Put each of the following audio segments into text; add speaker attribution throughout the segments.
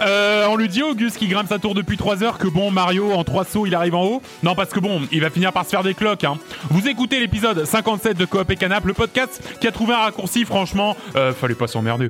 Speaker 1: Euh, on lui dit Auguste qui grimpe sa tour depuis 3 heures que bon Mario en 3 sauts il arrive en haut. Non parce que bon il va finir par se faire des cloques. Hein. Vous écoutez l'épisode 57 de Coop et Canap, le podcast qui a trouvé un raccourci franchement, euh, fallait pas s'emmerder.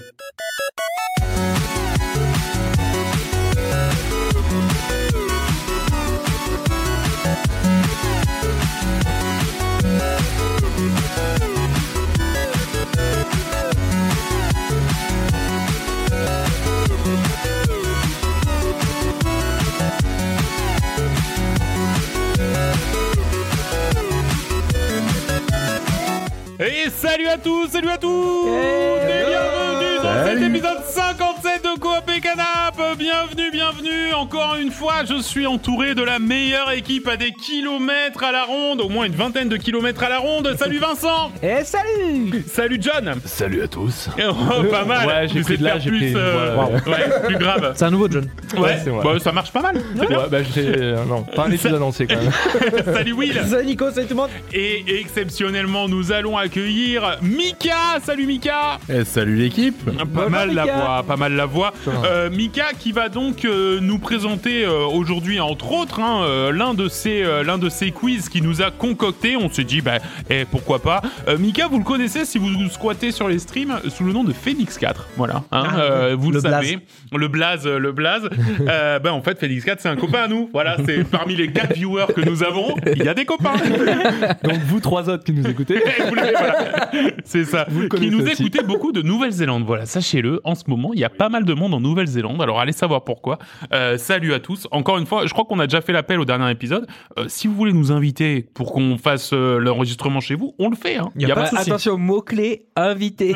Speaker 1: Et salut à tous, salut à tous Et bienvenue dans cet épisode 57 de Coop et Canap Bienvenue, bienvenue Encore une fois, je suis entouré de la meilleure équipe à des kilomètres à la ronde, au moins une vingtaine de kilomètres à la ronde. Salut Vincent
Speaker 2: Et salut
Speaker 1: Salut John
Speaker 3: Salut à tous.
Speaker 1: Eh, Oh, pas mal
Speaker 3: Ouais,
Speaker 1: Tu
Speaker 3: j'ai pris
Speaker 1: sais
Speaker 3: de l'âge,
Speaker 1: faire
Speaker 3: j'ai
Speaker 1: plus, euh,
Speaker 3: pris- voilà,
Speaker 1: ouais, plus grave.
Speaker 2: C'est un nouveau John.
Speaker 1: Ouais,
Speaker 3: c'est vrai.
Speaker 1: bah, ça marche pas mal C'est bien.
Speaker 3: Ouais, bah j'ai. euh, non, pas un épisode annoncé quand même.
Speaker 1: Salut Will
Speaker 2: Salut Nico, salut tout le monde
Speaker 1: Et exceptionnellement, nous allons accueillir Mika Salut Mika
Speaker 3: Eh, salut l'équipe.
Speaker 1: Pas
Speaker 2: Bonjour,
Speaker 1: mal la
Speaker 2: Mika.
Speaker 1: voix, pas mal la voix.
Speaker 3: va.
Speaker 1: Euh, Mika qui va donc euh, nous présenter euh, aujourd'hui, entre autres, hein, euh, l'un de ces euh, l'un de ces quiz qui nous a concocté. On s'est dit, bah, eh, pourquoi pas. Euh, Mika, vous le connaissez si vous vous squattez sur les streams sous le nom de Phoenix 4. Voilà, hein,
Speaker 2: Ah,
Speaker 1: euh, vous le,
Speaker 2: le
Speaker 1: savez. Le blaze, euh, le blaze. Euh, ben, en fait, Phoenix 4, c'est un copain à nous. Voilà, c'est parmi les 4 viewers que nous avons, il y a des copains.
Speaker 3: Donc vous trois autres qui nous écoutez.
Speaker 1: Et vous l'avez, voilà. C'est ça.
Speaker 3: Vous le
Speaker 1: qui
Speaker 3: connaissez
Speaker 1: nous
Speaker 3: aussi.
Speaker 1: écoutez beaucoup de Nouvelle-Zélande. Voilà, sachez-le, en ce moment, il y a pas mal de monde en Nouvelle-Zélande. Alors allez savoir pourquoi. Euh, salut à tous. Encore une fois, je crois qu'on a déjà fait l'appel au dernier épisode. Euh, si vous voulez nous inviter pour qu'on fasse euh, l'enregistrement chez vous, on le fait. hein. Il y a, pas de souci.
Speaker 2: Attention, mot-clé, invité.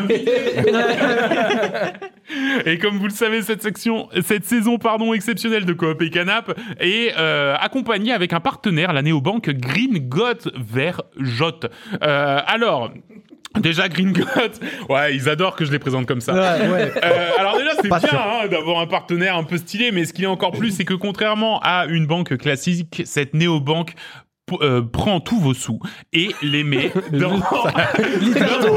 Speaker 1: Et comme vous le savez, cette section, cette saison, pardon, exceptionnelle de Coop et Canap est euh, accompagnée avec un partenaire, la néobanque Green Got vers Jot. Euh, alors. Déjà, Green Got, ouais, ils adorent que je les présente comme ça.
Speaker 2: ouais, ouais.
Speaker 1: Euh, alors déjà, c'est
Speaker 2: Pas
Speaker 1: bien
Speaker 2: sûr.
Speaker 1: hein, d'avoir un partenaire un peu stylé, mais ce qu'il est encore plus, c'est que contrairement à une banque classique, cette néobanque p- euh, prend tous vos sous et les met dans littéralement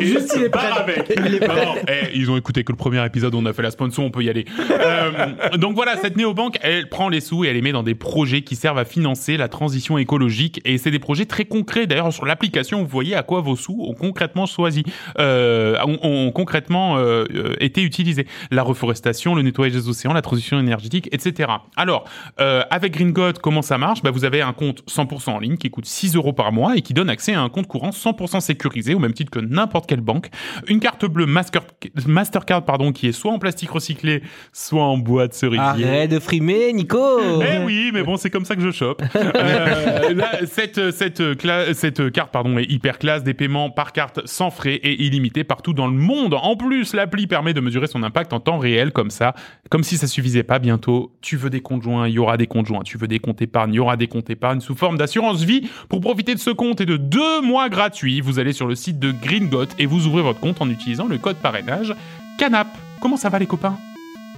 Speaker 2: Juste, il est prêt.
Speaker 1: avec. Non, non, eh, ils ont écouté que le premier épisode, on a fait la sponsor, on peut y aller. Euh, donc voilà, cette néobanque, elle prend les sous et elle les met dans des projets qui servent à financer la transition écologique. Et c'est des projets très concrets. D'ailleurs, sur l'application, vous voyez à quoi vos sous ont concrètement choisi, euh, ont, ont concrètement euh, euh, été utilisés. La reforestation, le nettoyage des océans, la transition énergétique, etc. Alors, euh, avec Green God, comment ça marche bah, Vous avez un compte 100% en ligne qui coûte 6 euros par mois et qui donne accès à un compte courant 100% sécurisé au même titre que n'importe quelle banque. Une carte bleue Master- Mastercard pardon, qui est soit en plastique recyclé, soit en bois de cerisier.
Speaker 2: Arrête de frimer,
Speaker 4: Oh.
Speaker 2: Nico
Speaker 1: Eh oui, mais bon, c'est comme ça que je chope. Euh, là, cette, cette, cla- cette carte pardon, est hyper classe, des paiements par carte sans frais et illimité partout dans le monde. En plus, l'appli permet de mesurer son impact en temps réel comme ça. Comme si ça suffisait pas, bientôt, tu veux des comptes joints, il y aura des comptes joints. Tu veux des comptes épargne, il y aura des comptes épargne sous forme d'assurance vie. Pour profiter de ce compte et de deux mois gratuits, vous allez sur le site de Gringot et vous ouvrez votre compte en utilisant le code parrainage Canap. Comment ça va les copains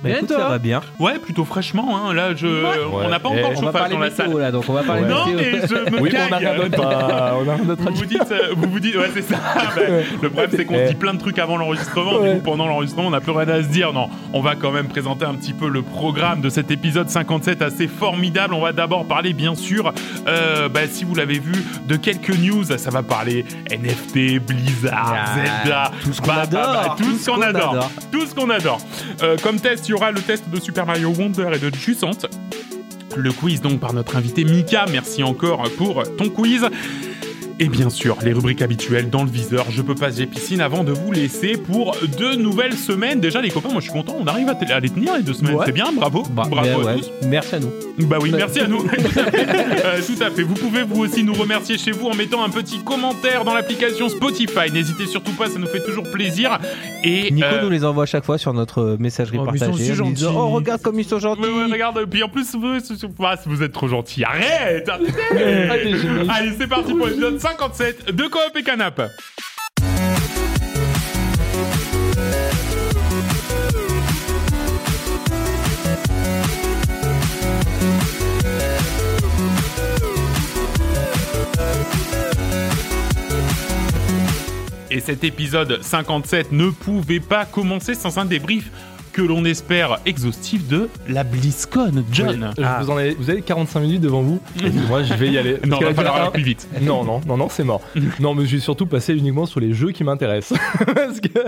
Speaker 2: Bah, écoute, ça va bien.
Speaker 1: Ouais, plutôt fraîchement. Hein. Là, je... on n'a pas
Speaker 3: Ouais.
Speaker 4: Eh,
Speaker 1: encore
Speaker 3: On
Speaker 1: de
Speaker 2: On va
Speaker 1: chauffage
Speaker 2: parler
Speaker 1: dans la salle.
Speaker 2: météo, là, donc on va parler
Speaker 1: Non,
Speaker 2: météo.
Speaker 1: mais je me
Speaker 3: Oui,
Speaker 1: caille.
Speaker 3: on a rien d'autre à- on a rien d'autre à
Speaker 1: Vous vous
Speaker 3: dire.
Speaker 1: dites, euh, vous vous dites, ouais, c'est ça. Bah, le problème, c'est qu'on se dit plein de trucs avant l'enregistrement. Du coup, pendant l'enregistrement, on n'a plus rien à se dire. Non, on va quand même présenter un petit peu le programme de cet épisode 57 assez formidable. On va d'abord parler, bien sûr, euh, bah, si vous l'avez vu, de quelques news. Ça va parler NFT, Blizzard,
Speaker 2: Ah,
Speaker 1: Zelda,
Speaker 2: tout ce qu'on adore,
Speaker 1: bah, tout ce qu'on adore, tout ce qu'on adore. Euh, comme test, il y aura le test de Super Mario Wonder et de Jussante. Le quiz donc par notre invité Mika, merci encore pour ton quiz. Et bien sûr, les rubriques habituelles dans le viseur, je peux passer piscine avant de vous laisser pour deux nouvelles semaines. Déjà les copains, moi je suis content, on arrive à, t- à les tenir les deux semaines,
Speaker 2: Ouais.
Speaker 1: c'est bien, bravo,
Speaker 2: Bah,
Speaker 1: bravo
Speaker 2: mais
Speaker 1: à
Speaker 2: ouais,
Speaker 1: tous.
Speaker 2: Merci à nous.
Speaker 1: Bah oui, merci à nous. tout, à fait. Euh, tout à fait. Vous pouvez vous aussi nous remercier chez vous en mettant un petit commentaire dans l'application Spotify. N'hésitez surtout pas, ça nous fait toujours plaisir. Et
Speaker 2: Nico
Speaker 1: euh,
Speaker 2: nous les envoie à chaque fois sur notre euh, messagerie
Speaker 3: Oh, mais ils sont
Speaker 2: partagée.
Speaker 3: si
Speaker 2: en nous disant,
Speaker 3: gentils.
Speaker 2: oh, regarde comme ils sont gentils.
Speaker 1: mais ouais, regarde, puis en plus, vous, ah, vous êtes trop gentil. Arrête arrêtez. Allez, c'est parti pour l'épisode 57 de Coop et Canap. Et cet épisode 57 ne pouvait pas commencer sans un débrief que l'on espère exhaustif de la BlizzCon. John
Speaker 3: Je vous, en avez, vous avez 45 minutes devant vous. Et moi, je vais y aller. Parce
Speaker 1: Non,
Speaker 3: qu'elle
Speaker 1: va
Speaker 3: a déjà
Speaker 1: falloir aller
Speaker 3: un-
Speaker 1: plus vite.
Speaker 3: Non, non, non, non, c'est mort. non, mais je vais surtout passer uniquement sur les jeux qui m'intéressent. Parce que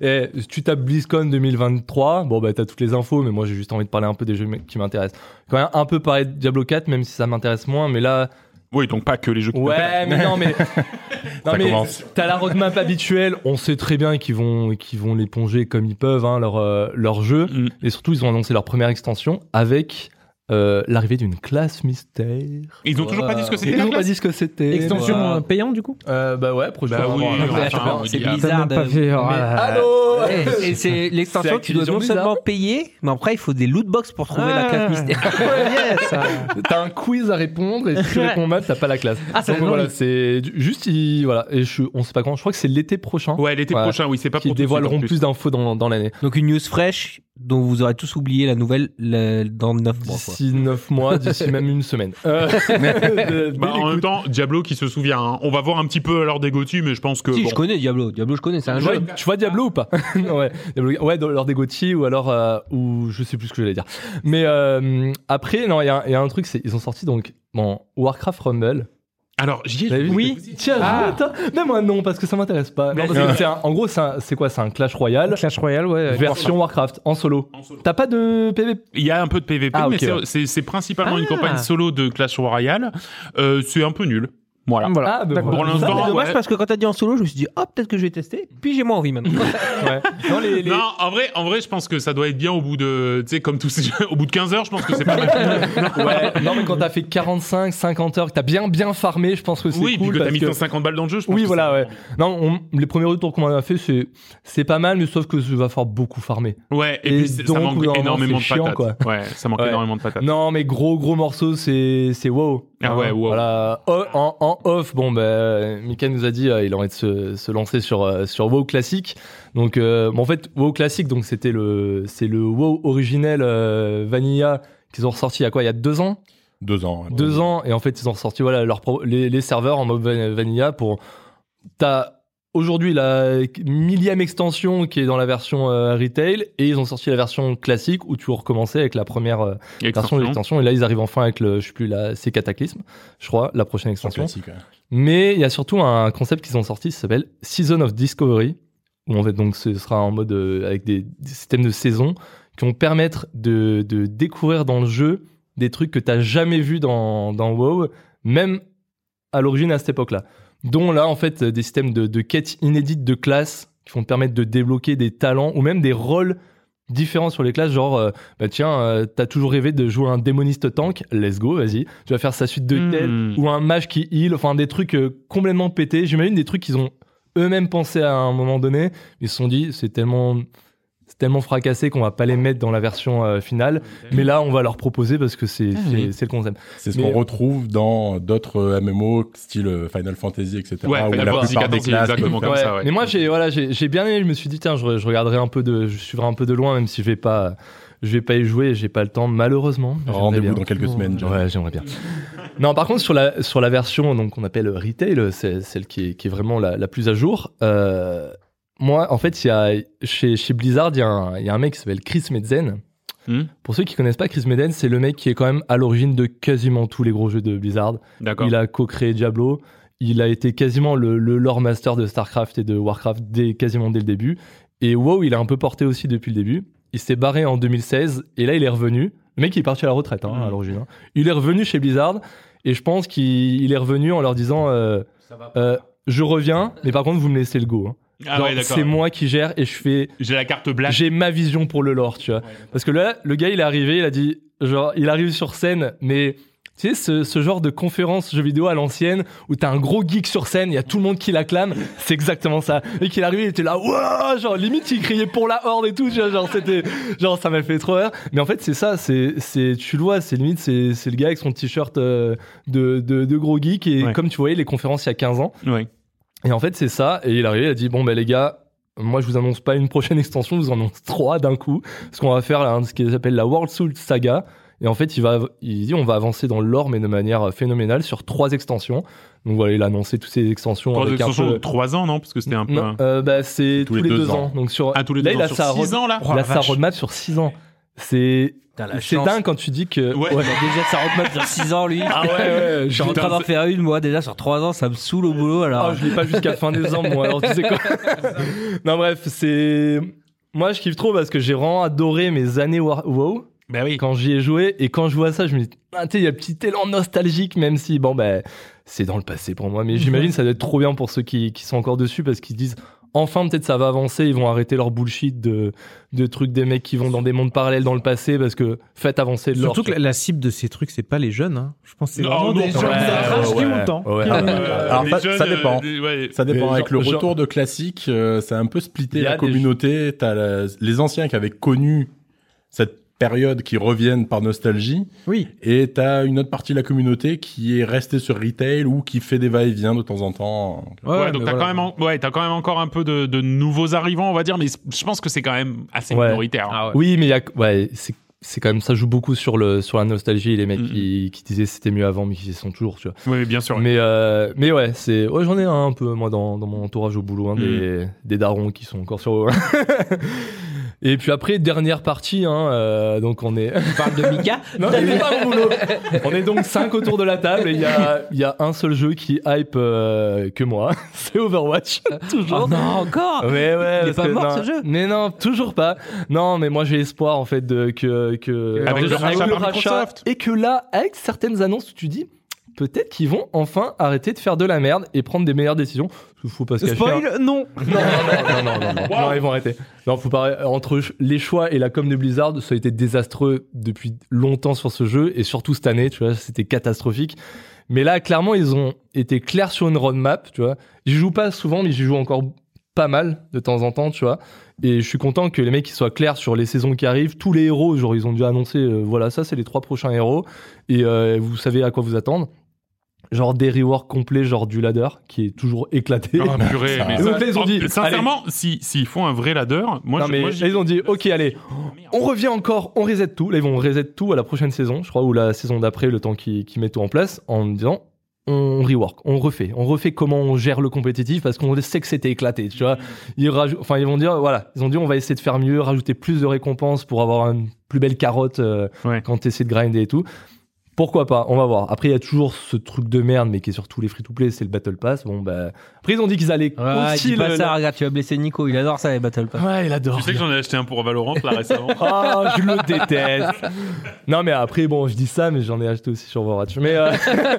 Speaker 3: eh, tu tapes BlizzCon 2023, bon, bah, t'as toutes les infos, mais moi, j'ai juste envie de parler un peu des jeux qui m'intéressent. Quand même, un peu parler de Diablo 4, même si ça m'intéresse moins, mais là.
Speaker 1: Oui, donc pas que les jeux qui
Speaker 3: Ouais, mais non, mais. non,
Speaker 1: Ça
Speaker 3: mais
Speaker 1: commence.
Speaker 3: T'as la roadmap habituelle, on sait très bien qu'ils vont, qu'ils vont l'éponger comme ils peuvent, hein, leur, euh, leur jeu.
Speaker 1: Mm.
Speaker 3: Et surtout, ils ont annoncé leur première extension avec euh, l'arrivée d'une classe mystère.
Speaker 1: Ils ont toujours pas dit ce que c'était.
Speaker 3: Ils
Speaker 1: la
Speaker 3: n'ont pas
Speaker 1: classe
Speaker 3: dit ce que c'était.
Speaker 4: Extension
Speaker 3: voilà.
Speaker 4: euh, payante du coup
Speaker 3: Euh, bah ouais, prochain.
Speaker 1: Bah oui,
Speaker 3: Voilà.
Speaker 1: ouais.
Speaker 4: Ouais,
Speaker 1: enfin,
Speaker 4: C'est
Speaker 1: il y a-
Speaker 4: Blizzard.
Speaker 2: T'as même pas fait,
Speaker 4: euh,
Speaker 2: alors,
Speaker 4: mais-
Speaker 3: Ah.
Speaker 2: euh,
Speaker 3: Allô
Speaker 4: Eh, Et c'est l'extension,
Speaker 3: C'est
Speaker 4: tu dois non
Speaker 3: Activision
Speaker 4: seulement payer, mais après il faut des loot box pour trouver la
Speaker 2: Ah.
Speaker 4: classe mystère.
Speaker 3: T'as un quiz à répondre et si tu réponds mal, t'as pas la classe.
Speaker 4: Ah, ça
Speaker 3: Donc
Speaker 4: va,
Speaker 3: voilà,
Speaker 4: non,
Speaker 3: c'est du- juste, il- voilà, et je, on sait pas quand. Je crois que c'est l'été prochain.
Speaker 1: Ouais, l'été
Speaker 3: Ouais.
Speaker 1: prochain, oui, c'est pas
Speaker 3: Qui
Speaker 1: pour tout de suite, en
Speaker 3: dévoileront plus, d'infos dans, dans l'année.
Speaker 4: Donc une news fraîche dont vous aurez tous oublié la nouvelle le- dans 9 mois. quoi.
Speaker 3: D'ici 9 mois, d'ici même une semaine. Euh, de- de
Speaker 1: Bah, en même
Speaker 3: l'écoute.
Speaker 1: temps, Diablo qui se souvient. hein. On va voir un petit peu à l'heure des gotus, mais je pense que.
Speaker 4: Si,
Speaker 1: bon.
Speaker 4: je connais Diablo. Diablo, je connais, c'est un
Speaker 3: Tu vois-
Speaker 4: jeu.
Speaker 3: tu vois Diablo ou pas Ouais, Diablo- ouais, dans- lors des Gauthier ou alors euh, ou je sais plus ce que j'allais dire. Mais euh, après, non, il y, a un- il y a un truc, c'est ils ont sorti donc bon, Warcraft Rumble.
Speaker 1: Alors, j'y ai
Speaker 3: Vous l'avez vu
Speaker 1: Oui.
Speaker 3: Tiens,
Speaker 2: Ah.
Speaker 3: attends, mais moi non parce que ça m'intéresse pas. Non, parce que c'est un- en gros, c'est un- c'est quoi C'est un Clash Royale
Speaker 2: Clash Royale, ouais.
Speaker 3: version Warcraft en solo. T'as pas de PVP
Speaker 1: Il y a un peu de PVP,
Speaker 3: Ah,
Speaker 1: mais
Speaker 3: ok,
Speaker 1: c'est-
Speaker 3: ouais.
Speaker 1: c'est c'est principalement une
Speaker 4: Ah.
Speaker 1: campagne solo de Clash Royale. Euh, c'est un peu nul. Voilà.
Speaker 2: Voilà.
Speaker 3: Ah, bah,
Speaker 2: D'accord.
Speaker 1: Pour
Speaker 2: Ça,
Speaker 1: l'instant,
Speaker 4: C'est dommage
Speaker 1: ouais.
Speaker 4: parce que quand t'as dit en solo, je me suis dit, oh, peut-être que je vais tester. Puis j'ai moins envie maintenant.
Speaker 3: Ouais. Non, les, les-
Speaker 1: Non, en vrai, en vrai, je pense que ça doit être bien au bout de, tu sais, comme tous ces jeux, au bout de 15 heures, je pense que c'est pas mal.
Speaker 3: ouais, non, mais quand t'as fait 45, 50 heures, que t'as bien bien farmé, je pense que c'est
Speaker 1: oui,
Speaker 3: cool.
Speaker 1: puis que t'as
Speaker 3: parce
Speaker 1: mis
Speaker 3: que-
Speaker 1: 150 balles dans le jeu, je pense.
Speaker 3: Oui,
Speaker 1: que
Speaker 3: voilà,
Speaker 1: ça-
Speaker 3: ouais. Non, on- les premiers retours qu'on en a fait, c'est c'est pas mal, mais sauf que ça va falloir beaucoup farmer.
Speaker 1: Ouais, et,
Speaker 3: Et
Speaker 1: puis c'est- ça
Speaker 3: donc,
Speaker 1: manque
Speaker 3: au bout d'un moment,
Speaker 1: énormément de
Speaker 3: c'est chiant,
Speaker 1: patates.
Speaker 3: quoi.
Speaker 1: Ouais, ça manque
Speaker 3: Ouais.
Speaker 1: énormément de patates.
Speaker 3: Non, mais gros gros morceau, c'est c'est wow. Hein,
Speaker 1: Ah ouais, wow.
Speaker 3: Voilà. O- en, en off, bon bah, Mika nous a dit euh, il aurait de se, se lancer sur euh, sur wow classique. Donc euh, bon, en fait, wow classique, donc c'était le c'est le wow originel euh, vanilla qu'ils ont ressorti il y a quoi il y a deux ans
Speaker 5: Deux ans. ouais.
Speaker 3: deux ans et en fait ils ont ressorti voilà leur pro- les, les serveurs en mode van- vanilla pour t'as aujourd'hui la millième extension qui est dans la version euh, retail et ils ont sorti la version classique où tu recommençais avec la première euh, version de
Speaker 1: Extension.
Speaker 3: l'extension et là ils arrivent enfin avec le je sais plus la c'est Cataclysme je crois la prochaine
Speaker 5: C'est un
Speaker 3: extension
Speaker 5: classique, ouais.
Speaker 3: mais il y a surtout un concept qu'ils ont sorti qui s'appelle Season of Discovery où en fait donc ce sera en mode euh, avec des, des systèmes de saison qui vont permettre de, de découvrir dans le jeu des trucs que t'as jamais vu dans, dans WoW, même à l'origine à cette époque-là. Dont là, en fait, euh, des systèmes de, de quêtes inédites de classes qui vont te permettre de débloquer des talents ou même des rôles différents sur les classes, genre, euh, bah tiens, euh, t'as toujours rêvé de jouer un démoniste tank, let's go, vas-y, tu vas faire sa suite de
Speaker 1: Hmm.
Speaker 3: tête, ou un mage qui heal, enfin des trucs euh, complètement pétés. J'imagine des trucs qu'ils ont eux-mêmes pensé à un moment donné, ils se sont dit, c'est tellement, c'est tellement fracassé qu'on va pas les mettre dans la version euh, finale, mais là, on va leur proposer parce que c'est, c'est,
Speaker 1: oui.
Speaker 3: c'est le concept.
Speaker 5: C'est ce
Speaker 3: Mais-
Speaker 5: qu'on retrouve dans d'autres euh, MMO, style euh, Final Fantasy, etc.
Speaker 1: Ouais,
Speaker 5: où
Speaker 1: Final
Speaker 5: la
Speaker 1: Fantasy
Speaker 5: plupart des
Speaker 1: 14,
Speaker 5: classes
Speaker 1: exactement.
Speaker 5: peuvent
Speaker 1: comme
Speaker 3: Ouais,
Speaker 1: ça, ouais.
Speaker 3: Mais moi, j'ai voilà, j'ai j'ai bien aimé. Je me suis dit tiens, je, je regarderai un peu de, je suivrai un peu de loin, même si je vais pas, je vais pas y jouer. J'ai pas le temps, malheureusement.
Speaker 5: faire
Speaker 3: J'aimerais
Speaker 5: Rendez-vous
Speaker 3: bien.
Speaker 5: dans quelques semaines. Jack.
Speaker 3: Ouais, j'aimerais bien. non, par contre, sur la, sur la version donc qu'on appelle retail, c'est celle qui est, qui est vraiment la, la plus à jour. euh, moi, en fait, il y a, chez, chez Blizzard, il y, a un- il y a un mec qui s'appelle Chris Medzen.
Speaker 1: Hmm.
Speaker 3: Pour ceux qui connaissent pas, Chris Medzen, c'est le mec qui est quand même à l'origine de quasiment tous les gros jeux de Blizzard.
Speaker 1: D'accord.
Speaker 3: Il a co-créé Diablo. Il a été quasiment le, le lore master de StarCraft et de WarCraft dès, quasiment dès le début. Et WoW, il a un peu porté aussi depuis le début. Il s'est barré en 2016 et là, il est revenu. Le mec, il est parti à la retraite hein,
Speaker 1: Mhm.
Speaker 3: à l'origine. hein. Il est revenu chez Blizzard et je pense qu'il il est revenu en leur disant euh, euh, Je reviens, mais par contre, vous me laissez le go. hein.
Speaker 1: Ah
Speaker 3: Genre,
Speaker 1: ouais, d'accord.
Speaker 3: c'est moi qui gère et je fais
Speaker 1: J'ai la carte blanche.
Speaker 3: j'ai ma vision pour le lore, tu vois. Parce que là, le gars, il est arrivé, il a dit, genre, il arrive sur scène, mais tu sais, ce, ce genre de conférence jeux vidéo à l'ancienne où t'as un gros geek sur scène, il y a tout le monde qui l'acclame, c'est exactement ça. Et qu'il est arrivé, il était là, Wouah genre, limite, il criait pour la horde et tout, tu vois, genre, c'était, genre, ça m'a fait trop rire. Mais en fait, c'est ça, c'est, c'est, tu le vois, c'est limite, c'est, c'est le gars avec son t-shirt euh, de, de, de gros geek et
Speaker 1: Ouais.
Speaker 3: comme tu voyais les conférences il y a 15 ans.
Speaker 1: Ouais.
Speaker 3: Et en fait, c'est ça. Et il est arrivé, il a dit Bon, ben les gars, moi je vous annonce pas une prochaine extension, je vous annonce trois d'un coup. Ce qu'on va faire, là, hein, ce qui s'appelle la World Soul Saga. Et en fait, il, va, il dit On va avancer dans l'or, mais de manière phénoménale, sur euh, trois extensions. Donc voilà, il a annoncé toutes ses extensions.
Speaker 1: Trois
Speaker 3: avec un
Speaker 1: extensions
Speaker 3: peu-
Speaker 1: de 3 ans, non Parce que c'était un peu.
Speaker 3: euh, Non,
Speaker 1: un-
Speaker 3: euh, bah, c'est tous, les deux ans. Donc sur,
Speaker 1: Ah, tous les deux
Speaker 3: là, il
Speaker 1: ans.
Speaker 3: a
Speaker 1: sur
Speaker 3: sa
Speaker 1: six
Speaker 3: road-
Speaker 1: ans, là Ah,
Speaker 3: il a sa roadmap sur 6 ans. C'est
Speaker 4: Putain, la
Speaker 3: c'est
Speaker 4: chance.
Speaker 3: dingue quand tu dis que.
Speaker 1: Ouais.
Speaker 4: Ouais, bah, déjà, ça rentre mal sur 6 ans, lui.
Speaker 3: Ah ouais, ouais,
Speaker 4: Je suis en
Speaker 1: Putain,
Speaker 4: train d'en faire une, moi, déjà sur 3 ans, ça me saoule au boulot, alors.
Speaker 3: Ah, je l'ai pas jusqu'à fin décembre, moi. Alors, tu sais quoi Non, bref, c'est. Moi, je kiffe trop parce que j'ai vraiment adoré mes années War- WoW
Speaker 1: Bah oui.
Speaker 3: quand j'y ai joué. Et quand je vois ça, je me dis, ah, tu sais, il y a un petit élan nostalgique, même si, bon, ben, c'est dans le passé pour moi. Mais j'imagine ça doit être trop bien pour ceux qui, qui sont encore dessus parce qu'ils se disent, enfin, peut-être ça va avancer. Ils vont arrêter leur bullshit de, de trucs des mecs qui vont dans des mondes parallèles dans le passé parce que faites avancer de l'or.
Speaker 6: Surtout que la, la cible de ces trucs, c'est pas les jeunes. hein. Je pense que c'est
Speaker 1: Non, non,
Speaker 6: vraiment des
Speaker 1: ouais,
Speaker 6: gens qui
Speaker 5: ouais,
Speaker 6: Ah, ont qui ont
Speaker 5: ouais.
Speaker 6: le temps.
Speaker 3: Ouais.
Speaker 6: qui ont le temps.
Speaker 1: Euh,
Speaker 5: Alors,
Speaker 1: les
Speaker 5: ça- ça dépend.
Speaker 1: des- ouais.
Speaker 5: Ça dépend.
Speaker 3: Mais
Speaker 5: Avec
Speaker 3: genre-
Speaker 5: le
Speaker 3: genre-
Speaker 5: retour de classique, euh, ça a un peu
Speaker 3: Il y
Speaker 5: splitté
Speaker 3: a
Speaker 5: la
Speaker 3: des-
Speaker 5: communauté. T'as la- les anciens qui avaient connu cette période qui reviennent par nostalgie.
Speaker 6: Oui.
Speaker 5: Et t'as une autre partie de la communauté qui est restée sur retail ou qui fait des va-et-vient de temps en temps.
Speaker 1: Ouais,
Speaker 6: Ouais,
Speaker 1: donc
Speaker 6: mais
Speaker 1: t'as
Speaker 6: voilà.
Speaker 1: quand même, en- ouais, t'as quand même encore un peu de, de nouveaux arrivants, on va dire, mais c- je pense que c'est quand même assez
Speaker 3: Ah, Ouais.
Speaker 1: minoritaire. hein.
Speaker 3: Oui, mais il y a, ouais, c'est, c'est quand même ça joue beaucoup sur le sur la nostalgie et les mecs
Speaker 4: Mm-hmm.
Speaker 1: Mhm.
Speaker 3: qui, qui disaient c'était mieux avant mais qui y sont toujours, tu vois.
Speaker 1: Oui, bien sûr.
Speaker 3: Mais euh, mais ouais, c'est ouais, j'en ai un, un peu moi dans, dans mon entourage au boulot hein,
Speaker 1: Mhm.
Speaker 4: Mm-hmm.
Speaker 3: des des darons qui sont encore sur Et puis après dernière partie hein, euh, donc on est
Speaker 4: Tu parles de Mika
Speaker 3: non, mais pas mon boulot. On est donc cinq autour de la table et il y a il y a un seul jeu qui hype euh, que moi, c'est Overwatch toujours.
Speaker 4: Oh non, encore
Speaker 3: Ouais, ouais.
Speaker 4: Il est
Speaker 3: parce
Speaker 4: pas
Speaker 3: que-
Speaker 4: mort,
Speaker 3: non.
Speaker 4: ce jeu
Speaker 3: Mais non, toujours pas. Non, mais moi j'ai espoir en fait de, que, que.
Speaker 1: Avec
Speaker 3: de-
Speaker 1: le rachat par Microsoft.
Speaker 3: Et que là, avec certaines annonces, tu dis. Peut-être qu'ils vont enfin arrêter de faire de la merde et prendre des meilleures décisions. Faut pas se cacher. hein.
Speaker 6: Spoil, non.
Speaker 3: Non, non, non, non, non, non. Non, ils vont arrêter. Non, faut pas. Entre les choix et la com de Blizzard, ça a été désastreux depuis longtemps sur ce jeu et surtout cette année, tu vois, c'était catastrophique. Mais là, clairement, ils ont été clairs sur une roadmap, tu vois. J'y joue pas souvent, mais j'y joue encore pas mal de temps en temps, tu vois. Et je suis content que les mecs ils soient clairs sur les saisons qui arrivent. Tous les héros, genre, ils ont déjà annoncé, euh, voilà, ça, c'est les trois prochains héros. Et euh, vous savez à quoi vous attendre. Genre des reworks complets, genre du ladder, qui est toujours éclaté.
Speaker 1: Ah, purée,
Speaker 5: ça-
Speaker 1: mais
Speaker 3: Donc
Speaker 1: ça-
Speaker 3: là, ils ont
Speaker 1: oh,
Speaker 3: dit,
Speaker 1: sincèrement, si- s'ils font un vrai ladder, moi,
Speaker 3: non,
Speaker 1: je,
Speaker 3: mais
Speaker 1: moi,
Speaker 3: là, ils ont dit, ok, allez, on revient encore, on reset tout. Là, ils vont reset tout à la prochaine saison, je crois, ou la saison d'après, le temps qu'ils qu'ils mettent tout en place, en me disant, on rework, on refait, on refait comment on gère le compétitif parce qu'on sait que c'était éclaté, tu vois. Ils, raj- enfin, ils vont dire, voilà, ils ont dit, on va essayer de faire mieux, rajouter plus de récompenses pour avoir une plus belle carotte euh,
Speaker 1: Ouais.
Speaker 3: quand tu essaies de grinder et tout. Pourquoi pas On va voir. Après, il y a toujours ce truc de merde, mais qui est sur tous les free-to-play, c'est le Battle Pass. Bon, bah. Après, ils ont dit qu'ils allaient
Speaker 4: Ouais,
Speaker 3: aussi
Speaker 4: dis pas
Speaker 3: le-
Speaker 4: ça, regarde, tu vas blesser Nico, il adore ça, les Battle Pass.
Speaker 3: Ouais, il adore.
Speaker 1: Tu sais que j'en ai acheté un pour Valorant, là, récemment.
Speaker 3: Ah, je le déteste. Non, mais après, bon, je dis ça, mais j'en ai acheté aussi sur Overwatch. Mais, euh,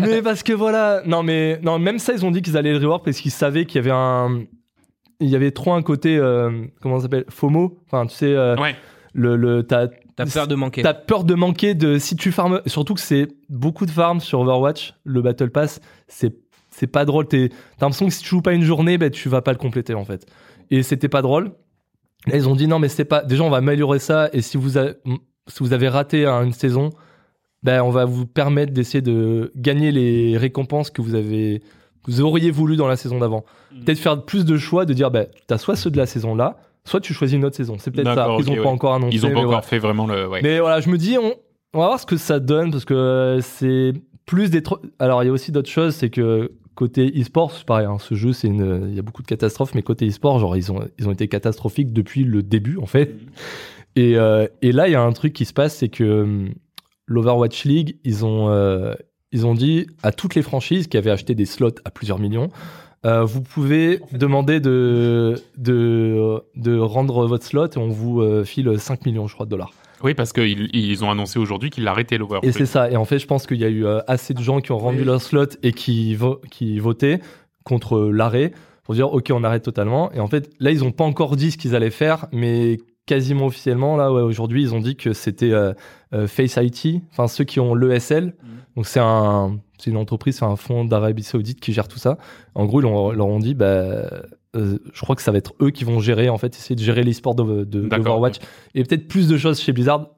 Speaker 3: mais parce que voilà. Non, mais non, même ça, ils ont dit qu'ils allaient le rework parce qu'ils savaient qu'il y avait un. Il y avait trop un côté. euh, comment ça s'appelle FOMO. Enfin, tu sais, euh,
Speaker 1: Ouais.
Speaker 3: le, le, t'as
Speaker 4: T'as peur de manquer.
Speaker 3: T'as peur de manquer de si tu farmes. Surtout que c'est beaucoup de farms sur Overwatch, le Battle Pass, c'est c'est pas drôle. T'es- T'as l'impression que si tu joues pas une journée, ben tu vas pas le compléter en fait. Et c'était pas drôle. Là, ils ont dit non, mais c'est pas. Déjà, on va améliorer ça. Et si vous, a- si vous avez raté hein, une saison, ben on va vous permettre d'essayer de gagner les récompenses que vous avez, que vous auriez voulu dans la saison d'avant. Peut-être faire plus de choix, de dire ben t'as soit ceux de la saison là, soit tu choisis une autre saison. C'est peut-être ça.
Speaker 1: D'accord, ok,
Speaker 3: Ils ont
Speaker 1: ouais.
Speaker 3: pas encore annoncé.
Speaker 1: Ils ont
Speaker 3: mais
Speaker 1: pas encore
Speaker 3: voilà.
Speaker 1: fait vraiment le. Ouais.
Speaker 3: Mais voilà, je me dis, on, on va voir ce que ça donne parce que euh, c'est plus des. tro- Alors, il y a aussi d'autres choses, c'est que côté e-sport, c'est pareil, hein, ce jeu, c'est une... il y a beaucoup de catastrophes, mais côté e-sport, genre, ils ont, ils ont été catastrophiques depuis le début, en fait. Et, euh, et là, il y a un truc qui se passe, c'est que hum, l'Overwatch League, ils ont, euh, ils ont dit à toutes les franchises qui avaient acheté des slots à plusieurs millions, euh, vous pouvez demander de, de, de rendre votre slot et on vous euh, file 5 millions, je crois, de dollars.
Speaker 1: Oui, parce qu'ils ils ont annoncé aujourd'hui qu'ils l'arrêtaient l'over.
Speaker 3: Et c'est ça. Et en fait, je pense qu'il y a eu euh, assez de gens qui ont rendu leur slot et qui, vo- qui votaient contre euh, l'arrêt pour dire OK, on arrête totalement. Et en fait, là, ils n'ont pas encore dit ce qu'ils allaient faire, mais quasiment officiellement, là, ouais, aujourd'hui, ils ont dit que c'était euh, euh, Face IT, enfin ceux qui ont l'ESL. Donc c'est un, c'est une entreprise, c'est un fonds d'Arabie Saoudite qui gère tout ça. En gros, ils leur- leur ont dit, bah, euh, je crois que ça va être eux qui vont gérer, en fait, essayer de gérer l'e-sport de, de,
Speaker 1: D'accord.
Speaker 3: d'Overwatch. et peut-être plus de choses chez Blizzard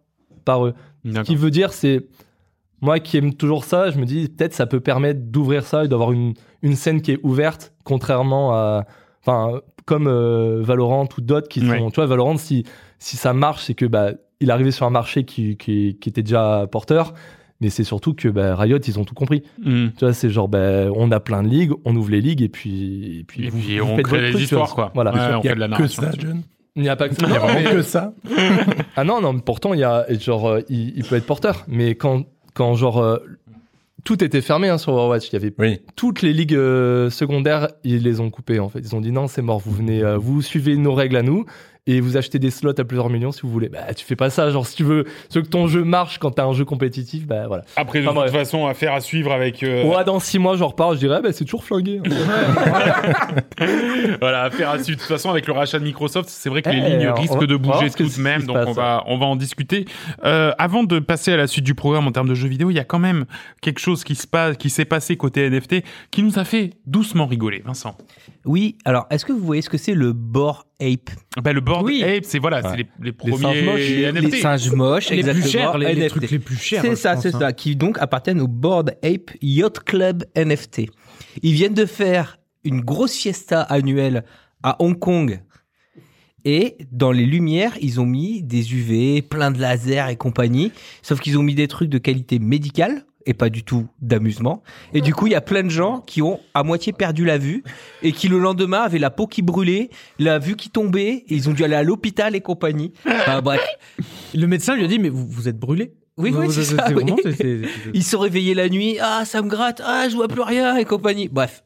Speaker 3: par eux. Ce qui
Speaker 1: D'accord.
Speaker 3: veut dire, c'est. Moi qui aime toujours ça, je me dis peut-être ça peut permettre d'ouvrir ça et d'avoir une, une scène qui est ouverte, contrairement à. Enfin, comme euh, Valorant ou d'autres qui sont.
Speaker 1: Ouais.
Speaker 3: Tu vois, Valorant, si, si ça marche, c'est que bah, il arrivait sur un marché qui, qui, qui était déjà porteur mais c'est surtout que bah, Riot, ils ont tout compris.
Speaker 1: Mmh.
Speaker 3: Tu vois, c'est genre, bah, on a plein de ligues, on ouvre les ligues et puis. Et puis,
Speaker 1: Et
Speaker 3: vous-
Speaker 1: puis
Speaker 3: vous
Speaker 1: on
Speaker 3: faites
Speaker 1: crée
Speaker 3: votre
Speaker 1: des
Speaker 3: truc, tu vois.
Speaker 1: histoires, quoi.
Speaker 3: Voilà.
Speaker 1: Ouais, on
Speaker 5: Il y
Speaker 1: fait
Speaker 5: a
Speaker 1: de la
Speaker 5: que
Speaker 1: narration.
Speaker 5: ça, John.
Speaker 3: Il n'y a pas que
Speaker 5: Il y a
Speaker 3: Non, mais-
Speaker 5: vraiment que ça.
Speaker 3: Ah non, non, mais pourtant, il, y a, et genre, euh, il, il peut être porteur. Mais quand, quand genre, euh, tout était fermé hein, sur Overwatch, il y avait
Speaker 5: Oui.
Speaker 3: toutes les ligues euh, secondaires, ils les ont coupées en fait. Ils ont dit non, c'est mort, vous venez, euh, vous suivez nos règles à nous et vous achetez des slots à plusieurs millions si vous voulez. Bah, tu fais pas ça, genre si tu veux, si tu veux que ton jeu marche quand t'as un jeu compétitif, bah voilà.
Speaker 1: Après, de
Speaker 3: Enfin,
Speaker 1: toute
Speaker 3: bref.
Speaker 1: façon, affaire à suivre avec. euh,
Speaker 3: Ou ah, dans six mois, je repars, je dirais, bah c'est toujours flingué.
Speaker 1: Voilà, affaire à suivre. De toute façon, avec le rachat de Microsoft, c'est vrai que les
Speaker 3: Eh,
Speaker 1: lignes
Speaker 3: on-
Speaker 1: risquent de
Speaker 3: on va voir
Speaker 1: bouger
Speaker 3: ce que-
Speaker 1: tout de
Speaker 3: ce
Speaker 1: même,
Speaker 3: qui se
Speaker 1: donc
Speaker 3: passe.
Speaker 1: on va, on va en discuter. Euh, avant de passer à la suite du programme en termes de jeux vidéo, il y a quand même quelque chose qui se passe, qui s'est passé côté NFT, qui nous a fait doucement rigoler, Vincent.
Speaker 4: Oui, alors est-ce que vous voyez ce que c'est le Bore Ape
Speaker 1: Ben, le board
Speaker 6: Oui.
Speaker 1: Ape, c'est voilà,
Speaker 3: Ouais.
Speaker 1: c'est les, les
Speaker 3: singes moches,
Speaker 1: premiers
Speaker 3: les-
Speaker 1: NFT.
Speaker 4: Les singes moches,
Speaker 6: Les
Speaker 4: exactement.
Speaker 6: plus chers, les, les
Speaker 4: NFT.
Speaker 6: trucs les plus chers.
Speaker 4: C'est
Speaker 6: je
Speaker 4: ça,
Speaker 6: pense,
Speaker 4: c'est
Speaker 6: hein.
Speaker 4: ça, qui donc appartiennent au Board Ape Yacht Club NFT. Ils viennent de faire une grosse fiesta annuelle à Hong Kong. Et dans les lumières, ils ont mis des UV, plein de lasers et compagnie. Sauf qu'ils ont mis des trucs de qualité médicale et pas du tout d'amusement. Et du coup, il y a plein de gens qui ont à moitié perdu la vue et qui le lendemain avaient la peau qui brûlait, la vue qui tombait. Et ils ont dû aller à l'hôpital et compagnie. Enfin, bref.
Speaker 6: Le médecin lui a dit, mais vous, vous êtes brûlé.
Speaker 4: Oui,
Speaker 6: Vous-
Speaker 4: oui,
Speaker 6: vous-
Speaker 4: c'est ça,
Speaker 6: vraiment-
Speaker 4: oui.
Speaker 6: c'est- c'est- c'est-
Speaker 4: Ils se sont réveillés la nuit. Ah, ça me gratte. Ah, je vois plus rien et compagnie. Bref,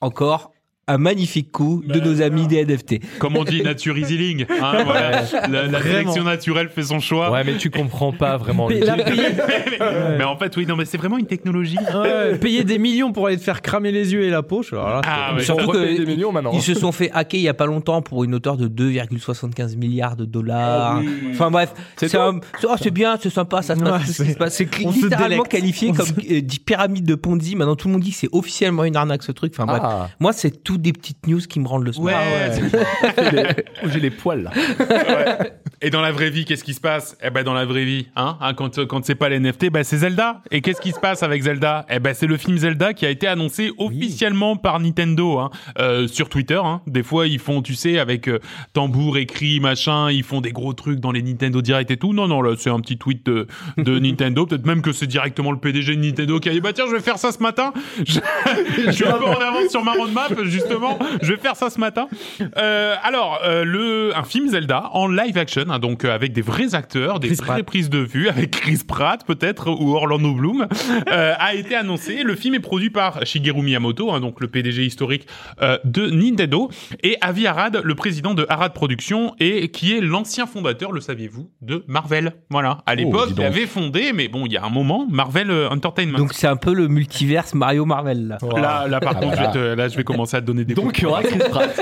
Speaker 4: encore un magnifique coup de nos amis des NFT.
Speaker 1: Comme on dit, nature is healing. hein, voilà. La, la sélection naturelle fait son choix.
Speaker 3: ouais, mais tu comprends pas vraiment. le
Speaker 6: Payer-
Speaker 3: truc.
Speaker 1: Mais en fait, oui, non, mais c'est vraiment une technologie.
Speaker 6: Ouais, Payer des millions pour aller te faire cramer les yeux et la peau. je- alors là,
Speaker 1: Ah, ouais.
Speaker 3: Ils ont
Speaker 4: surtout
Speaker 3: repayé
Speaker 4: que-
Speaker 3: des millions maintenant. hein.
Speaker 4: Ils se sont fait hacker euh, il y a pas longtemps pour une hauteur de 2,75 milliards de dollars. Enfin bref,
Speaker 3: C'est
Speaker 4: c'est un- c'est- oh, c'est bien, c'est sympa, ça se passe.
Speaker 6: Ouais,
Speaker 4: tout ce qui
Speaker 6: c'est-
Speaker 4: se passe. C'est
Speaker 6: on se
Speaker 4: littéralement
Speaker 6: délecte.
Speaker 4: qualifié
Speaker 6: On
Speaker 4: comme
Speaker 6: se-
Speaker 4: euh, dit pyramide de Ponzi. Maintenant tout le monde dit que c'est officiellement une arnaque ce truc. Enfin bref,
Speaker 3: Ah,
Speaker 4: moi c'est tout des petites news qui me rendent le Ah soir.
Speaker 1: Ouais, c'est-
Speaker 3: j'ai les poils là.
Speaker 1: Et dans la vraie vie, qu'est-ce qui se passe Eh ben dans la vraie vie, hein, hein, quand euh, quand c'est pas les NFT, ben c'est Zelda. Et qu'est-ce qui se passe avec Zelda Eh ben c'est le film Zelda qui a été annoncé officiellement par Nintendo hein, euh, sur Twitter. Hein. Des fois ils font, tu sais, avec euh, tambour écrit machin, ils font des gros trucs dans les Nintendo Direct et tout. Non non, là c'est un petit tweet de, de Nintendo. Peut-être même que c'est directement le PDG de Nintendo qui a dit bah tiens je vais faire ça ce matin. Je, je suis un peu en avance sur ma roadmap justement. Je vais faire ça ce matin. Euh, alors, euh, le, un film Zelda en live action, hein, donc euh, avec des vrais acteurs, des
Speaker 6: Chris
Speaker 1: vraies prises de vue, avec Chris Pratt peut-être ou Orlando Bloom, euh, a été annoncé. Le film est produit par Shigeru Miyamoto, hein, donc le PDG historique euh, de Nintendo, et Avi Arad, le président de Arad Productions, et qui est l'ancien fondateur, le saviez-vous, de Marvel. Voilà. À l'époque,
Speaker 5: Oh, dis
Speaker 1: il
Speaker 5: donc.
Speaker 1: avait fondé, mais bon, il y a un moment, Marvel euh, Entertainment.
Speaker 4: Donc c'est un peu le multiverse Mario Marvel. Là.
Speaker 1: Là, là, par
Speaker 5: Ah,
Speaker 1: contre,
Speaker 5: bah
Speaker 1: je
Speaker 5: là.
Speaker 1: vais, te- là, je vais commencer à te donner des
Speaker 3: Donc il y aura Chris Pratt.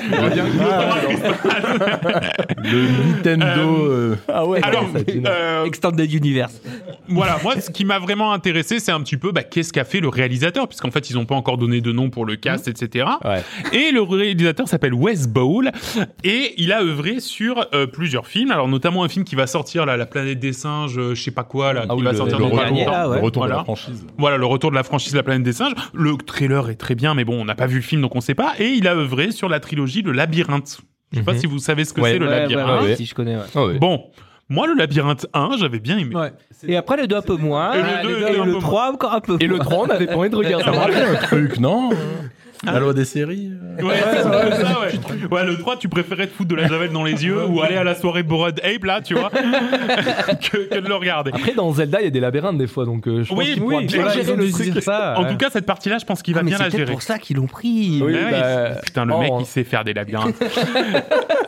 Speaker 5: Le Nintendo. euh,
Speaker 3: Ah ouais.
Speaker 1: Alors,
Speaker 3: ça dit non.
Speaker 1: euh,
Speaker 4: Extended Universe.
Speaker 1: voilà, moi, ce qui m'a vraiment intéressé, c'est un petit peu bah, qu'est-ce qu'a fait le réalisateur, puisqu'en fait, ils n'ont pas encore donné de nom pour le cast, etc.
Speaker 3: Ouais.
Speaker 1: Et le réalisateur s'appelle Wes Bowl, et il a œuvré sur euh, plusieurs films, alors notamment un film qui va sortir, là, La planète des singes, euh, je sais pas quoi, là,
Speaker 3: Ah
Speaker 1: qui
Speaker 3: oui,
Speaker 1: va
Speaker 3: le-
Speaker 1: sortir
Speaker 5: le
Speaker 1: dans pas
Speaker 5: retour,
Speaker 4: dernier,
Speaker 1: longtemps.
Speaker 4: là, ouais.
Speaker 5: le retour de
Speaker 1: Voilà.
Speaker 5: la franchise.
Speaker 1: Voilà, le retour de la franchise La planète des singes. Le trailer est très bien, mais bon, on n'a pas vu le film, donc on sait pas. Et il a œuvré sur la trilogie Le Labyrinthe. Je sais pas
Speaker 3: Mhm.
Speaker 1: si vous savez ce que
Speaker 3: Ouais.
Speaker 1: c'est, Le
Speaker 4: Ouais,
Speaker 1: Labyrinthe.
Speaker 4: ouais, ouais,
Speaker 3: ouais.
Speaker 4: Si je connais. ouais.
Speaker 3: Ah ouais.
Speaker 1: Bon, moi, Le Labyrinthe 1, j'avais bien aimé.
Speaker 6: Ouais.
Speaker 4: Et après le 2 un peu moins.
Speaker 1: Et le
Speaker 4: Ah,
Speaker 1: deux,
Speaker 4: deux-
Speaker 1: et un peu
Speaker 4: 3 encore un peu
Speaker 3: Et le
Speaker 4: moins.
Speaker 3: 3, on avait pas envie de
Speaker 4: Ah,
Speaker 3: regarder.
Speaker 5: Ça me rappelle un truc, non La loi des séries. euh.
Speaker 1: Ouais, c'est un peu ça, ouais. Ouais, le 3, tu préférais te foutre de la javel dans les yeux ou aller à la soirée Borod Ape, là, tu vois, que, que de le regarder.
Speaker 3: Après, dans Zelda, il y a des labyrinthes des fois, donc euh, je pense
Speaker 1: Oui,
Speaker 3: qu'il pourra
Speaker 1: oui,
Speaker 3: bien
Speaker 1: voilà,
Speaker 6: Voilà,
Speaker 1: Ah, j'ai
Speaker 6: ils ont
Speaker 1: le
Speaker 6: dû se
Speaker 1: truc.
Speaker 6: dire ça.
Speaker 1: En
Speaker 6: Ah, ouais.
Speaker 1: tout cas, cette partie-là, je pense qu'il va
Speaker 4: Ah, mais
Speaker 1: bien la
Speaker 4: c'est peut-être
Speaker 1: gérer.
Speaker 4: pour ça qu'ils l'ont pris.
Speaker 3: Oui,
Speaker 1: Ah oui,
Speaker 3: bah,
Speaker 1: Putain, le
Speaker 3: oh,
Speaker 1: mec,
Speaker 3: on-
Speaker 1: il sait faire des labyrinthes.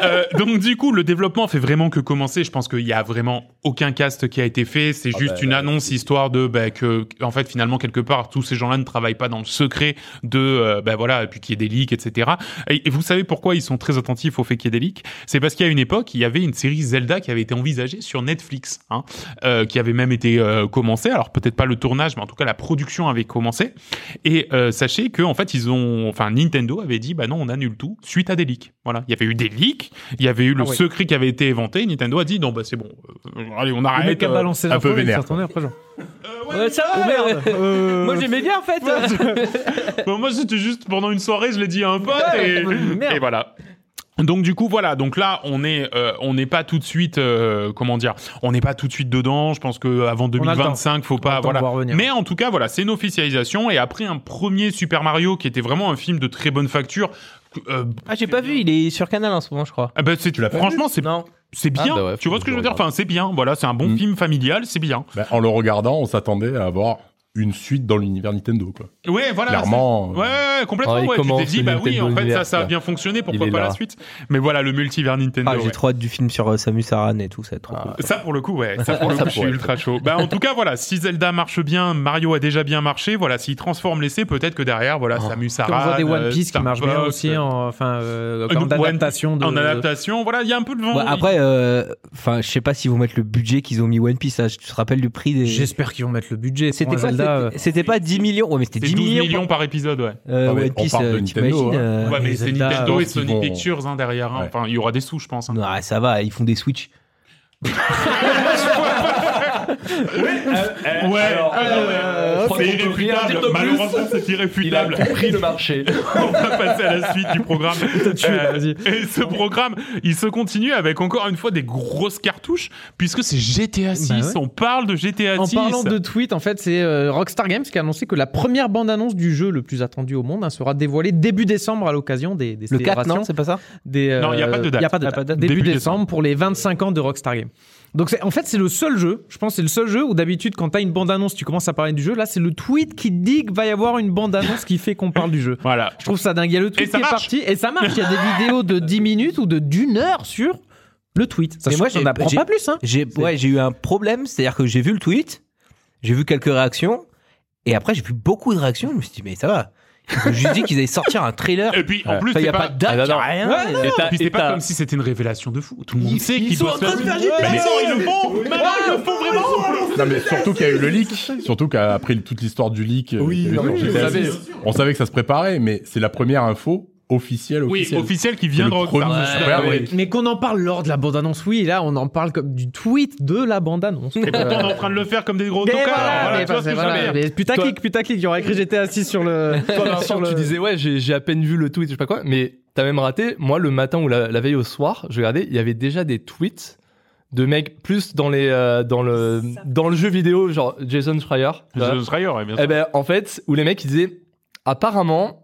Speaker 1: Euh, donc, du coup, le développement fait vraiment que commencer. Je pense qu'il y a vraiment aucun cast qui a été fait. C'est juste
Speaker 3: bah,
Speaker 1: une annonce histoire de bah, que, en fait, finalement, quelque part, tous ces gens-là ne travaillent pas dans le secret de, euh, bah, voilà, et puis qu'il y ait des leaks, etc. Et, et vous savez pourquoi ils sont très attentifs au fait qu'il y ait des leaks C'est parce qu'il y a une époque, il y avait une série Zelda qui avait été envisagée sur Netflix, hein, euh, qui avait même été euh, commencée. Alors, peut-être pas le tournage, mais en tout cas, la production avait commencé. Et euh, sachez que en fait ils ont, enfin Nintendo avait dit bah non on annule tout suite à des leaks. Voilà, il y avait eu des leaks, il y avait eu le
Speaker 3: Ah ouais.
Speaker 1: secret qui avait été éventé. Nintendo a dit non bah c'est bon, euh, allez on
Speaker 6: Le mec
Speaker 1: arrête.
Speaker 6: a
Speaker 1: euh.
Speaker 6: balancé l'info,
Speaker 5: peu
Speaker 6: il s'est
Speaker 5: vénère,
Speaker 6: retourné après, genre.
Speaker 1: Ah,
Speaker 4: Ouais, ça va, ouais.
Speaker 6: Euh,
Speaker 4: Moi j'aimais bien en fait.
Speaker 1: Bon, moi c'était juste pendant une soirée je l'ai dit à un pote et,
Speaker 6: Merde.
Speaker 1: et voilà. Donc du coup voilà donc là on est euh, on n'est pas tout de suite euh, comment dire on n'est pas tout de suite dedans je pense que avant
Speaker 6: le temps.
Speaker 1: 2025 faut
Speaker 6: On a
Speaker 1: pas
Speaker 6: le temps de
Speaker 1: voilà
Speaker 6: voir venir.
Speaker 1: mais en tout cas voilà c'est une officialisation et après un premier Super Mario qui était vraiment un film de très bonne facture euh,
Speaker 4: Ah, j'ai pas vu, il est sur Canal en ce moment, je crois.
Speaker 1: ah bah, c'est-
Speaker 5: Tu l'as pas
Speaker 1: franchement c'est
Speaker 4: Non.
Speaker 1: c'est bien
Speaker 3: Ah bah ouais,
Speaker 1: tu vois ce que je veux dire
Speaker 3: regarde.
Speaker 1: enfin c'est bien voilà c'est un bon
Speaker 5: Mm.
Speaker 1: film familial c'est bien
Speaker 5: Bah, en le regardant, on s'attendait à avoir une suite dans l'univers Nintendo, quoi.
Speaker 1: ouais voilà
Speaker 5: Clairement.
Speaker 1: Ouais, ouais, ouais, complètement.
Speaker 3: Ah, il
Speaker 1: ouais. Tu t'es
Speaker 3: commence
Speaker 1: dit,
Speaker 3: le
Speaker 1: bah oui,
Speaker 3: Nintendo
Speaker 1: en fait, ça,
Speaker 3: Universe,
Speaker 1: ça a
Speaker 3: là.
Speaker 1: bien fonctionné, pourquoi
Speaker 3: Il est
Speaker 1: pas la
Speaker 3: là.
Speaker 1: suite Mais voilà, le multivers Nintendo.
Speaker 4: Ah, j'ai
Speaker 1: ouais.
Speaker 4: trop hâte du film sur euh, Samus Aran et tout, ça va être trop cool.
Speaker 1: Ça pour le coup, ouais. Ça pour le
Speaker 3: Ça
Speaker 1: coup, je suis
Speaker 3: pourrait.
Speaker 1: ultra chaud. Bah en tout cas, voilà. Si Zelda marche bien, Mario a déjà bien marché. Voilà, s'il transforme l'essai, peut-être que derrière, voilà, Samus
Speaker 6: Puis On voit
Speaker 1: Aran,
Speaker 6: des One
Speaker 1: euh,
Speaker 6: Piece qui
Speaker 1: Star
Speaker 6: marchent bien
Speaker 1: Fox,
Speaker 6: aussi,
Speaker 1: euh,
Speaker 6: en, enfin, euh,
Speaker 1: Euh,
Speaker 6: en
Speaker 1: One-
Speaker 6: adaptation de.
Speaker 1: En adaptation, voilà, il y a un peu de vent.
Speaker 4: Ouais, après, euh, enfin, je sais pas s'ils vont mettre le budget qu'ils ont mis One Piece. hein. Je te rappelle le prix des.
Speaker 6: J'espère qu'ils vont mettre le budget.
Speaker 4: C'était
Speaker 6: pour
Speaker 4: quoi
Speaker 6: un Zelda, euh,
Speaker 4: c'était- C'était pas 10 millions. Ouais, mais c'était
Speaker 1: c'est
Speaker 4: 10
Speaker 1: 12 millions,
Speaker 4: millions.
Speaker 1: par épisode, ouais.
Speaker 4: Euh,
Speaker 5: Ah ouais,
Speaker 4: One
Speaker 5: on
Speaker 4: Piece,
Speaker 5: parle de
Speaker 4: euh,
Speaker 5: Nintendo,
Speaker 4: t'imagines
Speaker 5: hein.
Speaker 4: euh,
Speaker 1: Ouais,
Speaker 6: mais
Speaker 1: mais c'est
Speaker 6: Zelda,
Speaker 1: Nintendo et
Speaker 5: je pense qu'ils
Speaker 1: Sony
Speaker 5: vont-
Speaker 1: Pictures hein, derrière. hein.
Speaker 5: Ouais.
Speaker 1: Enfin, il y aura des sous, je pense. hein.
Speaker 4: non, ça va, ils font des Switch.
Speaker 1: Ouais,
Speaker 3: je crois
Speaker 1: c'est
Speaker 3: qu'on peut rien dire
Speaker 1: irréfutable.
Speaker 3: de plus.
Speaker 1: Malheureusement, c'est
Speaker 3: Il a
Speaker 1: irréfutable.
Speaker 3: compris le marché.
Speaker 1: On va passer à la suite du programme. Euh, et ce programme, il se continue avec encore une fois des grosses cartouches, puisque c'est GTA 6.
Speaker 6: Bah ouais.
Speaker 1: On parle de GTA
Speaker 6: En
Speaker 1: 6.
Speaker 6: parlant de tweets, en fait, c'est euh, Rockstar Games qui a annoncé que la première bande-annonce du jeu le plus attendu au monde hein, sera dévoilée début décembre à l'occasion des, des
Speaker 4: Le 4,
Speaker 6: célébrations.
Speaker 4: non C'est pas ça
Speaker 6: des, euh,
Speaker 1: Non, il y a pas de date.
Speaker 6: y a pas
Speaker 1: Il
Speaker 6: de
Speaker 1: y a
Speaker 6: date.
Speaker 1: pas de date.
Speaker 6: Début,
Speaker 1: Début
Speaker 6: décembre, pour les 25 ans de Rockstar Games. Donc c'est- en fait, c'est le seul jeu, je pense que c'est le seul jeu où d'habitude quand t'as une bande-annonce, tu commences à parler du jeu. Là, c'est le tweet qui te dit qu'il va y avoir une bande-annonce qui fait qu'on parle du jeu.
Speaker 1: Voilà.
Speaker 6: Je trouve ça dingue. Il y a le tweet
Speaker 1: Et
Speaker 6: qui
Speaker 1: ça
Speaker 6: est
Speaker 1: marche.
Speaker 6: parti et ça marche. Il y a des vidéos de 10 minutes ou de d'une heure sur le tweet. Ça,
Speaker 4: Mais
Speaker 6: se
Speaker 4: moi,
Speaker 6: trouve,
Speaker 4: j'ai-
Speaker 6: on apprend
Speaker 4: j'ai-
Speaker 6: pas plus. Hein.
Speaker 4: J'ai ouais, j'ai eu un problème, c'est-à-dire que j'ai vu le tweet, j'ai vu quelques réactions, et après j'ai vu beaucoup de réactions. Je me suis dit mais ça va. Ils ont juste dit qu'ils allaient sortir un trailer.
Speaker 1: Et puis, en plus,
Speaker 4: Il
Speaker 1: c'est
Speaker 4: y a
Speaker 1: pas,
Speaker 4: pas de date,
Speaker 3: Ah, non,
Speaker 4: y a
Speaker 3: non.
Speaker 4: rien.
Speaker 6: Ouais,
Speaker 4: Et-
Speaker 3: Et t'as-
Speaker 1: puis c'est
Speaker 3: et
Speaker 1: pas
Speaker 3: t'as-
Speaker 1: comme si c'était une révélation de fou. Tout le monde
Speaker 4: Ils-
Speaker 1: sait
Speaker 4: ils
Speaker 1: qu'il
Speaker 4: sont
Speaker 1: doit
Speaker 4: en
Speaker 1: se faire
Speaker 4: train de faire
Speaker 1: Mais
Speaker 4: GTA.
Speaker 1: non, ils le font Mais non, ils le font vraiment
Speaker 5: Non, mais surtout qu'il y a eu le leak. Surtout qu'après toute l'histoire du leak. euh, qu'il y a eu
Speaker 3: non, mais
Speaker 5: sur
Speaker 3: vous
Speaker 5: GTA
Speaker 3: savez.
Speaker 5: 6, On savait que ça se préparait, mais c'est la première info officielle.
Speaker 1: Oui,
Speaker 5: officielle.
Speaker 1: officiel qui vient
Speaker 5: le
Speaker 1: de Rockstar.
Speaker 5: premier Ah,
Speaker 1: Ouais,
Speaker 5: Super
Speaker 1: ouais.
Speaker 5: Mario.
Speaker 6: Mais qu'on en parle lors de la bande-annonce, oui. Là, on en parle comme du tweet de la bande-annonce.
Speaker 1: Et pourtant, on est en train de le faire comme des gros
Speaker 6: Mais
Speaker 1: tocards.
Speaker 6: voilà,
Speaker 1: Voilà,
Speaker 6: mais
Speaker 1: tu vois ce que je veux
Speaker 6: voilà,
Speaker 1: dire.
Speaker 6: mais putaclic, putaclic, il y aurait écrit j'étais assis sur le.
Speaker 3: Toi, Vincent,
Speaker 6: sur le-
Speaker 3: tu disais, ouais, j'ai j'ai à peine vu le tweet, je sais pas quoi, mais t'as même raté. Moi, le matin ou la, la veille au soir, je regardais, il y avait déjà des tweets de mecs plus dans les euh, dans le dans le jeu vidéo, genre Jason Schreier. tu vois.
Speaker 1: Je serais ailleurs, ouais, bien
Speaker 3: Eh
Speaker 1: sûr.
Speaker 3: ben, en fait, où les mecs ils disaient, apparemment,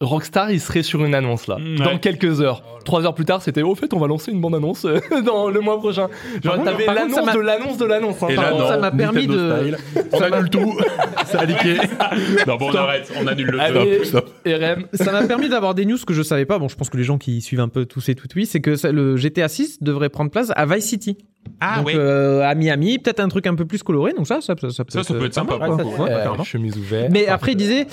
Speaker 3: Rockstar il serait sur une annonce là,
Speaker 1: Mm, ouais.
Speaker 3: dans quelques heures. Trois heures plus tard, c'était, au fait, on va lancer une bande annonce dans le mois prochain.
Speaker 6: Par
Speaker 3: Genre,
Speaker 6: contre-
Speaker 3: t'avais
Speaker 6: par contre, ça
Speaker 3: l'annonce
Speaker 6: m'a-
Speaker 3: de l'annonce de l'annonce. hein.
Speaker 5: Et
Speaker 6: Par
Speaker 5: là,
Speaker 6: contre,
Speaker 5: non,
Speaker 6: ça m'a permis
Speaker 5: Nintendo
Speaker 6: de-
Speaker 5: style. On annule tout. ça a leaké.
Speaker 1: Non, bon, on arrête, on annule le
Speaker 3: Ah,
Speaker 1: jeu.
Speaker 3: mais-
Speaker 5: Stop, stop.
Speaker 3: RM.
Speaker 6: Ça m'a permis d'avoir des news que je savais pas. Bon, je pense que les gens qui suivent un peu tous ces tweets, c'est que ça- le GTA 6 devrait prendre place à Vice City.
Speaker 1: Ah
Speaker 6: donc,
Speaker 1: oui.
Speaker 6: euh, à Miami, peut-être un truc un peu plus coloré. Donc ça, ça, ça,
Speaker 1: Ça, ça peut être sympa.
Speaker 6: pas mal,
Speaker 1: pour
Speaker 6: quoi.
Speaker 1: le coup, hein,
Speaker 6: Ouais,
Speaker 1: ouais,
Speaker 3: Euh,
Speaker 1: clairement.
Speaker 3: chemise ouverte.
Speaker 6: Mais après, il disait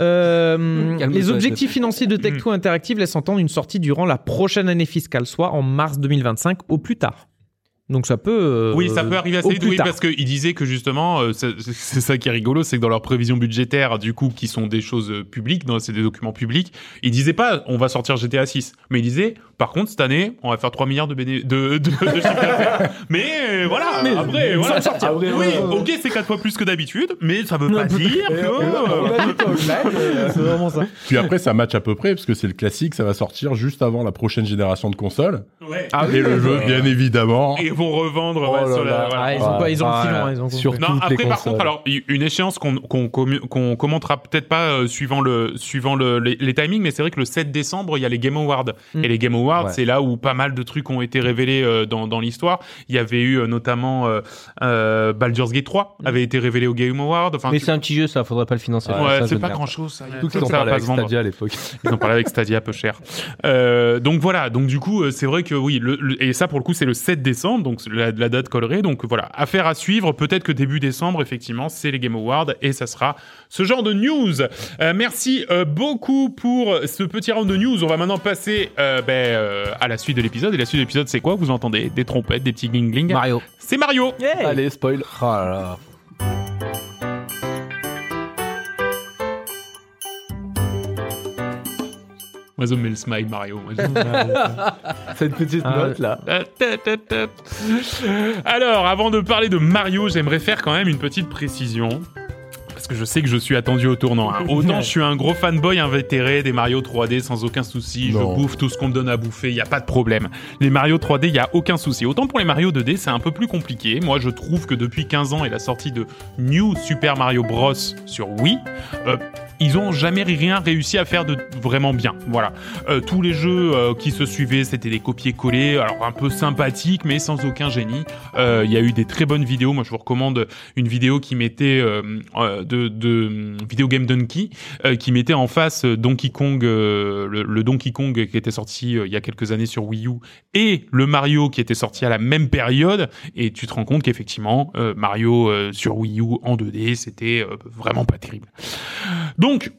Speaker 6: euh,
Speaker 4: Calme-toi,
Speaker 6: les objectifs financiers de
Speaker 1: Mm.
Speaker 6: Tech2 Interactive laissent entendre une sortie durant la prochaine année fiscale, soit en mars 2025 au plus tard. Donc ça peut. euh,
Speaker 1: Oui, ça peut arriver
Speaker 6: au
Speaker 1: assez vite,
Speaker 6: plus
Speaker 1: oui,
Speaker 6: tard.
Speaker 1: parce qu'ils disaient que justement, euh, c'est c'est ça qui est rigolo, c'est que dans leurs prévisions budgétaires, du coup, qui sont des choses euh, publiques, dans- c'est des documents publics, ils disaient pas on va sortir GTA 6, mais ils disaient par contre cette année, on va faire 3 milliards de, béné- de, de, de chiffre d'affaires. Mais euh, voilà, après, voilà.
Speaker 3: Ah,
Speaker 1: oui, ok, c'est 4 fois plus que d'habitude, mais ça veut pas dire que. euh,
Speaker 6: C'est vraiment ça.
Speaker 5: Puis après, ça match à peu près, parce que c'est le classique, ça va sortir juste avant la prochaine génération de consoles.
Speaker 1: ouais.
Speaker 6: Ah
Speaker 5: et le jeu, bien évidemment.
Speaker 1: euh, Et ils vont revendre
Speaker 3: Oh
Speaker 1: ouais,
Speaker 3: là
Speaker 1: sur la-
Speaker 3: là.
Speaker 1: voilà.
Speaker 6: ils ont, pas- ils ont le filon, hein, ils ont
Speaker 3: Sur
Speaker 1: Non,
Speaker 3: toutes les
Speaker 1: après par
Speaker 3: consoles.
Speaker 1: contre, alors y- une échéance qu'on qu'on commu- qu'on commentera peut-être pas euh, suivant le suivant le, les, les timings, mais c'est vrai que le 7 décembre il y a les Game Awards
Speaker 6: Mm.
Speaker 1: et les Game Awards
Speaker 3: Ouais.
Speaker 1: c'est là où pas mal de trucs ont été révélés euh, dans, dans l'histoire. Il y avait eu euh, notamment euh, euh, Baldur's Gate 3 avait été révélé au Game Awards. Enfin,
Speaker 4: Mais
Speaker 1: tu-
Speaker 4: c'est un petit jeu, ça faudrait pas le financer.
Speaker 1: ouais,
Speaker 4: Ça, je
Speaker 1: c'est
Speaker 4: ne
Speaker 1: pas
Speaker 4: merde.
Speaker 1: grand chose ça.
Speaker 3: Tout
Speaker 1: ça
Speaker 3: qu'ils en
Speaker 1: va
Speaker 3: parlaient
Speaker 1: pas
Speaker 3: avec
Speaker 1: se vendre.
Speaker 3: Stadia à l'époque.
Speaker 1: Ils en parlaient avec Stadia peu cher. Euh, donc voilà, donc du coup, euh, c'est vrai que oui, le- le- et ça pour le coup, c'est le 7 décembre, donc c'est la, la date collerée. Donc voilà, affaire à suivre. Peut-être que début décembre, effectivement, c'est les Game Awards et ça sera ce genre de news. Euh, merci euh, beaucoup pour ce petit round de news. On va maintenant passer euh, ben, euh, à la suite de l'épisode. Et la suite de l'épisode, c'est quoi Vous entendez des trompettes, des petits gling
Speaker 4: Mario.
Speaker 1: C'est Mario
Speaker 3: Allez, spoil.
Speaker 1: Moi, je mets le smile, Mario. Moi, j'aime.
Speaker 3: Cette petite
Speaker 6: Ah,
Speaker 3: note là.
Speaker 1: Euh, tut, tut, tut. Alors, avant de parler de Mario, j'aimerais faire quand même une petite précision. Parce parce que je sais que je suis attendu au tournant. hein. Autant je suis un gros fanboy invétéré des Mario 3D sans aucun souci.
Speaker 5: Non.
Speaker 1: Je bouffe tout ce qu'on me donne à bouffer, il n'y a pas de problème. Les Mario 3D, il n'y a aucun souci. Autant pour les Mario 2D, c'est un peu plus compliqué. Moi, je trouve que depuis 15 ans et la sortie de New Super Mario Bros. sur Wii, euh, ils ont jamais rien réussi à faire de vraiment bien. Voilà. Euh, tous les jeux euh, qui se suivaient, c'était des copier-coller, alors un peu sympathiques, mais sans aucun génie. Euh, Il y a eu des très bonnes vidéos. Moi, je vous recommande une vidéo qui mettait euh, euh, de, de hum, Video Game Donkey, euh, qui mettait en face euh, Donkey Kong, euh, le, le Donkey Kong qui était sorti euh, il y a quelques années sur Wii U, et le Mario qui était sorti à la même période. Et tu te rends compte qu'effectivement, euh, Mario euh, sur Wii U en 2D, c'était euh, vraiment pas terrible. Donc,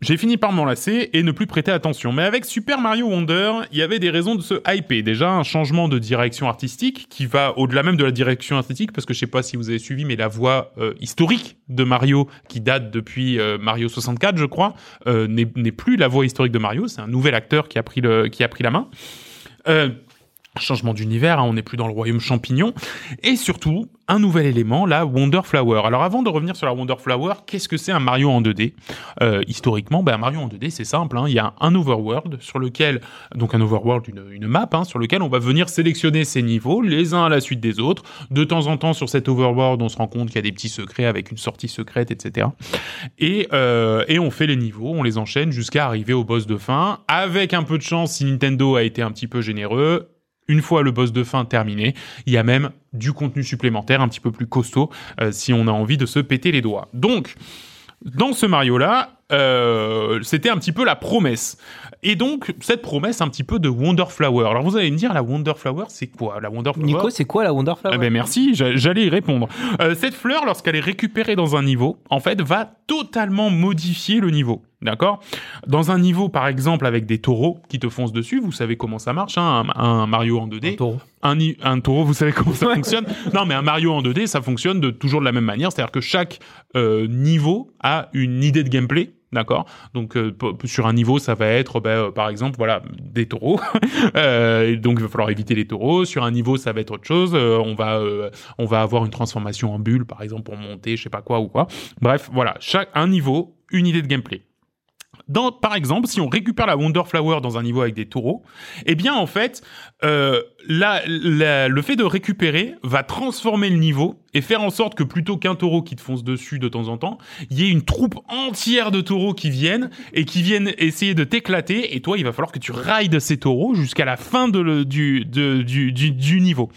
Speaker 1: j'ai fini par m'enlacer et ne plus prêter attention. Mais avec Super Mario Wonder, il y avait des raisons de se hyper. Déjà, un changement de direction artistique qui va au-delà même de la direction artistique, parce que je sais pas si vous avez suivi, mais la voix euh, historique de Mario, qui date depuis euh, Mario 64, je crois, euh, n'est n'est plus la voix historique de Mario. C'est un nouvel acteur qui a pris, le, qui a pris la main. Euh, changement d'univers, hein, on n'est plus dans le royaume champignon. Et surtout, un nouvel élément, la Wonder Flower. Alors avant de revenir sur la Wonder Flower, qu'est-ce que c'est un Mario en 2D Euh, Historiquement, ben, un Mario en 2D, c'est simple. hein. Il y a un overworld sur lequel, donc un overworld, une, une map, hein, sur lequel on va venir sélectionner ces niveaux, les uns à la suite des autres. De temps en temps, sur cet overworld, on se rend compte qu'il y a des petits secrets avec une sortie secrète, etc. Et, euh, et on fait les niveaux, on les enchaîne jusqu'à arriver au boss de fin. Avec un peu de chance, si Nintendo a été un petit peu généreux, une fois le boss de fin terminé, il y a même du contenu supplémentaire un petit peu plus costaud euh, si on a envie de se péter les doigts. Donc, dans ce Mario-là, euh, c'était un petit peu la promesse. Et donc, cette promesse un petit peu de Wonder Flower. Alors, vous allez me dire, la Wonder Flower, c'est quoi La Wonder Flower
Speaker 4: Nico, c'est quoi la Wonder
Speaker 1: ah
Speaker 4: Flower
Speaker 1: ben merci, j'a- j'allais y répondre. Euh, cette fleur, lorsqu'elle est récupérée dans un niveau, en fait, va totalement modifier le niveau. D'accord Dans un niveau, par exemple, avec des taureaux qui te foncent dessus, vous savez comment ça marche, hein, un, un Mario en 2D.
Speaker 3: taureau.
Speaker 1: Un, i- un taureau, vous savez comment ça fonctionne Non, mais un Mario en 2D, ça fonctionne de, toujours de la même manière, c'est-à-dire que chaque euh, niveau a une idée de gameplay. D'accord Donc, euh, p- sur un niveau, ça va être, ben, euh, par exemple, voilà, des taureaux. Euh, et donc il va falloir éviter les taureaux. Sur un niveau, ça va être autre chose. Euh, on va euh, on va avoir une transformation en bulle, par exemple, pour monter, je sais pas quoi ou quoi. Bref, voilà, chaque un niveau, une idée de gameplay. Dans, par exemple, si on récupère la Wonder Flower dans un niveau avec des taureaux, eh bien en fait, euh, la- la- le fait de récupérer va transformer le niveau et faire en sorte que plutôt qu'un taureau qui te fonce dessus de temps en temps, il y ait une troupe entière de taureaux qui viennent et qui viennent essayer de t'éclater. Et toi, il va falloir que tu rides ces taureaux jusqu'à la fin de le- du, de- du, du, du niveau.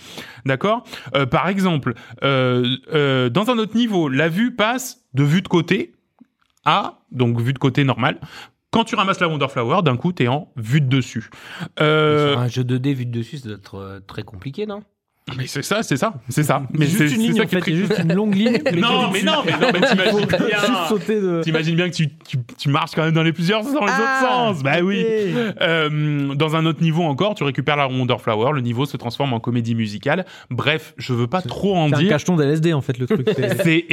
Speaker 1: D'accord Euh, Par exemple, euh, euh, dans un autre niveau, la vue passe de vue de côté à, donc vue de côté normale. Quand tu ramasses la Wonder Flower, d'un coup, t'es en vue de dessus. Euh,
Speaker 4: Sur Un jeu 2D vu de dessus, ça doit être euh, très compliqué, non
Speaker 1: mais c'est ça, c'est ça, c'est ça. Mais
Speaker 6: Mais juste
Speaker 1: c'est-
Speaker 6: une
Speaker 1: c'est
Speaker 6: ligne,
Speaker 1: ça
Speaker 6: en
Speaker 1: qui est
Speaker 6: fait.
Speaker 1: très-
Speaker 6: C'est juste une longue ligne.
Speaker 1: Non, mais non, mais non, mais t'imagines
Speaker 6: Faut
Speaker 1: bien.
Speaker 6: juste sauter de.
Speaker 1: T'imagines bien que tu, tu, tu marches quand même dans les plusieurs
Speaker 6: Ah,
Speaker 1: dans les autres sens. Bah oui. Euh, dans un autre niveau encore, tu récupères la Wonder Flower, le niveau se transforme en comédie musicale. Bref, je veux pas trop en
Speaker 6: C'est un
Speaker 1: dire.
Speaker 6: cacheton d'LSD en fait le truc. C'est-
Speaker 1: C'est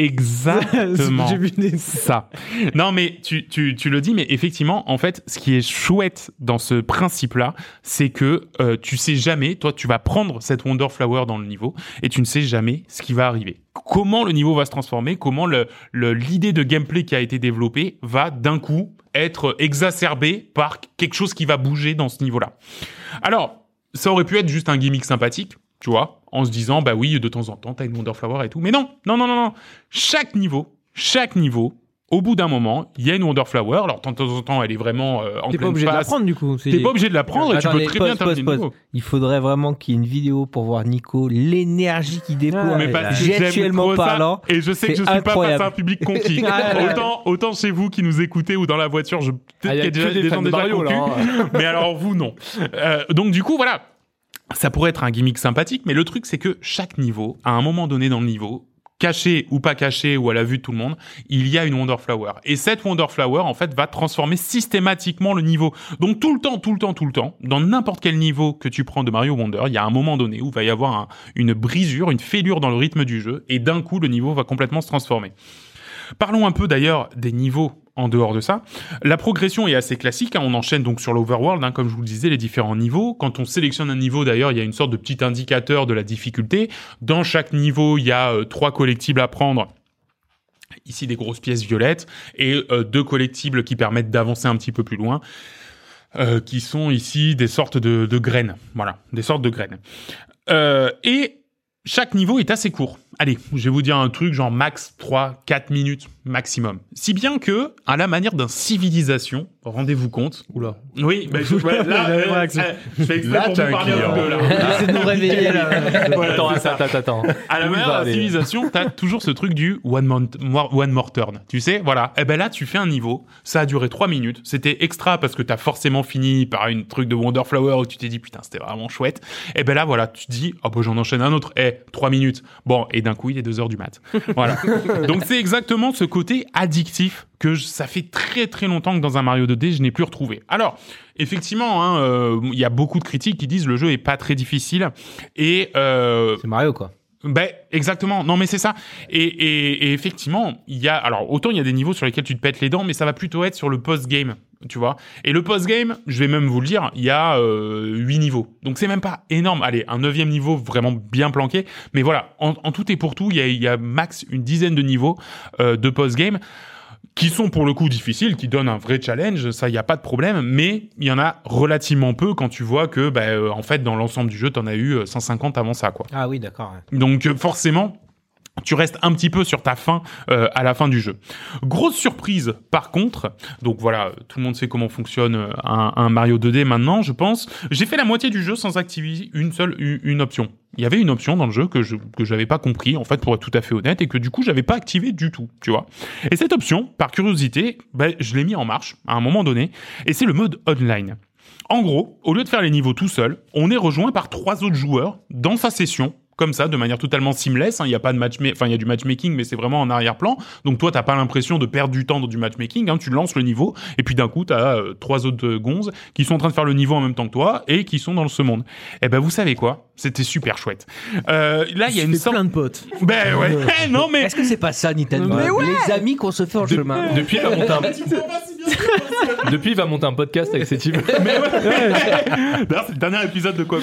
Speaker 1: exactement
Speaker 6: J'ai vu des-
Speaker 1: ça. Non, mais tu, tu, tu le dis, mais effectivement, en fait, ce qui est chouette dans ce principe-là, c'est que euh, tu sais jamais, toi, tu vas prendre cette Wonder Flower dans le niveau et tu ne sais jamais ce qui va arriver. Comment le niveau va se transformer, comment le- le- l'idée de gameplay qui a été développée va d'un coup être exacerbée par quelque chose qui va bouger dans ce niveau-là. Alors, ça aurait pu être juste un gimmick sympathique, tu vois, en se disant, bah oui, de temps en temps, t'as une Wonder Flower et tout. Mais non, non, non, non, non. Chaque niveau, chaque niveau, au bout d'un moment, il y a une Wonder Flower. Alors, de temps en temps, elle est vraiment euh, en
Speaker 6: T'es
Speaker 1: pleine
Speaker 6: pas obligé de la
Speaker 1: face.
Speaker 6: prendre du coup.
Speaker 1: T'es pas obligé de la prendre et tu
Speaker 4: Attends,
Speaker 1: peux
Speaker 4: les-
Speaker 1: très
Speaker 4: pause,
Speaker 1: bien terminer
Speaker 4: pause,
Speaker 1: le niveau.
Speaker 4: Il faudrait vraiment qu'il y ait une vidéo pour voir Nico, l'énergie qu'il déploie,
Speaker 6: Ah,
Speaker 1: Mais
Speaker 6: ouais,
Speaker 1: pas-
Speaker 6: là.
Speaker 1: j'aime
Speaker 4: gestuellement
Speaker 1: trop ça.
Speaker 4: parlant.
Speaker 1: Et je sais que je
Speaker 4: C'est
Speaker 1: suis pas face
Speaker 4: incroyable.
Speaker 1: à un public conquis. autant, autant chez vous qui nous écoutez ou dans la voiture, je
Speaker 3: Il
Speaker 1: peut-être qu'il Ah, y a déjà des, gens déjà conquis. mais alors vous non. Euh, donc du coup voilà, ça pourrait être un gimmick sympathique, mais le truc c'est que chaque niveau, à un moment donné dans le niveau, caché ou pas caché ou à la vue de tout le monde, il y a une Wonder Flower. Et cette Wonder Flower en fait va transformer systématiquement le niveau. Donc tout le temps, tout le temps, tout le temps, dans n'importe quel niveau que tu prends de Mario Wonder, il y a un moment donné où va y avoir un- une brisure, une fêlure dans le rythme du jeu, et d'un coup le niveau va complètement se transformer. Parlons un peu d'ailleurs des niveaux en dehors de ça. La progression est assez classique. hein. On enchaîne donc sur l'overworld, hein, comme je vous le disais, les différents niveaux. Quand on sélectionne un niveau, d'ailleurs, il y a une sorte de petit indicateur de la difficulté. Dans chaque niveau, il y a euh, trois collectibles à prendre ici des grosses pièces violettes et euh, deux collectibles qui permettent d'avancer un petit peu plus loin. euh, qui sont ici des sortes de, de graines, voilà, des sortes de graines. Euh, et chaque niveau est assez court. Allez, je vais vous dire un truc genre max 3 4 minutes maximum. Si bien que à la manière d'un civilisation, rendez-vous compte. Oula. Oui, ben, je, ouais, là, euh, euh, je fais exprès
Speaker 5: Là,
Speaker 1: pour
Speaker 5: t'as
Speaker 1: vous
Speaker 5: un
Speaker 1: parler un
Speaker 5: client.
Speaker 1: peu, là.
Speaker 2: C'est de nous réveiller
Speaker 1: Ah,
Speaker 2: là.
Speaker 1: Voilà,
Speaker 3: attends,
Speaker 1: c'est ça.
Speaker 3: attends, attends, attends.
Speaker 1: À la
Speaker 3: Où il va
Speaker 1: manière de
Speaker 3: aller
Speaker 1: la civilisation, t'as toujours ce truc du one, mon- mo- one more turn. Tu sais, voilà. Et ben là, tu fais un niveau. Ça a duré trois minutes. C'était extra parce que t'as forcément fini par une truc de Wonderflower où tu t'es dit putain, c'était vraiment chouette. Et ben là, voilà, tu te dis, oh, bah, j'en enchaîne un autre. Eh, trois minutes. Bon, et d'un coup, il est deux heures du mat. Voilà. Donc, c'est exactement ce côté addictif que je- ça fait très très longtemps que dans un Mario 2D, je n'ai plus retrouvé. Alors, effectivement, hein, euh, il y a beaucoup de critiques qui disent le jeu est pas très difficile et euh,
Speaker 2: C'est Mario quoi.
Speaker 1: ben exactement. Non mais c'est ça. Et, et- et effectivement, il y a alors autant il y a des niveaux sur lesquels tu te pètes les dents, mais ça va plutôt être sur le post game, tu vois. Et le post game, je vais même vous le dire, il y a euh, huit niveaux. Donc c'est même pas énorme. Allez, un neuvième niveau vraiment bien planqué, mais voilà. En, en tout et pour tout, il y a, il y a max une dizaine de niveaux euh, de post game qui sont pour le coup difficiles, qui donnent un vrai challenge, ça, il n'y a pas de problème, mais il y en a relativement peu quand tu vois que, ben, euh, en fait, dans l'ensemble du jeu, t'en as eu euh, 150 avant ça, quoi.
Speaker 2: Ah oui, d'accord. ouais.
Speaker 1: Donc euh, forcément, tu restes un petit peu sur ta fin euh, à la fin du jeu. Grosse surprise par contre, donc voilà, euh, tout le monde sait comment fonctionne euh, un, un Mario 2D maintenant, je pense. J'ai fait la moitié du jeu sans activer une seule u- une option. Il y avait une option dans le jeu que je que j'avais pas compris en fait pour être tout à fait honnête et que du coup j'avais pas activé du tout, tu vois. Et cette option, par curiosité, ben, je l'ai mis en marche à un moment donné et c'est le mode online. En gros, au lieu de faire les niveaux tout seul, on est rejoint par trois autres joueurs dans sa session, comme ça, de manière totalement seamless. hein. Il y a pas de match, enfin il y a du matchmaking, mais c'est vraiment en arrière-plan. Donc toi, t'as pas l'impression de perdre du temps dans du matchmaking. hein. Tu lances le niveau et puis d'un coup, t'as euh, trois autres euh, gonzes qui sont en train de faire le niveau en même temps que toi et qui sont dans ce monde. Eh ben vous savez quoi C'était super chouette. Euh, là, il y a une sorte.
Speaker 6: plein de potes.
Speaker 1: Ben ouais. Eh, non mais.
Speaker 4: Est-ce que c'est pas ça Nintendo
Speaker 6: Mais
Speaker 4: Les amis qu'on se fait en chemin.
Speaker 3: Depuis, il va monter un... Depuis, il va monter un podcast avec ses types.
Speaker 1: D'ailleurs, c'est le dernier épisode de quoi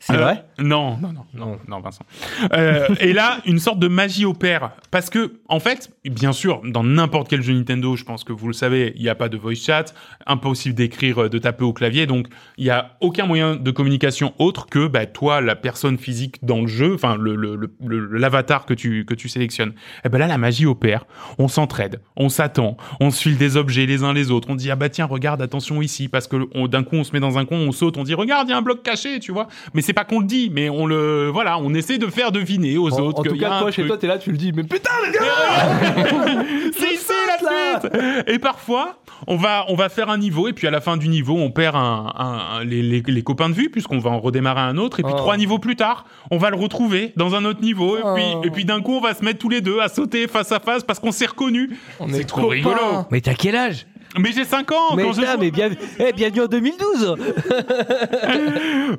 Speaker 2: C'est vrai
Speaker 1: Euh, Non, non, non, non, non, Vincent. Euh, et là, une sorte de magie opère. Parce que, en fait, bien sûr, dans n'importe quel jeu Nintendo, je pense que vous le savez, il n'y a pas de voice chat, impossible d'écrire, euh, de taper au clavier, donc il n'y a aucun moyen de communication autre que bah, toi, la personne physique dans le jeu, enfin, l'avatar le, le, le- l'avatar que, tu, que tu sélectionnes. Et ben là, la magie opère. On s'entraide, on s'attend, on se file des objets les uns les autres, on dit, ah bah tiens, regarde, attention ici, parce que on- d'un coup, on se met dans un coin, on saute, on dit, regarde, il y a un bloc caché, tu vois. Mais c'est pas qu'on le dit, mais on le, voilà, on essaie de faire deviner aux
Speaker 3: En,
Speaker 1: autres
Speaker 3: en
Speaker 1: qu'il
Speaker 3: tout
Speaker 1: y a
Speaker 3: cas,
Speaker 1: un
Speaker 3: toi, chez
Speaker 1: truc.
Speaker 3: toi, t'es là, tu le dis. Mais putain,
Speaker 1: C'est ici la suite Et parfois, on va, on va faire un niveau, et puis à la fin du niveau, on perd un, un- un- les, les- les copains de vue, puisqu'on va en redémarrer un autre, et puis
Speaker 3: Oh.
Speaker 1: trois niveaux plus tard, on va le retrouver dans un autre niveau, et
Speaker 3: Oh.
Speaker 1: puis, et puis d'un coup, on va se mettre tous les deux à sauter face à face parce qu'on s'est reconnus.
Speaker 3: on
Speaker 1: C'est trop
Speaker 3: copains.
Speaker 1: rigolo.
Speaker 4: Mais t'as quel âge
Speaker 1: Mais j'ai 5 ans
Speaker 2: Mais,
Speaker 1: quand je
Speaker 2: putain,
Speaker 1: joue.
Speaker 2: mais bien... eh, bienvenue en 2012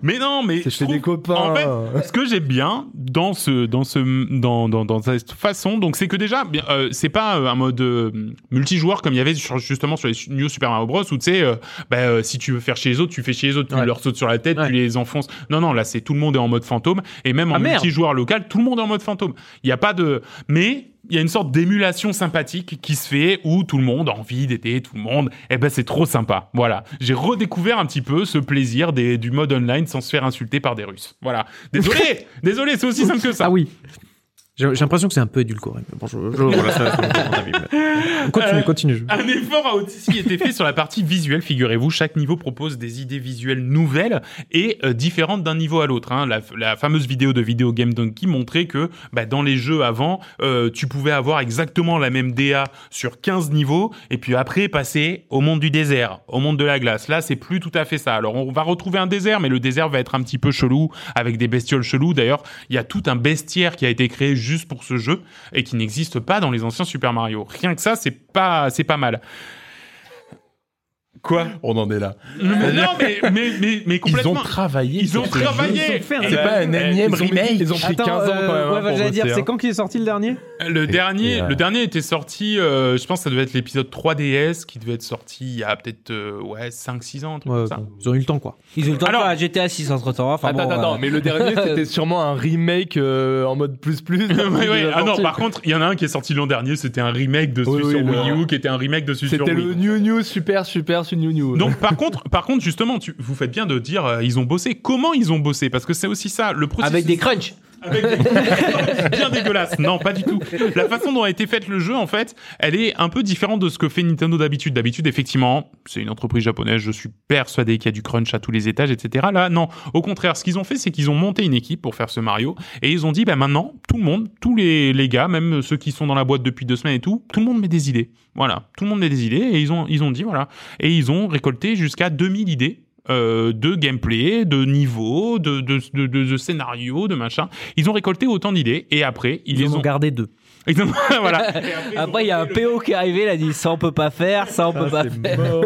Speaker 1: Mais non, mais
Speaker 3: C'est
Speaker 1: je
Speaker 3: chez des
Speaker 1: trouve-
Speaker 3: copains.
Speaker 1: En fait, ce que j'aime bien dans ce, dans ce, dans, dans, dans cette façon, donc c'est que déjà, bien, euh, c'est pas euh, un mode euh, multijoueur comme il y avait sur- justement sur les su- New Super Mario Bros. où tu sais, euh, bah, euh, si tu veux faire chez les autres, tu fais chez les autres, tu
Speaker 6: Ouais.
Speaker 1: leur sautes sur la tête,
Speaker 6: Ouais.
Speaker 1: tu les enfonces. Non, non, là c'est tout le monde est en mode fantôme et même en
Speaker 6: Ah, merde.
Speaker 1: multijoueur local, tout le monde est en mode fantôme. Il n'y a pas de, mais il y a une sorte d'émulation sympathique qui se fait où tout le monde a envie d'aider tout le monde. Eh ben, c'est trop sympa. Voilà. J'ai redécouvert un petit peu ce plaisir des, du mode online sans se faire insulter par des Russes. Voilà. Désolé! Désolé, c'est aussi simple que ça.
Speaker 6: Ah oui. J'ai j'ai l'impression que c'est un peu édulcoré. mais Bon, je, je- voilà, ça, c'est mon avis, mais- Continue, continue. je-
Speaker 1: Un effort a aussi été fait sur la partie visuelle, figurez-vous. Chaque niveau propose des idées visuelles nouvelles et euh, différentes d'un niveau à l'autre. hein. La, la fameuse vidéo de Video Game Donkey montrait que bah, dans les jeux avant, euh, tu pouvais avoir exactement la même DA sur 15 niveaux et puis après passer au monde du désert, au monde de la glace. Là, c'est plus tout à fait ça. Alors, on va retrouver un désert, mais le désert va être un petit peu chelou avec des bestioles cheloues. D'ailleurs, il y a tout un bestiaire qui a été créé juste pour ce jeu et qui n'existe pas dans les anciens Super Mario. Rien que ça, c'est pas, c'est pas mal. Quoi
Speaker 5: On en est là.
Speaker 1: mais Non, mais, mais, mais, mais
Speaker 5: Ils ont
Speaker 1: complètement.
Speaker 5: travaillé.
Speaker 1: Ils ont Eh,
Speaker 5: sur ce jeu.
Speaker 1: travaillé.
Speaker 6: Ils hein. ont fait
Speaker 1: Et
Speaker 6: un-
Speaker 1: bah,
Speaker 5: C'est pas un énième
Speaker 3: ils ont pris-
Speaker 5: remake.
Speaker 3: ils ont pris
Speaker 6: Attends,
Speaker 3: 15 ans quand
Speaker 6: euh,
Speaker 3: même,
Speaker 6: ouais,
Speaker 3: hein,
Speaker 6: bah,
Speaker 3: pour
Speaker 6: j'allais dire,
Speaker 3: bosser,
Speaker 6: c'est
Speaker 3: hein.
Speaker 6: quand qu'il est sorti le dernier
Speaker 1: Le dernier,
Speaker 3: et, euh,
Speaker 1: le dernier était sorti, euh, je pense que ça devait être l'épisode 3DS qui devait être sorti il y a peut-être euh, ouais, 5-6 ans, un truc comme ça.
Speaker 6: Ils ont eu le temps, quoi.
Speaker 4: Ils ont eu le temps
Speaker 1: Alors-
Speaker 4: de faire un GTA 6 entre temps. Enfin,
Speaker 3: attends,
Speaker 4: bon,
Speaker 3: attends,
Speaker 4: euh,
Speaker 3: mais le dernier, c'était sûrement un remake euh, en mode plus plus.
Speaker 1: Ouais, ouais. Ah non, par contre, il y en a un qui est sorti l'an dernier, c'était un remake dessus
Speaker 3: Oui, oui,
Speaker 1: sur
Speaker 3: le-
Speaker 1: Wii U, qui était un remake dessus sur
Speaker 3: C'était
Speaker 1: Wii.
Speaker 3: le new new super super sur new new.
Speaker 1: Donc par contre, par contre justement, tu, vous faites bien de dire euh, ils ont bossé. Comment ils ont bossé Parce que c'est aussi ça le processus.
Speaker 4: Avec des crunchs.
Speaker 1: Avec des- bien dégueulasse. Non, pas du tout. La façon dont a été faite le jeu, en fait, elle est un peu différente de ce que fait Nintendo d'habitude. D'habitude, effectivement, c'est une entreprise japonaise. Je suis persuadé qu'il y a du crunch à tous les étages, etc. Là, non. Au contraire, ce qu'ils ont fait, c'est qu'ils ont monté une équipe pour faire ce Mario et ils ont dit, bah maintenant, tout le monde, tous les, les gars, même ceux qui sont dans la boîte depuis deux semaines et tout, tout le monde met des idées. Voilà, tout le monde met des idées et ils ont, ils ont dit voilà. Et ils ont récolté jusqu'à 2000 idées euh, de gameplay, de niveau, de, de, de, de, de scénario, de machin. Ils ont récolté autant d'idées et après, ils, les ont.
Speaker 6: gardé deux.
Speaker 1: Ils ont- voilà. Et ils ont
Speaker 4: Après, il y a un
Speaker 1: refait le-
Speaker 4: PO qui est arrivé, il a dit ça on peut pas faire, ça on peut pas faire.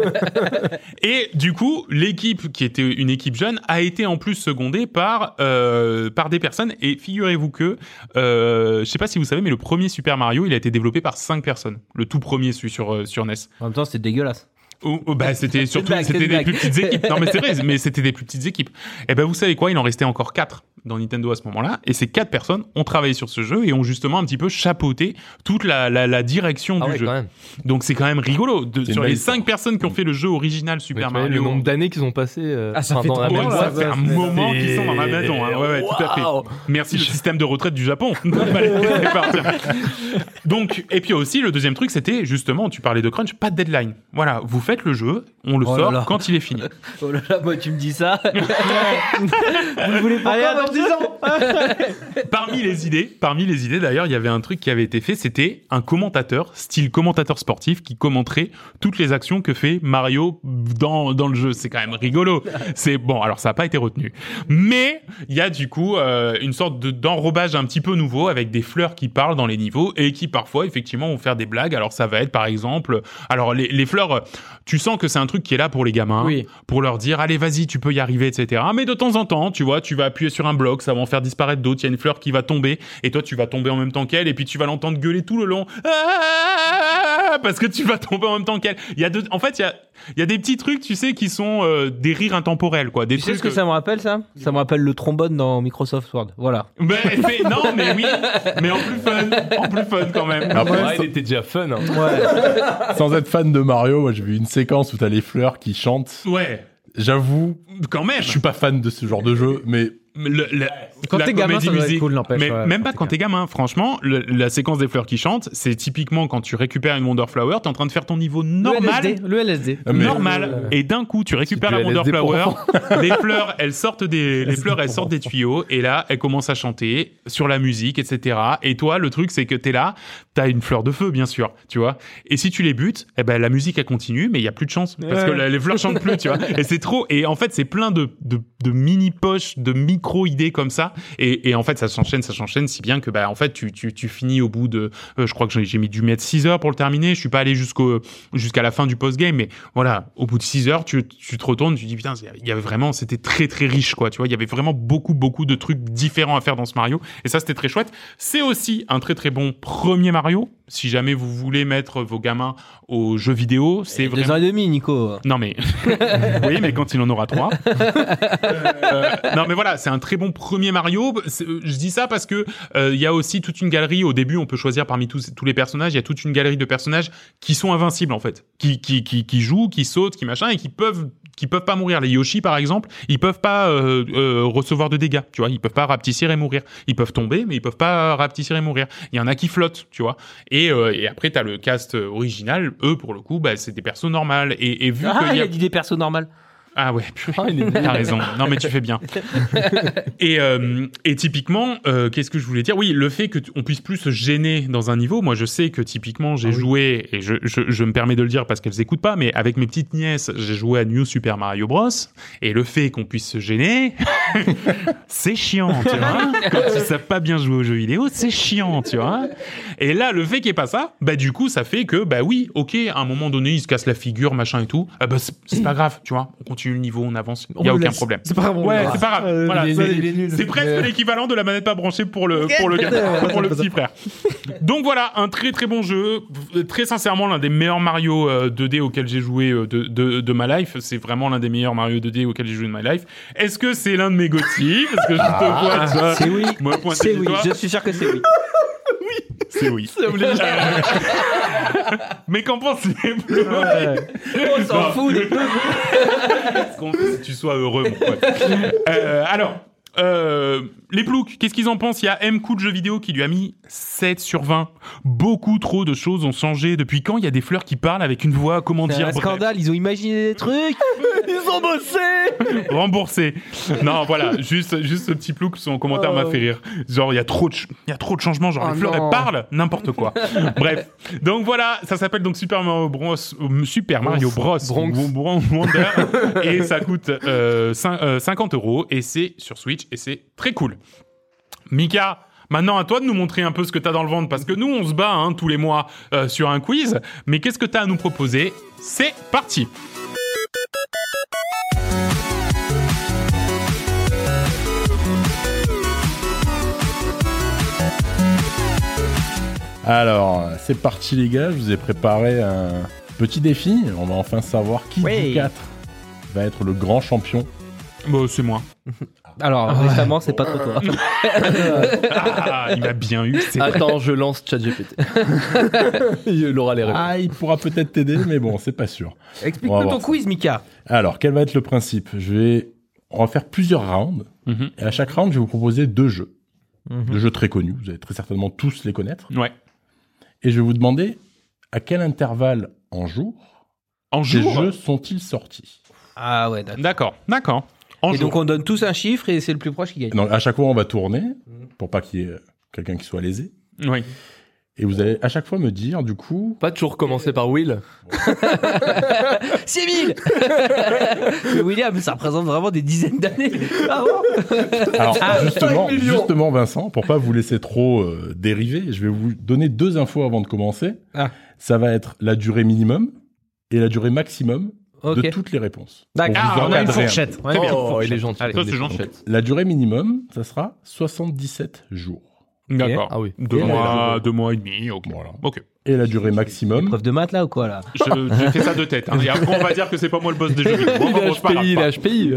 Speaker 1: Et du coup, l'équipe qui était une équipe jeune a été en plus secondée par euh, par des personnes. Et figurez-vous que, euh, je sais pas si vous savez, mais le premier Super Mario, il a été développé par cinq personnes. Le tout premier sur sur, euh, sur NES.
Speaker 4: En même temps, c'est dégueulasse.
Speaker 1: Oh, oh, bah, c'était surtout
Speaker 4: blague, c'est
Speaker 1: c'était
Speaker 4: une
Speaker 1: des
Speaker 4: blague.
Speaker 1: plus petites équipes. Non mais c'est vrai, mais c'était des plus petites équipes. Et ben vous savez quoi, il en restait encore quatre dans Nintendo à ce moment-là, et ces quatre personnes ont travaillé sur ce jeu et ont justement un petit peu chapeauté toute la, la, la direction
Speaker 3: ah
Speaker 1: du
Speaker 3: ouais,
Speaker 1: jeu.
Speaker 3: quand même.
Speaker 1: Donc c'est quand même rigolo. De-
Speaker 5: C'est
Speaker 1: sur
Speaker 5: une
Speaker 1: les
Speaker 5: belle
Speaker 1: cinq personnes qui ont fait le jeu original
Speaker 3: Mais
Speaker 1: Super
Speaker 3: tu vois, le
Speaker 1: Mario,
Speaker 3: nombre d'années qu'ils ont passé euh,
Speaker 6: Ah, ça
Speaker 3: enfin,
Speaker 6: fait
Speaker 3: dans la
Speaker 6: trop
Speaker 3: même
Speaker 6: mal,
Speaker 1: ça fait
Speaker 3: boîte.
Speaker 1: un moment qu'ils sont dans la maison. hein. Ouais, ouais, tout à fait.
Speaker 3: Waouh.
Speaker 1: Merci le système de retraite du Japon. C'est parti. Donc, et puis aussi, le deuxième truc, c'était justement, tu parlais de crunch, pas de deadline. Voilà, vous faites le jeu, on le
Speaker 4: Oh là
Speaker 1: sort
Speaker 4: là.
Speaker 1: quand il est fini.
Speaker 4: Oh là là, moi tu me dis ça. Vous le voulez pas
Speaker 6: Allez,
Speaker 4: quoi,
Speaker 6: attends 10 ans
Speaker 1: Parmi les idées, parmi les idées d'ailleurs, il y avait un truc qui avait été fait, c'était un commentateur, style commentateur sportif, qui commenterait toutes les actions que fait Mario dans, dans le jeu. C'est quand même rigolo. C'est bon, alors ça n'a pas été retenu. Mais il y a du coup euh, une sorte de- d'enrobage un petit peu nouveau avec des fleurs qui parlent dans les niveaux et qui parfois effectivement vont faire des blagues. Alors ça va être par exemple, alors les, les fleurs, euh, tu sens que c'est un truc qui est là pour les gamins,
Speaker 6: Oui.
Speaker 1: pour leur dire allez vas-y tu peux y arriver etc. Mais de temps en temps tu vois tu vas appuyer sur un bloc, ça va en faire disparaître d'autres, il y a une fleur qui va tomber et toi tu vas tomber en même temps qu'elle et puis tu vas l'entendre gueuler tout le long Ah parce que tu vas tomber en même temps qu'elle. Il y a deux, en fait il y a il y a des petits trucs tu sais qui sont euh, des rires intemporels quoi, des
Speaker 4: Tu sais
Speaker 1: trucs
Speaker 4: ce que
Speaker 1: euh,
Speaker 4: ça me rappelle ça Ça me rappelle le trombone dans Microsoft Word. Voilà.
Speaker 1: mais, mais- non, mais oui, mais en plus fun, en plus fun quand même.
Speaker 6: Ah
Speaker 5: Après,
Speaker 3: Ouais, il était déjà fun. hein.
Speaker 5: sans être fan de Mario, moi j'ai vu une séquence où t'as les fleurs qui chantent.
Speaker 1: Ouais,
Speaker 5: J'avoue,
Speaker 1: quand même.
Speaker 5: je suis pas fan de ce genre de jeu, mais
Speaker 1: Le- le-
Speaker 6: Quand
Speaker 1: la
Speaker 6: t'es gamin,
Speaker 1: comédie
Speaker 6: ça doit être
Speaker 1: musique.
Speaker 6: cool, n'empêche,
Speaker 1: Mais
Speaker 6: ouais,
Speaker 1: même
Speaker 6: quand
Speaker 1: pas
Speaker 6: t'es
Speaker 1: quand t'es gamin. Franchement, le- la séquence des fleurs qui chantent, c'est typiquement quand tu récupères une Wonderflower, t'es en train de faire ton niveau normal.
Speaker 6: Le LSD. le LSD.
Speaker 1: Ah,
Speaker 5: Mais-
Speaker 1: normal et d'un coup euh, tu récupères
Speaker 5: du
Speaker 1: la
Speaker 5: LSD pour
Speaker 1: Wonderflower les fleurs elles sortent des les fleurs elles sortent des tuyaux et là elles commencent à chanter sur la musique etc et toi le truc c'est que t'es là t'as une fleur de feu bien sûr tu vois et si tu les butes eh ben la musique elle continue mais il y a plus de chance parce que la- les fleurs chantent plus tu vois et c'est trop et en fait c'est plein de, de de mini poches de micro idées comme ça et, et en fait ça s'enchaîne ça s'enchaîne si bien que bah en fait tu tu, tu finis au bout de euh, je crois que j'ai- j'ai mis du mettre 6 heures pour le terminer je suis pas allé jusqu'au jusqu'à la fin du post game mais voilà, au bout de 6 heures, tu, tu te retournes, tu dis putain, c'est- il y avait vraiment, c'était très très riche quoi, tu vois, il y avait vraiment beaucoup beaucoup de trucs différents à faire dans ce Mario, et ça c'était très chouette. C'est aussi un très très bon premier Mario, si jamais vous voulez mettre vos gamins aux jeux vidéo, c'est
Speaker 4: Deux
Speaker 1: vraiment...
Speaker 4: ans et demi, Nico.
Speaker 1: Non mais oui, mais quand il en aura trois. Euh, non mais voilà, c'est un très bon premier Mario. C'est- euh, Je dis ça parce que euh, il y a aussi toute une galerie. Au début, on peut choisir parmi tous, tous les personnages. Il y a toute une galerie de personnages qui sont invincibles en fait, qui qui qui, qui jouent, qui sautent, qui machin et qui peuvent qui peuvent pas mourir. Les Yoshi par exemple, ils peuvent pas euh, euh, recevoir de dégâts. Tu vois, ils peuvent pas rapetisser et mourir. Ils peuvent tomber, mais ils peuvent pas rapetisser et mourir. Il y en a qui flottent, tu vois. Et, euh, et après, t'as le cast euh, original. Eux, pour le coup, bah, c'est des persos normales. Et, et vu
Speaker 4: Ah,
Speaker 1: qu'il
Speaker 4: il
Speaker 1: y a
Speaker 4: a dit des persos normales.
Speaker 1: ah ouais, purée, t'as raison. Non mais tu fais bien. et, euh, et typiquement, euh, qu'est-ce que je voulais dire Oui, le fait que t- on puisse plus se gêner dans un niveau. Moi, je sais que typiquement, j'ai joué et je, je, je me permets de le dire parce qu'elles écoutent pas, mais avec mes petites nièces, j'ai joué à New Super Mario Bros. Et le fait qu'on puisse se gêner, c'est chiant, tu vois. Quand ils savent pas bien jouer aux jeux vidéo, c'est chiant, tu vois. Et là, le fait qu'il n'y ait pas ça, bah du coup, ça fait que, bah oui, ok, à un moment donné, ils se cassent la figure, machin et tout. Ah bah c'est c'est pas grave, tu vois. On continue le niveau, on avance, il
Speaker 6: On
Speaker 1: n'y a
Speaker 6: le
Speaker 1: aucun
Speaker 6: laisse.
Speaker 1: problème.
Speaker 6: C'est pas grave. on
Speaker 1: Ouais,
Speaker 6: le laisse.
Speaker 1: c'est pas grave.
Speaker 6: Euh,
Speaker 1: Ah Voilà,
Speaker 6: il est-
Speaker 1: c'est-
Speaker 6: il est nul.
Speaker 1: c'est presque l'équivalent de la manette pas branchée pour le, pour le, gars- pour le petit frère. Donc voilà, un très très bon jeu. Très sincèrement, l'un des meilleurs Mario euh, 2D auxquels j'ai joué euh, de, de, de ma life. C'est vraiment l'un des meilleurs Mario 2D auxquels j'ai joué de ma life. Est-ce que c'est l'un de mes GOTY Parce que je
Speaker 6: Ah,
Speaker 1: te vois, tu vois,
Speaker 4: C'est oui.
Speaker 1: moi, pointer
Speaker 4: C'est
Speaker 1: du
Speaker 4: oui.
Speaker 1: doigt.
Speaker 4: Je suis sûr que c'est oui.
Speaker 1: C'est oui. Mais qu'en pensez-vous
Speaker 4: On s'en
Speaker 1: Non.
Speaker 4: fout des
Speaker 1: qu'on veut, c'est que tu sois heureux. mon pote. Euh, alors, euh, les ploucs, qu'est-ce qu'ils en pensent Il y a M coup de jeu vidéo qui lui a mis 7 sur 20. Beaucoup trop de choses ont changé. Depuis quand il y a des fleurs qui parlent avec une voix, comment
Speaker 4: C'est
Speaker 1: dire,
Speaker 4: un
Speaker 1: bref,
Speaker 4: scandale, ils ont imaginé des trucs.
Speaker 1: remboursée Non, voilà, juste, juste ce petit plouc, son commentaire m'a fait rire. Genre, il y a trop de, ch- il y a trop de changements, genre les fleurs elles parlent, n'importe quoi. bref. Donc voilà, ça s'appelle donc Super Mario Bros. euh, Super Mario Bros.
Speaker 3: Bronx.
Speaker 1: Bron- Bron- Wonder. et ça coûte euh, cin- euh, 50 euros et c'est sur Switch et c'est très cool. Mika, maintenant à toi de nous montrer un peu ce que t'as dans le ventre parce que nous on se bat hein, tous les mois euh, sur un quiz, mais qu'est-ce que t'as à nous proposer C'est parti.
Speaker 5: Alors, c'est parti les gars, je vous ai préparé un petit défi. On va enfin savoir qui
Speaker 4: Oui.
Speaker 5: des quatre va être le grand champion.
Speaker 1: Bon, Bah, c'est moi.
Speaker 4: Alors, récemment, c'est pas trop toi.
Speaker 1: Ah, il m'a bien eu. c'est vrai.
Speaker 3: Attends, je lance ChatGPT. Il aura les réponses.
Speaker 5: Ah, il pourra peut-être t'aider, mais bon, c'est pas sûr. On va
Speaker 4: Explique-nous
Speaker 5: voir
Speaker 4: ton
Speaker 5: ça.
Speaker 4: quiz, Mika.
Speaker 5: Alors, quel va être le principe Je vais, on va faire plusieurs rounds.
Speaker 1: Mhm.
Speaker 5: Et à chaque round, je vais vous proposer deux jeux,
Speaker 6: Mhm.
Speaker 5: deux jeux très connus. Vous allez très certainement tous les connaître.
Speaker 1: Ouais.
Speaker 5: Et je vais vous demander à quel intervalle en jour
Speaker 1: En
Speaker 5: ces
Speaker 1: jour.
Speaker 5: jeux sont-ils sortis
Speaker 4: Ah ouais, d'accord.
Speaker 1: D'accord, d'accord. En
Speaker 4: Et
Speaker 1: jour.
Speaker 4: donc, on donne tous un chiffre et c'est le plus proche qui gagne.
Speaker 5: Donc, à chaque fois, on va tourner pour pas qu'il y ait quelqu'un qui soit lésé.
Speaker 1: Oui.
Speaker 5: Et vous allez à chaque fois me dire, du coup,
Speaker 3: Pas toujours commencer par Will.
Speaker 4: 6000 Mais William, ça représente vraiment des dizaines d'années. Ah bon
Speaker 5: Alors, justement, justement, Vincent, pour pas vous laisser trop euh, dériver, je vais vous donner deux infos avant de commencer.
Speaker 4: Ah.
Speaker 5: Ça va être la durée minimum et la durée maximum
Speaker 4: Ok.
Speaker 5: de toutes les réponses.
Speaker 4: D'accord.
Speaker 5: Pour
Speaker 1: Ah,
Speaker 5: vous
Speaker 1: on a une
Speaker 5: encadrer un peu.
Speaker 6: Ouais,
Speaker 1: Très bien.
Speaker 3: Oh, il est gentil.
Speaker 1: Allez, ça, c'est
Speaker 3: Il est
Speaker 1: gentil.
Speaker 3: gentil.
Speaker 5: La durée minimum, ça sera 77 jours.
Speaker 1: D'accord.
Speaker 3: Ah oui.
Speaker 1: Deux
Speaker 5: Et
Speaker 1: mois,
Speaker 5: là,
Speaker 1: deux mois et demi, ok.
Speaker 5: Voilà.
Speaker 1: Ok.
Speaker 5: Et la durée maximum,
Speaker 4: Preuve de maths là ou quoi là
Speaker 1: Je- J'ai fait ça de tête. hein. Et après, on va dire que c'est pas moi le boss des jeux vidéo. Bon, bon, bon, c'est pas grave.
Speaker 3: HPI, il est HPI.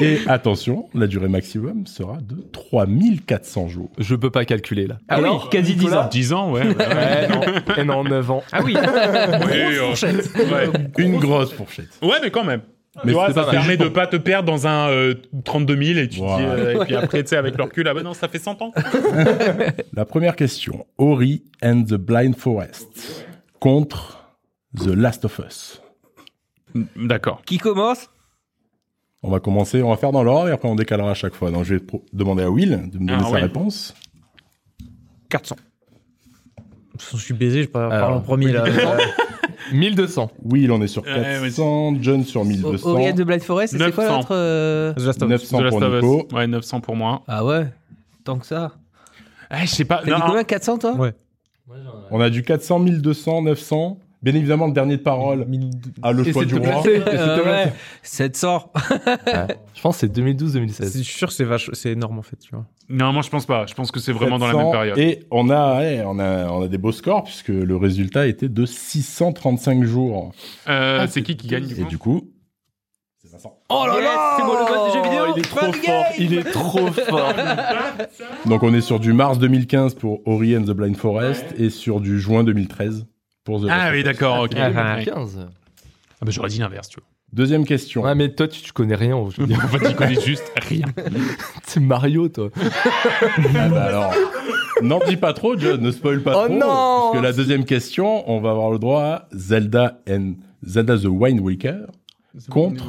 Speaker 5: et attention, la durée maximum sera de 3400 jours.
Speaker 3: Je peux pas calculer là.
Speaker 4: Ah oui, quasi 10 ans.
Speaker 1: 10 ans, ouais. ouais, ouais.
Speaker 3: Et non, 9 ans.
Speaker 6: Ah oui,
Speaker 1: Oui, euh, ouais.
Speaker 5: Une grosse fourchette.
Speaker 1: Ouais, mais quand même. tu
Speaker 5: Mais
Speaker 1: vois,
Speaker 5: c'est
Speaker 1: ça
Speaker 5: pas
Speaker 1: te
Speaker 5: mal.
Speaker 1: permet de pas te perdre dans un euh, 32 000 et tu te dis,
Speaker 5: Voilà.
Speaker 1: euh, et puis après, tu sais, avec le recul, ah bah non, ça fait 100 ans.
Speaker 5: La première question, Ori and the Blind Forest contre The Last of Us.
Speaker 1: D'accord.
Speaker 4: Qui commence
Speaker 5: On va commencer, on va faire dans l'ordre et après on décalera à chaque fois. Donc je vais pro- demander à Will de me donner
Speaker 1: Ah,
Speaker 5: sa
Speaker 1: ouais.
Speaker 5: réponse.
Speaker 6: 400. Je suis baisé, je parle
Speaker 3: Alors,
Speaker 6: en premier là.
Speaker 3: 1200.
Speaker 5: Will, on est sur
Speaker 1: Ouais, ouais,
Speaker 5: 400, John sur
Speaker 4: au
Speaker 5: 1200,
Speaker 4: Orient de Blind Forest, et c'est quoi
Speaker 1: 900.
Speaker 4: l'autre euh,
Speaker 6: The Last of Us.
Speaker 5: 900
Speaker 1: The Last
Speaker 5: pour
Speaker 1: of Us.
Speaker 5: Nico.
Speaker 1: Ouais, 900 pour moi.
Speaker 4: Ah ouais Tant que ça.
Speaker 1: Ah, je sais pas.
Speaker 4: T'as dit
Speaker 1: Non,
Speaker 4: combien 400 toi
Speaker 6: Ouais.
Speaker 5: On a du 400, 1200, 900. Bien évidemment, le dernier de parole a le choix du roi.
Speaker 4: Euh, ouais. 700.
Speaker 3: Je pense que c'est
Speaker 6: C'est- Je
Speaker 3: 2012-2016.
Speaker 6: suis sûr que c'est vache, c'est énorme en fait. Tu vois.
Speaker 1: non, moi, je pense pas. Je pense que c'est vraiment dans la même
Speaker 5: 700,
Speaker 1: période.
Speaker 5: Et on a, ouais, on, a, on a des beaux scores puisque le résultat était de 635 jours.
Speaker 1: Euh, c'est qui qui gagne du
Speaker 5: Et
Speaker 1: coup
Speaker 5: du coup, c'est Vincent.
Speaker 4: Oh là là C'est moi le boss des jeux vidéo
Speaker 3: il est trop
Speaker 4: Bonne
Speaker 3: fort.
Speaker 4: game
Speaker 3: Il est trop fort.
Speaker 5: Donc on est sur du mars 2015 pour Ori and the Blind Forest et sur du juin 2013 pour The Last
Speaker 1: Ah
Speaker 5: of
Speaker 1: oui,
Speaker 5: Us.
Speaker 1: d'accord, ok.
Speaker 6: Ah, ah,
Speaker 1: Ouais.
Speaker 3: 15.
Speaker 1: Ah bah, j'aurais dit l'inverse, tu vois.
Speaker 5: Deuxième question.
Speaker 3: Ouais, mais toi, tu, tu connais rien. Je veux dire.
Speaker 1: En fait, tu connais juste rien.
Speaker 3: C'est Mario, toi.
Speaker 5: Ah bah alors, n'en dis pas trop, John, ne spoil pas
Speaker 3: Oh
Speaker 5: trop.
Speaker 3: non
Speaker 5: Parce que la deuxième question, on va avoir le droit à Zelda and Zelda the Wind Waker, Contre.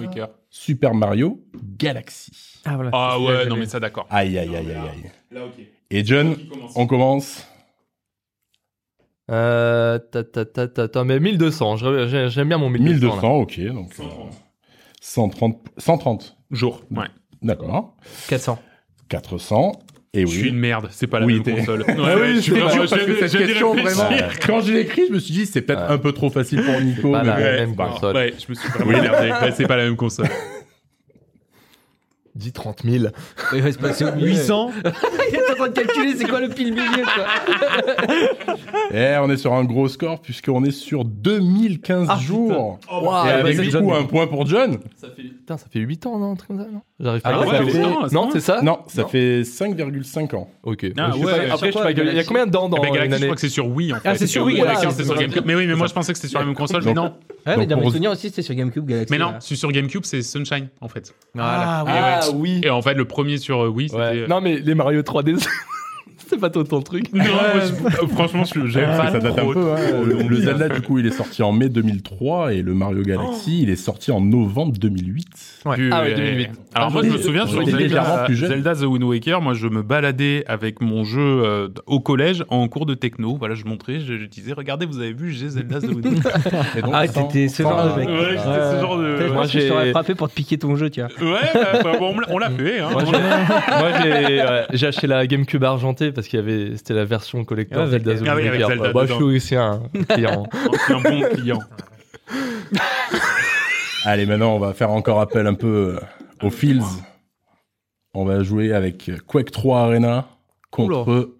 Speaker 5: Super Mario Galaxy.
Speaker 6: Ah voilà.
Speaker 1: Ah ouais, non mais ça d'accord.
Speaker 5: Aïe, aïe, aïe, aïe, aïe. Et John, on commence.
Speaker 3: Euh, ta, ta, ta, ta, ta, mais 1200. je- j'ai- J'aime bien mon 1200. là.
Speaker 5: 1200, ok. Donc, euh, 130, 130
Speaker 1: Jour. Ouais.
Speaker 5: D'accord.
Speaker 4: 400.
Speaker 5: 400. Et
Speaker 1: Je suis
Speaker 5: oui.
Speaker 1: une merde, c'est pas la
Speaker 5: Oui,
Speaker 1: même
Speaker 5: t'es-
Speaker 1: console.
Speaker 5: Ah oui,
Speaker 1: je
Speaker 5: je
Speaker 1: suis
Speaker 5: t'ai dit,
Speaker 1: vraiment-
Speaker 5: parce que
Speaker 1: j'ai-
Speaker 5: cette
Speaker 1: j'ai dû
Speaker 5: question,
Speaker 1: réfléchir.
Speaker 5: vraiment, quand je l'ai écrit, je me suis dit, c'est peut-être
Speaker 3: Ah.
Speaker 5: un peu trop facile pour Nico.
Speaker 3: pas
Speaker 5: mais
Speaker 3: la
Speaker 5: bon.
Speaker 3: même
Speaker 5: bah,
Speaker 3: console.
Speaker 1: Ouais, je me suis vraiment énervé. Ouais, c'est pas la même console.
Speaker 3: Dis 30 000.
Speaker 4: Il reste pas
Speaker 6: 800
Speaker 4: Il est en train de calculer c'est quoi le pile milieu quoi.
Speaker 5: Eh, on est sur un gros score puisqu'on est sur 2015 jours.
Speaker 4: Ah,
Speaker 3: Waouh,
Speaker 5: Et
Speaker 4: bah,
Speaker 5: avec
Speaker 3: vas-y,
Speaker 5: du
Speaker 3: John.
Speaker 5: coup un point pour John.
Speaker 3: Putain, ça fait 8 ans, non, un truc comme ça, non J'arrive pas
Speaker 5: Ah
Speaker 3: à
Speaker 5: ouais,
Speaker 3: faire.
Speaker 5: ça fait-
Speaker 1: autant, à ce
Speaker 3: Ah. Non,
Speaker 1: point
Speaker 3: c'est ça
Speaker 5: Non, ça fait 5,5 ans.
Speaker 3: Ok.
Speaker 1: Ah,
Speaker 3: Je sais
Speaker 1: ouais,
Speaker 3: pas-
Speaker 1: ouais.
Speaker 3: Après, je sais pas, il y a combien de dents dans
Speaker 1: Eh ben,
Speaker 3: une
Speaker 1: Galaxy, je
Speaker 3: année
Speaker 1: crois que c'est sur Wii en fait.
Speaker 6: Ah, c'est sur
Speaker 1: que
Speaker 6: Wii,
Speaker 1: Wii,
Speaker 6: voilà,
Speaker 1: d'accord,
Speaker 6: c'est
Speaker 1: c'est sur
Speaker 6: sur
Speaker 1: GameCube. Mais oui, mais moi je pensais que c'était sur la même console, mais non.
Speaker 4: Ouais, mais
Speaker 5: Donc,
Speaker 4: dans mes
Speaker 5: pour-
Speaker 4: souvenirs aussi c'était sur GameCube Galaxy.
Speaker 1: Mais non, Ah,
Speaker 4: là.
Speaker 1: c'est sur GameCube, c'est Sunshine en fait.
Speaker 6: Ah,
Speaker 1: Et ouais.
Speaker 3: Ah oui.
Speaker 1: Et en fait, le premier sur euh, Wii,
Speaker 3: Ouais.
Speaker 1: c'était.
Speaker 3: Non, mais les Mario 3D, c'est pas ton, ton truc.
Speaker 1: Non, moi, je- franchement, je- j'aime
Speaker 5: Parce
Speaker 1: pas
Speaker 5: que ça date un
Speaker 1: trop.
Speaker 5: peu. hein. Le,
Speaker 1: long.
Speaker 5: Zelda, du coup, il est sorti en mai 2003 et le Mario Galaxy, il est sorti en novembre 2008.
Speaker 1: Puis,
Speaker 3: Ah ouais,
Speaker 1: euh,
Speaker 3: 2008.
Speaker 1: Alors
Speaker 5: Ah,
Speaker 1: moi,
Speaker 5: oui.
Speaker 1: je me souviens
Speaker 5: Oui,
Speaker 1: sur
Speaker 5: j'étais légèrement
Speaker 1: Zelda,
Speaker 5: plus jeune.
Speaker 1: Zelda The Wind Waker, moi, je me baladais avec mon jeu euh, au collège en cours de techno. Voilà, je montrais, je, je disais, regardez, vous avez vu, j'ai Zelda The Wind Waker.
Speaker 5: Et donc,
Speaker 4: Ah,
Speaker 5: sans-
Speaker 4: t'étais ce
Speaker 5: sans-
Speaker 4: genre de mec.
Speaker 1: Ouais, j'étais ce genre de.
Speaker 4: Putain, je
Speaker 3: Moi,
Speaker 4: pense que je
Speaker 3: j'ai-
Speaker 4: t'aurais frappé pour te piquer ton jeu, tu vois.
Speaker 1: Ouais, bah, bah, bon, on l'a- on l'a fait. Hein.
Speaker 3: Moi, j'ai- Moi, j'ai ouais, j'ai acheté la GameCube argentée parce qu'il y avait, c'était la version collector
Speaker 6: Ah, avec-
Speaker 3: Zelda The
Speaker 1: ah oui,
Speaker 3: Wind
Speaker 1: avec
Speaker 3: Waker.
Speaker 1: Zelda
Speaker 3: Bah, je suis
Speaker 1: dedans.
Speaker 3: aussi un client.
Speaker 1: C'est un bon client.
Speaker 5: Allez, maintenant, on va faire encore appel un peu euh, aux Fields. On va jouer avec Quake 3 Arena contre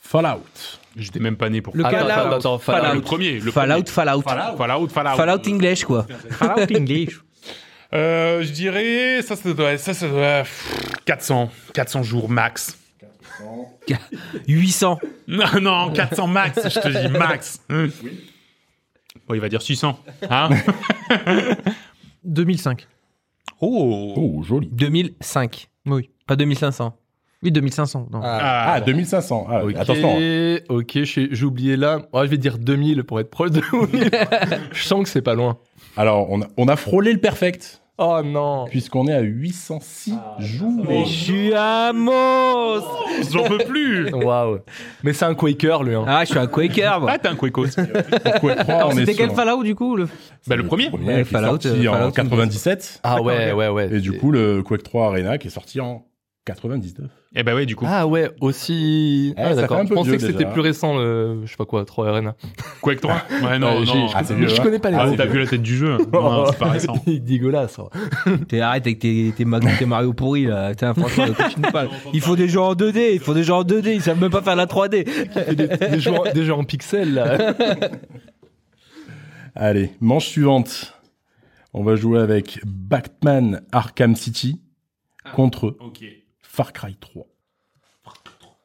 Speaker 5: Fallout.
Speaker 1: J'étais même pas né pour.
Speaker 6: Le
Speaker 1: Ah,
Speaker 3: attends,
Speaker 6: Fallout.
Speaker 3: attends, attends, Fallout.
Speaker 1: le premier. Le
Speaker 4: Fallout,
Speaker 1: premier.
Speaker 4: Fallout.
Speaker 1: Fallout, Fallout.
Speaker 4: Fallout English, quoi.
Speaker 6: Fallout English.
Speaker 1: Euh, je dirais, ça, ça doit, ça, ça doit, pff, 400, 400 jours max.
Speaker 4: 800.
Speaker 1: Non, non, 400 max, je te dis max. Hum. Bon, il va dire 600. Hein
Speaker 6: 2005.
Speaker 1: oh.
Speaker 5: Oh, joli.
Speaker 4: 2005.
Speaker 6: Oui.
Speaker 4: Pas 2500.
Speaker 6: Oui, 2500. Non.
Speaker 5: Ah,
Speaker 1: Ah,
Speaker 5: 2500. Ah,
Speaker 3: Ok,
Speaker 5: Attention.
Speaker 3: ok, je sais- j'ai oublié là. Oh, je vais dire 2000 pour être proche de 2000. je sens que c'est pas loin.
Speaker 5: Alors, on a, on a frôlé le perfect,
Speaker 3: Oh non.
Speaker 5: puisqu'on est à 806 jours.
Speaker 4: Mais je suis un monstre
Speaker 1: ah, j'en peux plus.
Speaker 3: Waouh. Mais c'est un Quaker, lui. hein.
Speaker 4: Ah, je suis un Quaker, moi.
Speaker 1: Ah, t'es un Quacos.
Speaker 5: Pour Quake 3, on est
Speaker 6: C'était quel
Speaker 5: sur-
Speaker 6: Fallout du coup le...
Speaker 1: Bah, le premier.
Speaker 5: premier qui est
Speaker 4: Fallout,
Speaker 5: sorti
Speaker 4: euh,
Speaker 5: en
Speaker 4: Fallout
Speaker 5: 97.
Speaker 3: Ah ouais,
Speaker 6: ok.
Speaker 3: ouais, ouais.
Speaker 5: Et du
Speaker 3: C'est-
Speaker 5: coup, le Quake 3 Arena qui est sorti en 99.
Speaker 1: Eh bah ouais, du coup.
Speaker 3: Ah ouais, aussi.
Speaker 5: Eh,
Speaker 3: ah,
Speaker 5: ça fait
Speaker 3: d'accord.
Speaker 5: un
Speaker 3: Je
Speaker 5: peu
Speaker 3: pensais
Speaker 5: vieux,
Speaker 3: que c'était
Speaker 5: déjà.
Speaker 3: plus récent, le... je sais pas quoi, 3 Arena.
Speaker 1: Quake 3. Ouais, non,
Speaker 3: Ouais,
Speaker 1: non.
Speaker 3: j'ai-
Speaker 1: Ah,
Speaker 5: Euh, c'est
Speaker 3: je connais pas les
Speaker 1: ah,
Speaker 3: autres.
Speaker 1: t'as vu la tête du jeu. Non, c'est pas récent.
Speaker 3: Il est dégueulasse.
Speaker 4: T'es arrête avec tes, tes, Mag- tes Mario pourris, là. Putain, franchement, continue pas. Ils font des jeux en 2D, ils font des jeux en 2D, ils savent même pas faire la 3D.
Speaker 3: Des, des, jeux, en- des jeux en pixels, là.
Speaker 5: Allez, manche suivante. On va jouer avec Batman Arkham City contre
Speaker 1: Ok.
Speaker 5: Far Cry 3.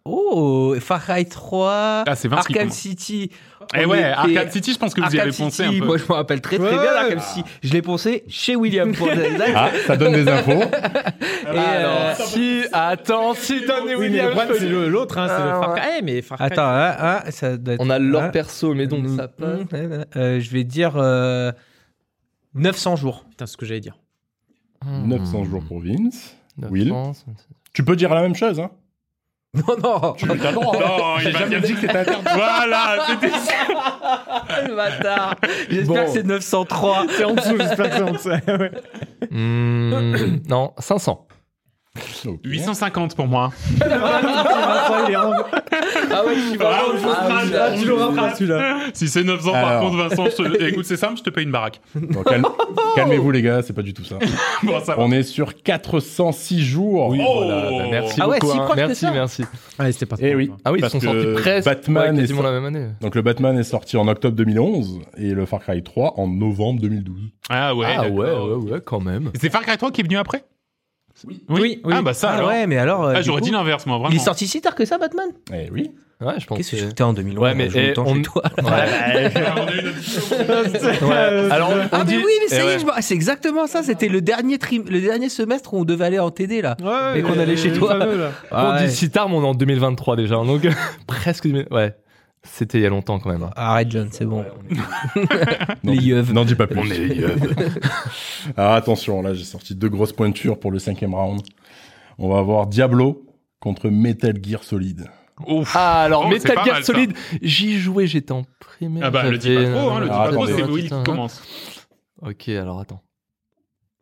Speaker 4: Oh, Far Cry 3.
Speaker 1: Ah, c'est 20 qui
Speaker 4: Arkham
Speaker 1: compte.
Speaker 4: City.
Speaker 1: Eh
Speaker 4: On
Speaker 1: ouais,
Speaker 4: était-
Speaker 1: Arkham City, je pense que vous y
Speaker 4: Arkham
Speaker 1: avez
Speaker 4: City,
Speaker 1: pensé un peu.
Speaker 4: moi je me rappelle très très bien d'Arkham City. Je l'ai pensé chez William pour Zelda.
Speaker 5: Ah, ça donne des infos.
Speaker 4: Et, euh,
Speaker 3: si, attends, si, donnez
Speaker 6: Oui, mais le problème c'est le- l'autre, hein, c'est le
Speaker 3: Ah,
Speaker 6: Far Cry. Eh, mais Far Cry.
Speaker 4: Attends, hein, hein, ça doit être-
Speaker 3: On a leur
Speaker 4: hein.
Speaker 3: perso, mais donc
Speaker 4: Mm,
Speaker 3: ça peut.
Speaker 4: mm, euh, euh, je vais dire euh, 900 jours.
Speaker 6: Putain, c'est ce que j'allais dire.
Speaker 5: 900 jours pour Vince. Will.
Speaker 3: 900.
Speaker 5: Tu peux dire la même chose, hein
Speaker 4: Non, non.
Speaker 5: Tu as le droit.
Speaker 1: Non, il
Speaker 5: J'ai
Speaker 1: va
Speaker 5: jamais
Speaker 1: dire-
Speaker 5: dit que c'était interdit.
Speaker 1: Voilà, c'était
Speaker 4: le bâtard. J'espère
Speaker 3: Bon.
Speaker 4: que c'est 903.
Speaker 6: C'est en dessous, j'espère que c'est en dessous. Ouais.
Speaker 3: Mm, non, 500.
Speaker 5: Ok.
Speaker 1: 850 pour moi.
Speaker 6: Vincent, il est en-
Speaker 3: Ah ouais, je suis
Speaker 1: vraiment au chauffage,
Speaker 4: ah,
Speaker 1: là.
Speaker 6: Tu l'auras pas celui-là.
Speaker 1: Si c'est 900 par
Speaker 5: Alors.
Speaker 1: contre, Vincent, je te- écoute, c'est simple, je te paye une baraque.
Speaker 5: Bon, calme- Calmez-vous, les gars, c'est pas du tout ça.
Speaker 1: Bon, ça va.
Speaker 5: On est sur 406 jours.
Speaker 1: Oui, Oh.
Speaker 3: Voilà, bah, merci
Speaker 4: Ah ouais,
Speaker 3: beaucoup.
Speaker 4: si
Speaker 3: hein.
Speaker 4: proche que
Speaker 3: Merci,
Speaker 4: ça.
Speaker 3: merci.
Speaker 6: Allez, c'était pas
Speaker 5: Eh oui.
Speaker 3: Ah oui,
Speaker 5: Parce
Speaker 3: ils sont
Speaker 5: que
Speaker 3: sortis presque
Speaker 5: Batman
Speaker 3: ouais,
Speaker 5: est
Speaker 3: quasiment
Speaker 5: sorti-
Speaker 3: la même année.
Speaker 5: Donc le Batman est sorti en octobre 2011 et le Far Cry 3 en novembre 2012.
Speaker 1: Ah ouais.
Speaker 3: ah ouais,
Speaker 1: d'accord.
Speaker 3: ouais, ouais, quand même.
Speaker 1: C'est Far Cry 3 qui est venu après oui.
Speaker 6: Oui, oui.
Speaker 1: Ah bah ça
Speaker 4: Ah
Speaker 1: alors.
Speaker 4: ouais, mais alors. euh,
Speaker 1: Ah,
Speaker 4: du
Speaker 1: j'aurais
Speaker 4: coup,
Speaker 1: dit l'inverse moi vraiment.
Speaker 4: Il est sorti si tard que ça, Batman
Speaker 5: Eh oui.
Speaker 3: Ouais, je pense.
Speaker 4: Qu'est-ce que
Speaker 3: que-
Speaker 4: j'étais en 2011
Speaker 3: Ouais, mais,
Speaker 4: je joue
Speaker 3: eh,
Speaker 4: autant que
Speaker 3: on-
Speaker 4: chez toi.
Speaker 3: Ouais. Alors, on
Speaker 4: Ah,
Speaker 3: dit...
Speaker 4: mais oui, mais ça
Speaker 3: eh
Speaker 4: y est,
Speaker 3: ouais.
Speaker 4: je me- c'est exactement ça. C'était le, dernier trim- le dernier semestre où on devait aller en TD, là.
Speaker 6: Ouais,
Speaker 4: Et qu'on
Speaker 6: ouais,
Speaker 4: allait
Speaker 6: ouais,
Speaker 4: chez
Speaker 6: le
Speaker 4: toi.
Speaker 6: fameux, là.
Speaker 3: On
Speaker 4: Ah, ouais.
Speaker 3: dit si tard, mais on est en 2023 déjà. hein, Donc, presque. 2000 Ouais, c'était il y a longtemps quand même. hein.
Speaker 4: Arrête, John, c'est bon.
Speaker 5: Non,
Speaker 4: Les yeux.
Speaker 5: N'en dis pas plus. On est Alors attention, là j'ai sorti deux grosses pointures pour le cinquième round. On va avoir Diablo contre Metal Gear Solid.
Speaker 1: Ouf.
Speaker 3: Ah, alors,
Speaker 1: Oh, c'est
Speaker 3: Metal
Speaker 1: pas
Speaker 3: Gear
Speaker 1: mal, ça.
Speaker 3: Solid, j'y jouais, j'étais en primaire.
Speaker 1: Ah bah le dis
Speaker 3: j'avais-
Speaker 1: pas trop, hein, le dis pas
Speaker 5: Ah,
Speaker 1: trop,
Speaker 5: attendez.
Speaker 1: c'est Will qui
Speaker 3: Putain.
Speaker 1: commence.
Speaker 3: Ok, alors attends.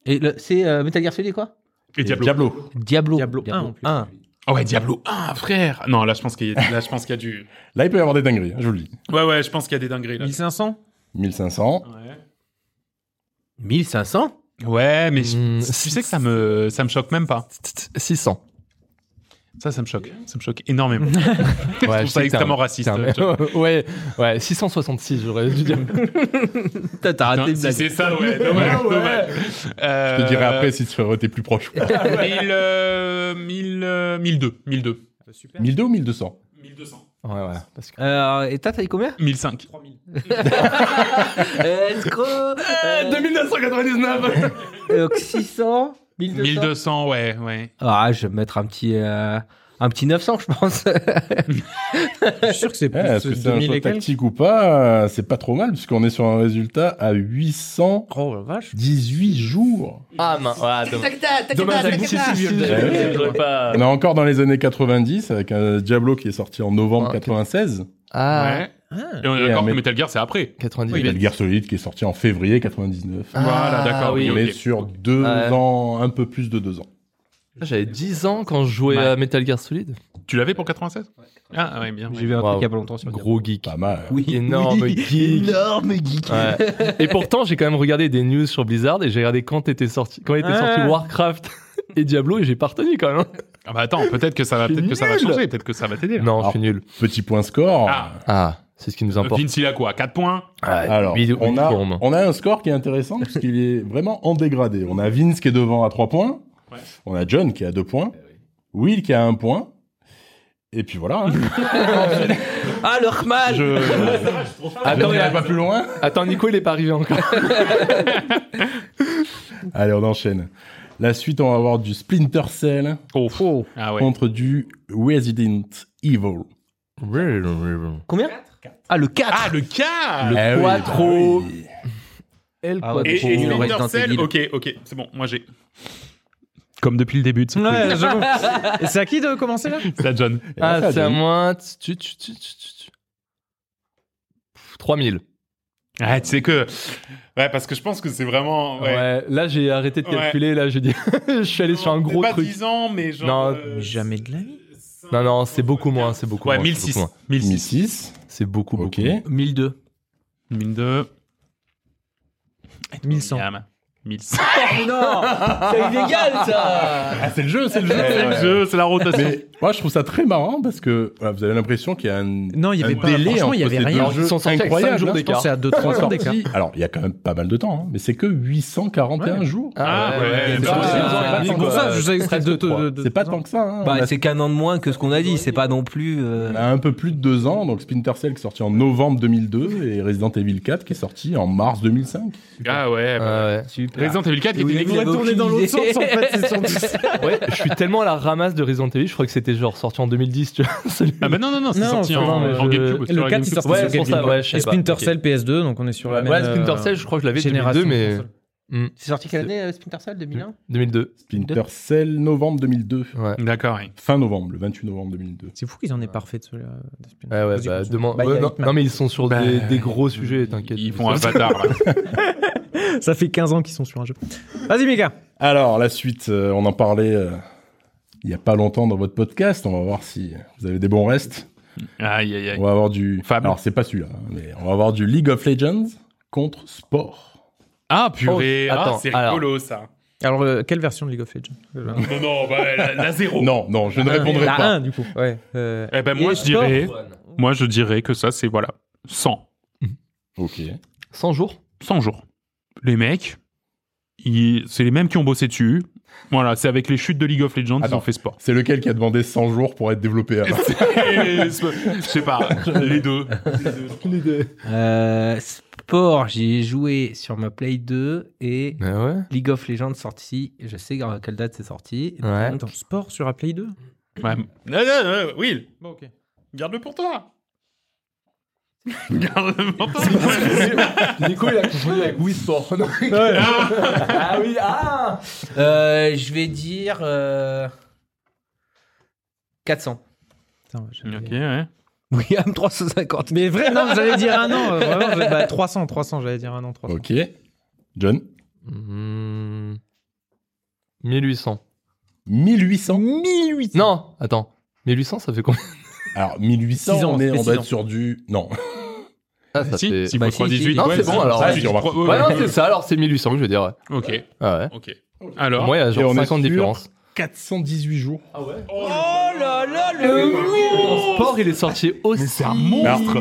Speaker 4: Et le- c'est euh, Metal Gear Solid, quoi
Speaker 1: Et Diablo.
Speaker 5: Diablo.
Speaker 4: Diablo.
Speaker 6: Diablo 1 en plus.
Speaker 4: 1.
Speaker 1: Ah ouais, Diablo 1, frère Non, là, je pense qu'il y, a- là, je pense qu'il y a du...
Speaker 5: Là, il peut y avoir des dingueries, hein, je vous le dis.
Speaker 1: Ouais, ouais, je pense qu'il y a des dingueries, là.
Speaker 6: 1500
Speaker 5: 1500.
Speaker 4: 1500
Speaker 1: Ouais, mais je-
Speaker 3: Hmm,
Speaker 1: tu sais que ça me, ça me choque même pas.
Speaker 3: 600.
Speaker 1: Ça, ça me choque. Ça me choque énormément. je trouve ça
Speaker 3: je sais que t'es un-
Speaker 1: extrêmement raciste.
Speaker 3: t'es un-
Speaker 1: tu vois.
Speaker 3: ouais, ouais, 666, j'aurais dû dire.
Speaker 4: Putain, T'as raté
Speaker 1: Putain,
Speaker 4: une
Speaker 1: si
Speaker 4: blague.
Speaker 1: c'est ça, Ah ouais, dommage, dommage.
Speaker 5: Je te dirai
Speaker 1: Euh,
Speaker 5: après si tu euh, t'es plus proche.
Speaker 1: 1000, euh, 1000, euh, 1002, 1002.
Speaker 6: Super.
Speaker 5: 1200 ou 1200
Speaker 1: 1200.
Speaker 3: Ouais, ouais. Parce que...
Speaker 4: Euh, et toi, t'as dit combien
Speaker 1: 1005.
Speaker 4: Escroc
Speaker 1: Eh,
Speaker 4: Euh,
Speaker 5: 2999
Speaker 4: Donc 600 1200.
Speaker 1: 1200, ouais, ouais.
Speaker 4: Ah, je vais mettre un petit, euh, un petit 900, je pense.
Speaker 6: Je suis sûr que c'est plus
Speaker 5: Eh, Est-ce
Speaker 6: de
Speaker 5: que c'est un
Speaker 6: 2000
Speaker 5: choix
Speaker 6: et quelques.
Speaker 5: tactique ou pas euh, C'est pas trop mal, puisqu'on est sur un résultat à 818
Speaker 6: Oh la vache.
Speaker 5: jours.
Speaker 3: Ah, mince. Ouais, dommage. Dommage, à Gucci, si je
Speaker 5: Ouais.
Speaker 3: j'aurais pas.
Speaker 5: On est encore dans les années 90, avec un Diablo qui est sorti en novembre
Speaker 3: Ah, ok.
Speaker 5: 96.
Speaker 3: Ah,
Speaker 1: ouais. Et on est
Speaker 5: Et
Speaker 1: d'accord
Speaker 5: un
Speaker 1: que
Speaker 5: mét-
Speaker 1: Metal Gear, c'est après.
Speaker 3: 90.
Speaker 5: Il y a le Guerre Solide qui est sorti en février 99.
Speaker 3: Ah,
Speaker 1: voilà, d'accord. Oui,
Speaker 3: oui.
Speaker 5: on
Speaker 1: ok.
Speaker 5: est sur deux
Speaker 3: Ouais.
Speaker 5: ans, un peu plus de deux ans.
Speaker 3: J'avais 10 ans quand je jouais
Speaker 1: Ouais.
Speaker 3: à Metal Gear Solid.
Speaker 1: Tu l'avais pour 96 Ah, ouais, bien. ouais.
Speaker 4: J'ai vu un
Speaker 3: Wow.
Speaker 4: truc il y a pas longtemps sur
Speaker 3: Gros geek.
Speaker 5: Pas mal.
Speaker 4: Oui,
Speaker 3: Énorme
Speaker 4: oui,
Speaker 3: geek.
Speaker 4: Énorme geek.
Speaker 3: Ouais. Et pourtant, j'ai quand même regardé des news sur Blizzard et j'ai regardé quand était sorti, quand était
Speaker 6: Ah.
Speaker 3: sorti Warcraft et Diablo et j'ai pas retenu quand même.
Speaker 1: Ah bah attends, peut-être que ça va,
Speaker 3: Je suis
Speaker 1: peut-être que ça va
Speaker 3: nul.
Speaker 1: changer, peut-être que ça va t'aider. là.
Speaker 3: Non, je
Speaker 5: Alors,
Speaker 3: suis nul.
Speaker 5: Petit point score.
Speaker 1: Ah,
Speaker 3: Ah, c'est ce qui nous importe.
Speaker 1: Vince, il a quoi 4 points
Speaker 3: Ah,
Speaker 5: Alors,
Speaker 3: Huit-
Speaker 5: on
Speaker 3: huit
Speaker 5: a,
Speaker 3: bombes.
Speaker 5: on a un score qui est intéressant parce qu'il est vraiment en dégradé. On a Vince qui est devant à 3 points.
Speaker 1: Ouais.
Speaker 5: On a John qui a 2 points. Will qui a 1 point. Et puis voilà. hein.
Speaker 4: Ah, le Rahman
Speaker 5: Je,
Speaker 3: Attends,
Speaker 5: je n'irai
Speaker 3: il y a-
Speaker 5: pas plus loin.
Speaker 3: Attends, Nico, il est pas arrivé encore.
Speaker 5: Allez, on enchaîne. La suite, on va avoir du Splinter Cell
Speaker 1: Oh. Ah ouais.
Speaker 5: contre du Resident Evil.
Speaker 4: Combien Ah, le 4
Speaker 1: Ah, le cas
Speaker 5: Eh oui,
Speaker 3: quattro.
Speaker 5: bah oui.
Speaker 3: Elle,
Speaker 4: Ah
Speaker 3: quoi,
Speaker 4: ouais,
Speaker 1: Et,
Speaker 4: Trop
Speaker 1: et
Speaker 4: Resident
Speaker 1: Splinter Cell,
Speaker 4: Evil.
Speaker 1: ok, ok, c'est bon, moi j'ai. Comme depuis le début de ce
Speaker 6: Ouais, j'avoue. Et c'est à qui de commencer là
Speaker 1: C'est à John.
Speaker 5: Et là, ça
Speaker 3: Ah, c'est à
Speaker 5: donne.
Speaker 3: moi. Tu, tu, tu, tu, tu, tu. Pff, 3000.
Speaker 1: Ah, tu sais que. Ouais, parce que je pense que c'est vraiment.
Speaker 3: Ouais.
Speaker 1: Ouais.
Speaker 3: là j'ai arrêté de calculer. Là, j'ai dit, je suis allé sur un gros
Speaker 1: pas
Speaker 3: truc.
Speaker 1: 10 ans, mais genre.
Speaker 3: Non,
Speaker 1: euh,
Speaker 6: Jamais de la vie.
Speaker 3: Non, non, c'est beaucoup moins. C'est beaucoup
Speaker 1: Ouais,
Speaker 3: moins. c'est
Speaker 1: 1006.
Speaker 3: beaucoup moins.
Speaker 1: 1006.
Speaker 5: 1006.
Speaker 3: C'est beaucoup, beaucoup.
Speaker 5: Ok.
Speaker 3: moins.
Speaker 4: 1002.
Speaker 1: 1002.
Speaker 6: 1100.
Speaker 1: Ah, 1100.
Speaker 3: Oh,
Speaker 4: non C'est illégal, ça
Speaker 5: Ah, c'est le jeu, c'est le jeu.
Speaker 1: C'est le jeu, c'est la rotation.
Speaker 5: Mais moi, je trouve ça très marrant parce que voilà, vous avez l'impression qu'il y a un,
Speaker 6: Non, il y
Speaker 5: un
Speaker 6: avait pas-
Speaker 5: délai
Speaker 6: franchement, il y
Speaker 5: entre ces
Speaker 6: avait rien.
Speaker 5: deux jeux
Speaker 3: Ils sont sortis avec
Speaker 5: incroyables,
Speaker 3: cinq jours
Speaker 5: hein.
Speaker 3: d'écart.
Speaker 6: C'est à 2-3 ans
Speaker 5: Sorti-
Speaker 6: d'écart.
Speaker 5: Alors, il y a quand même pas mal de temps, hein, mais c'est que 841 jours.
Speaker 1: Ah ouais,
Speaker 3: c'est
Speaker 1: mais
Speaker 3: pour
Speaker 1: ouais,
Speaker 3: ça,
Speaker 1: ouais,
Speaker 3: ils ont
Speaker 1: ouais,
Speaker 3: pas
Speaker 6: C'est
Speaker 3: tant,
Speaker 6: pour
Speaker 3: quoi.
Speaker 6: ça, je savais que c'était de-
Speaker 5: Trois.
Speaker 6: de- de-
Speaker 5: C'est pas
Speaker 6: deux
Speaker 5: tant que ça. hein. on,
Speaker 4: Bah,
Speaker 5: a,
Speaker 4: c'est qu'un an de moins que ce qu'on a dit, c'est pas non plus... euh,
Speaker 5: on
Speaker 6: Bah,
Speaker 5: a un peu plus de deux ans. Donc, Splinter Cell qui est sorti en novembre 2002 et Resident Evil 4 qui est sorti en mars 2005.
Speaker 1: Ah ouais. bah.
Speaker 3: Ah ouais.
Speaker 4: Super.
Speaker 1: Resident Evil 4 qui était
Speaker 4: Oui,
Speaker 1: une
Speaker 4: vous avez
Speaker 6: Retourner
Speaker 4: aucune
Speaker 6: dans l'autre
Speaker 4: idée.
Speaker 6: sens en fait, c'est sur
Speaker 3: Ouais, je suis tellement à la ramasse de Resident Evil, je crois que c'était genre sorti en 2010, tu vois. celui-là.
Speaker 1: Ah bah non, non, non, c'est
Speaker 6: Non,
Speaker 1: sorti
Speaker 6: enfin,
Speaker 1: en,
Speaker 3: non, euh, mais
Speaker 1: en
Speaker 3: je-
Speaker 1: GameCube.
Speaker 6: Et le 4 il
Speaker 1: sorti
Speaker 6: sortait
Speaker 3: Ouais,
Speaker 6: sur
Speaker 3: c'est pour
Speaker 6: GameCube.
Speaker 3: ça, ouais, je sais
Speaker 6: Et
Speaker 3: pas.
Speaker 6: Splinter
Speaker 3: Ok.
Speaker 6: Cell PS2, donc on est sur la même
Speaker 3: Ouais, Splinter
Speaker 6: euh,
Speaker 3: Cell, je crois que je l'avais
Speaker 6: génération
Speaker 3: 2002,
Speaker 6: de
Speaker 3: mais.
Speaker 6: consoles.
Speaker 3: Hmm,
Speaker 4: C'est sorti quelle année, euh, Splinter Cell 2001
Speaker 3: 2002.
Speaker 5: Splinter Cell novembre 2002.
Speaker 3: Ouais.
Speaker 1: D'accord, oui.
Speaker 5: Fin novembre, le 28 novembre 2002.
Speaker 6: C'est fou qu'ils en aient parfait de celui-là. de Splinter.
Speaker 3: Ouais, ouais,
Speaker 6: Vas-y,
Speaker 3: bah,
Speaker 6: continue.
Speaker 3: demande.
Speaker 6: Bah, il y
Speaker 3: ouais,
Speaker 6: a
Speaker 3: non,
Speaker 6: Hitman.
Speaker 3: non, mais ils sont sur
Speaker 1: Bah,
Speaker 3: des, des gros sujets, t'inquiète.
Speaker 1: Ils font un bâtard, là.
Speaker 6: Ça fait 15 ans qu'ils sont sur un jeu. Vas-y, Mika.
Speaker 5: Alors, la suite, euh, on en parlait euh, il y a pas longtemps dans votre podcast. On va voir si vous avez des bons restes.
Speaker 1: Aïe, aïe,
Speaker 3: Oh,
Speaker 1: aïe.
Speaker 5: On va avoir du.
Speaker 1: Fable.
Speaker 5: Alors, c'est pas celui-là, hein, mais on va avoir du League of Legends contre sport.
Speaker 1: Ah, purée.
Speaker 3: Oh,
Speaker 1: ah,
Speaker 3: attends,
Speaker 1: c'est
Speaker 3: alors.
Speaker 1: rigolo, ça.
Speaker 6: Alors, euh, quelle version de League of Legends
Speaker 1: Non, non, bah, la, la zéro.
Speaker 5: Non, non,
Speaker 6: Ah,
Speaker 5: je ne répondrai
Speaker 6: La
Speaker 5: pas.
Speaker 6: 1, du coup. Ouais. euh,
Speaker 1: Eh ben, moi,
Speaker 6: Et
Speaker 1: je
Speaker 6: sport.
Speaker 1: dirais. Moi, je dirais que ça, c'est, voilà, 100.
Speaker 5: Ok.
Speaker 3: 100 jours
Speaker 1: 100 jours. Les mecs, ils- c'est les mêmes qui ont bossé dessus. Voilà, c'est avec les chutes de League of Legends qu'ils
Speaker 5: Attends.
Speaker 1: ont fait sport.
Speaker 5: C'est lequel qui a demandé 100 jours pour être développé alors
Speaker 1: Je sais pas, les deux.
Speaker 4: Euh, Sport, j'y ai joué sur ma Play 2 et...
Speaker 3: Mais Ah ouais.
Speaker 4: League of Legends sorti, je sais à quelle date c'est sorti.
Speaker 3: Ouais.
Speaker 6: Attends, sport sur la Play 2
Speaker 1: Ouais. Non, non, non, Will,
Speaker 6: Bon, ok.
Speaker 1: garde-le pour toi. Garde-le pour toi.
Speaker 3: Nico, il a confondu avec Wii Sport.
Speaker 4: Ah oui, ah euh, Je vais dire euh, 400.
Speaker 1: ok, ouais.
Speaker 4: William 350.
Speaker 6: Mais vrai, non, j'allais dire un an. euh, vraiment, j'ai- bah, 300, 300, j'allais dire un an, 300.
Speaker 3: Hmm.
Speaker 5: Ok. John
Speaker 3: 1800.
Speaker 5: 1800.
Speaker 6: 1800.
Speaker 3: Non, attends. 1800, ça fait combien
Speaker 5: Alors, 1800,
Speaker 6: Six ans,
Speaker 5: on, est,
Speaker 6: mais
Speaker 5: on
Speaker 6: six
Speaker 5: doit
Speaker 6: ans.
Speaker 5: être sur du. Non.
Speaker 3: Ah, ça
Speaker 1: Si,
Speaker 3: fait.
Speaker 1: 6
Speaker 4: Bah,
Speaker 1: x
Speaker 4: si,
Speaker 1: 3,
Speaker 4: si.
Speaker 1: 18.
Speaker 3: Non,
Speaker 1: ouais,
Speaker 3: c'est bon, alors,
Speaker 1: Ah,
Speaker 5: ouais.
Speaker 1: tu remarques- ouais,
Speaker 3: Ouais, non,
Speaker 1: ouais.
Speaker 3: c'est ça, alors c'est 1800 que je dirais.
Speaker 1: Ok,
Speaker 3: Ah ouais.
Speaker 1: ok.
Speaker 3: Pour
Speaker 1: Alors,
Speaker 3: Moi, il y a
Speaker 5: Et
Speaker 3: genre
Speaker 5: on est
Speaker 3: 50
Speaker 5: sûr
Speaker 3: différences.
Speaker 5: 418 jours.
Speaker 4: Ah,
Speaker 3: Mon sport, il est sorti aussi.
Speaker 1: c'est un monstre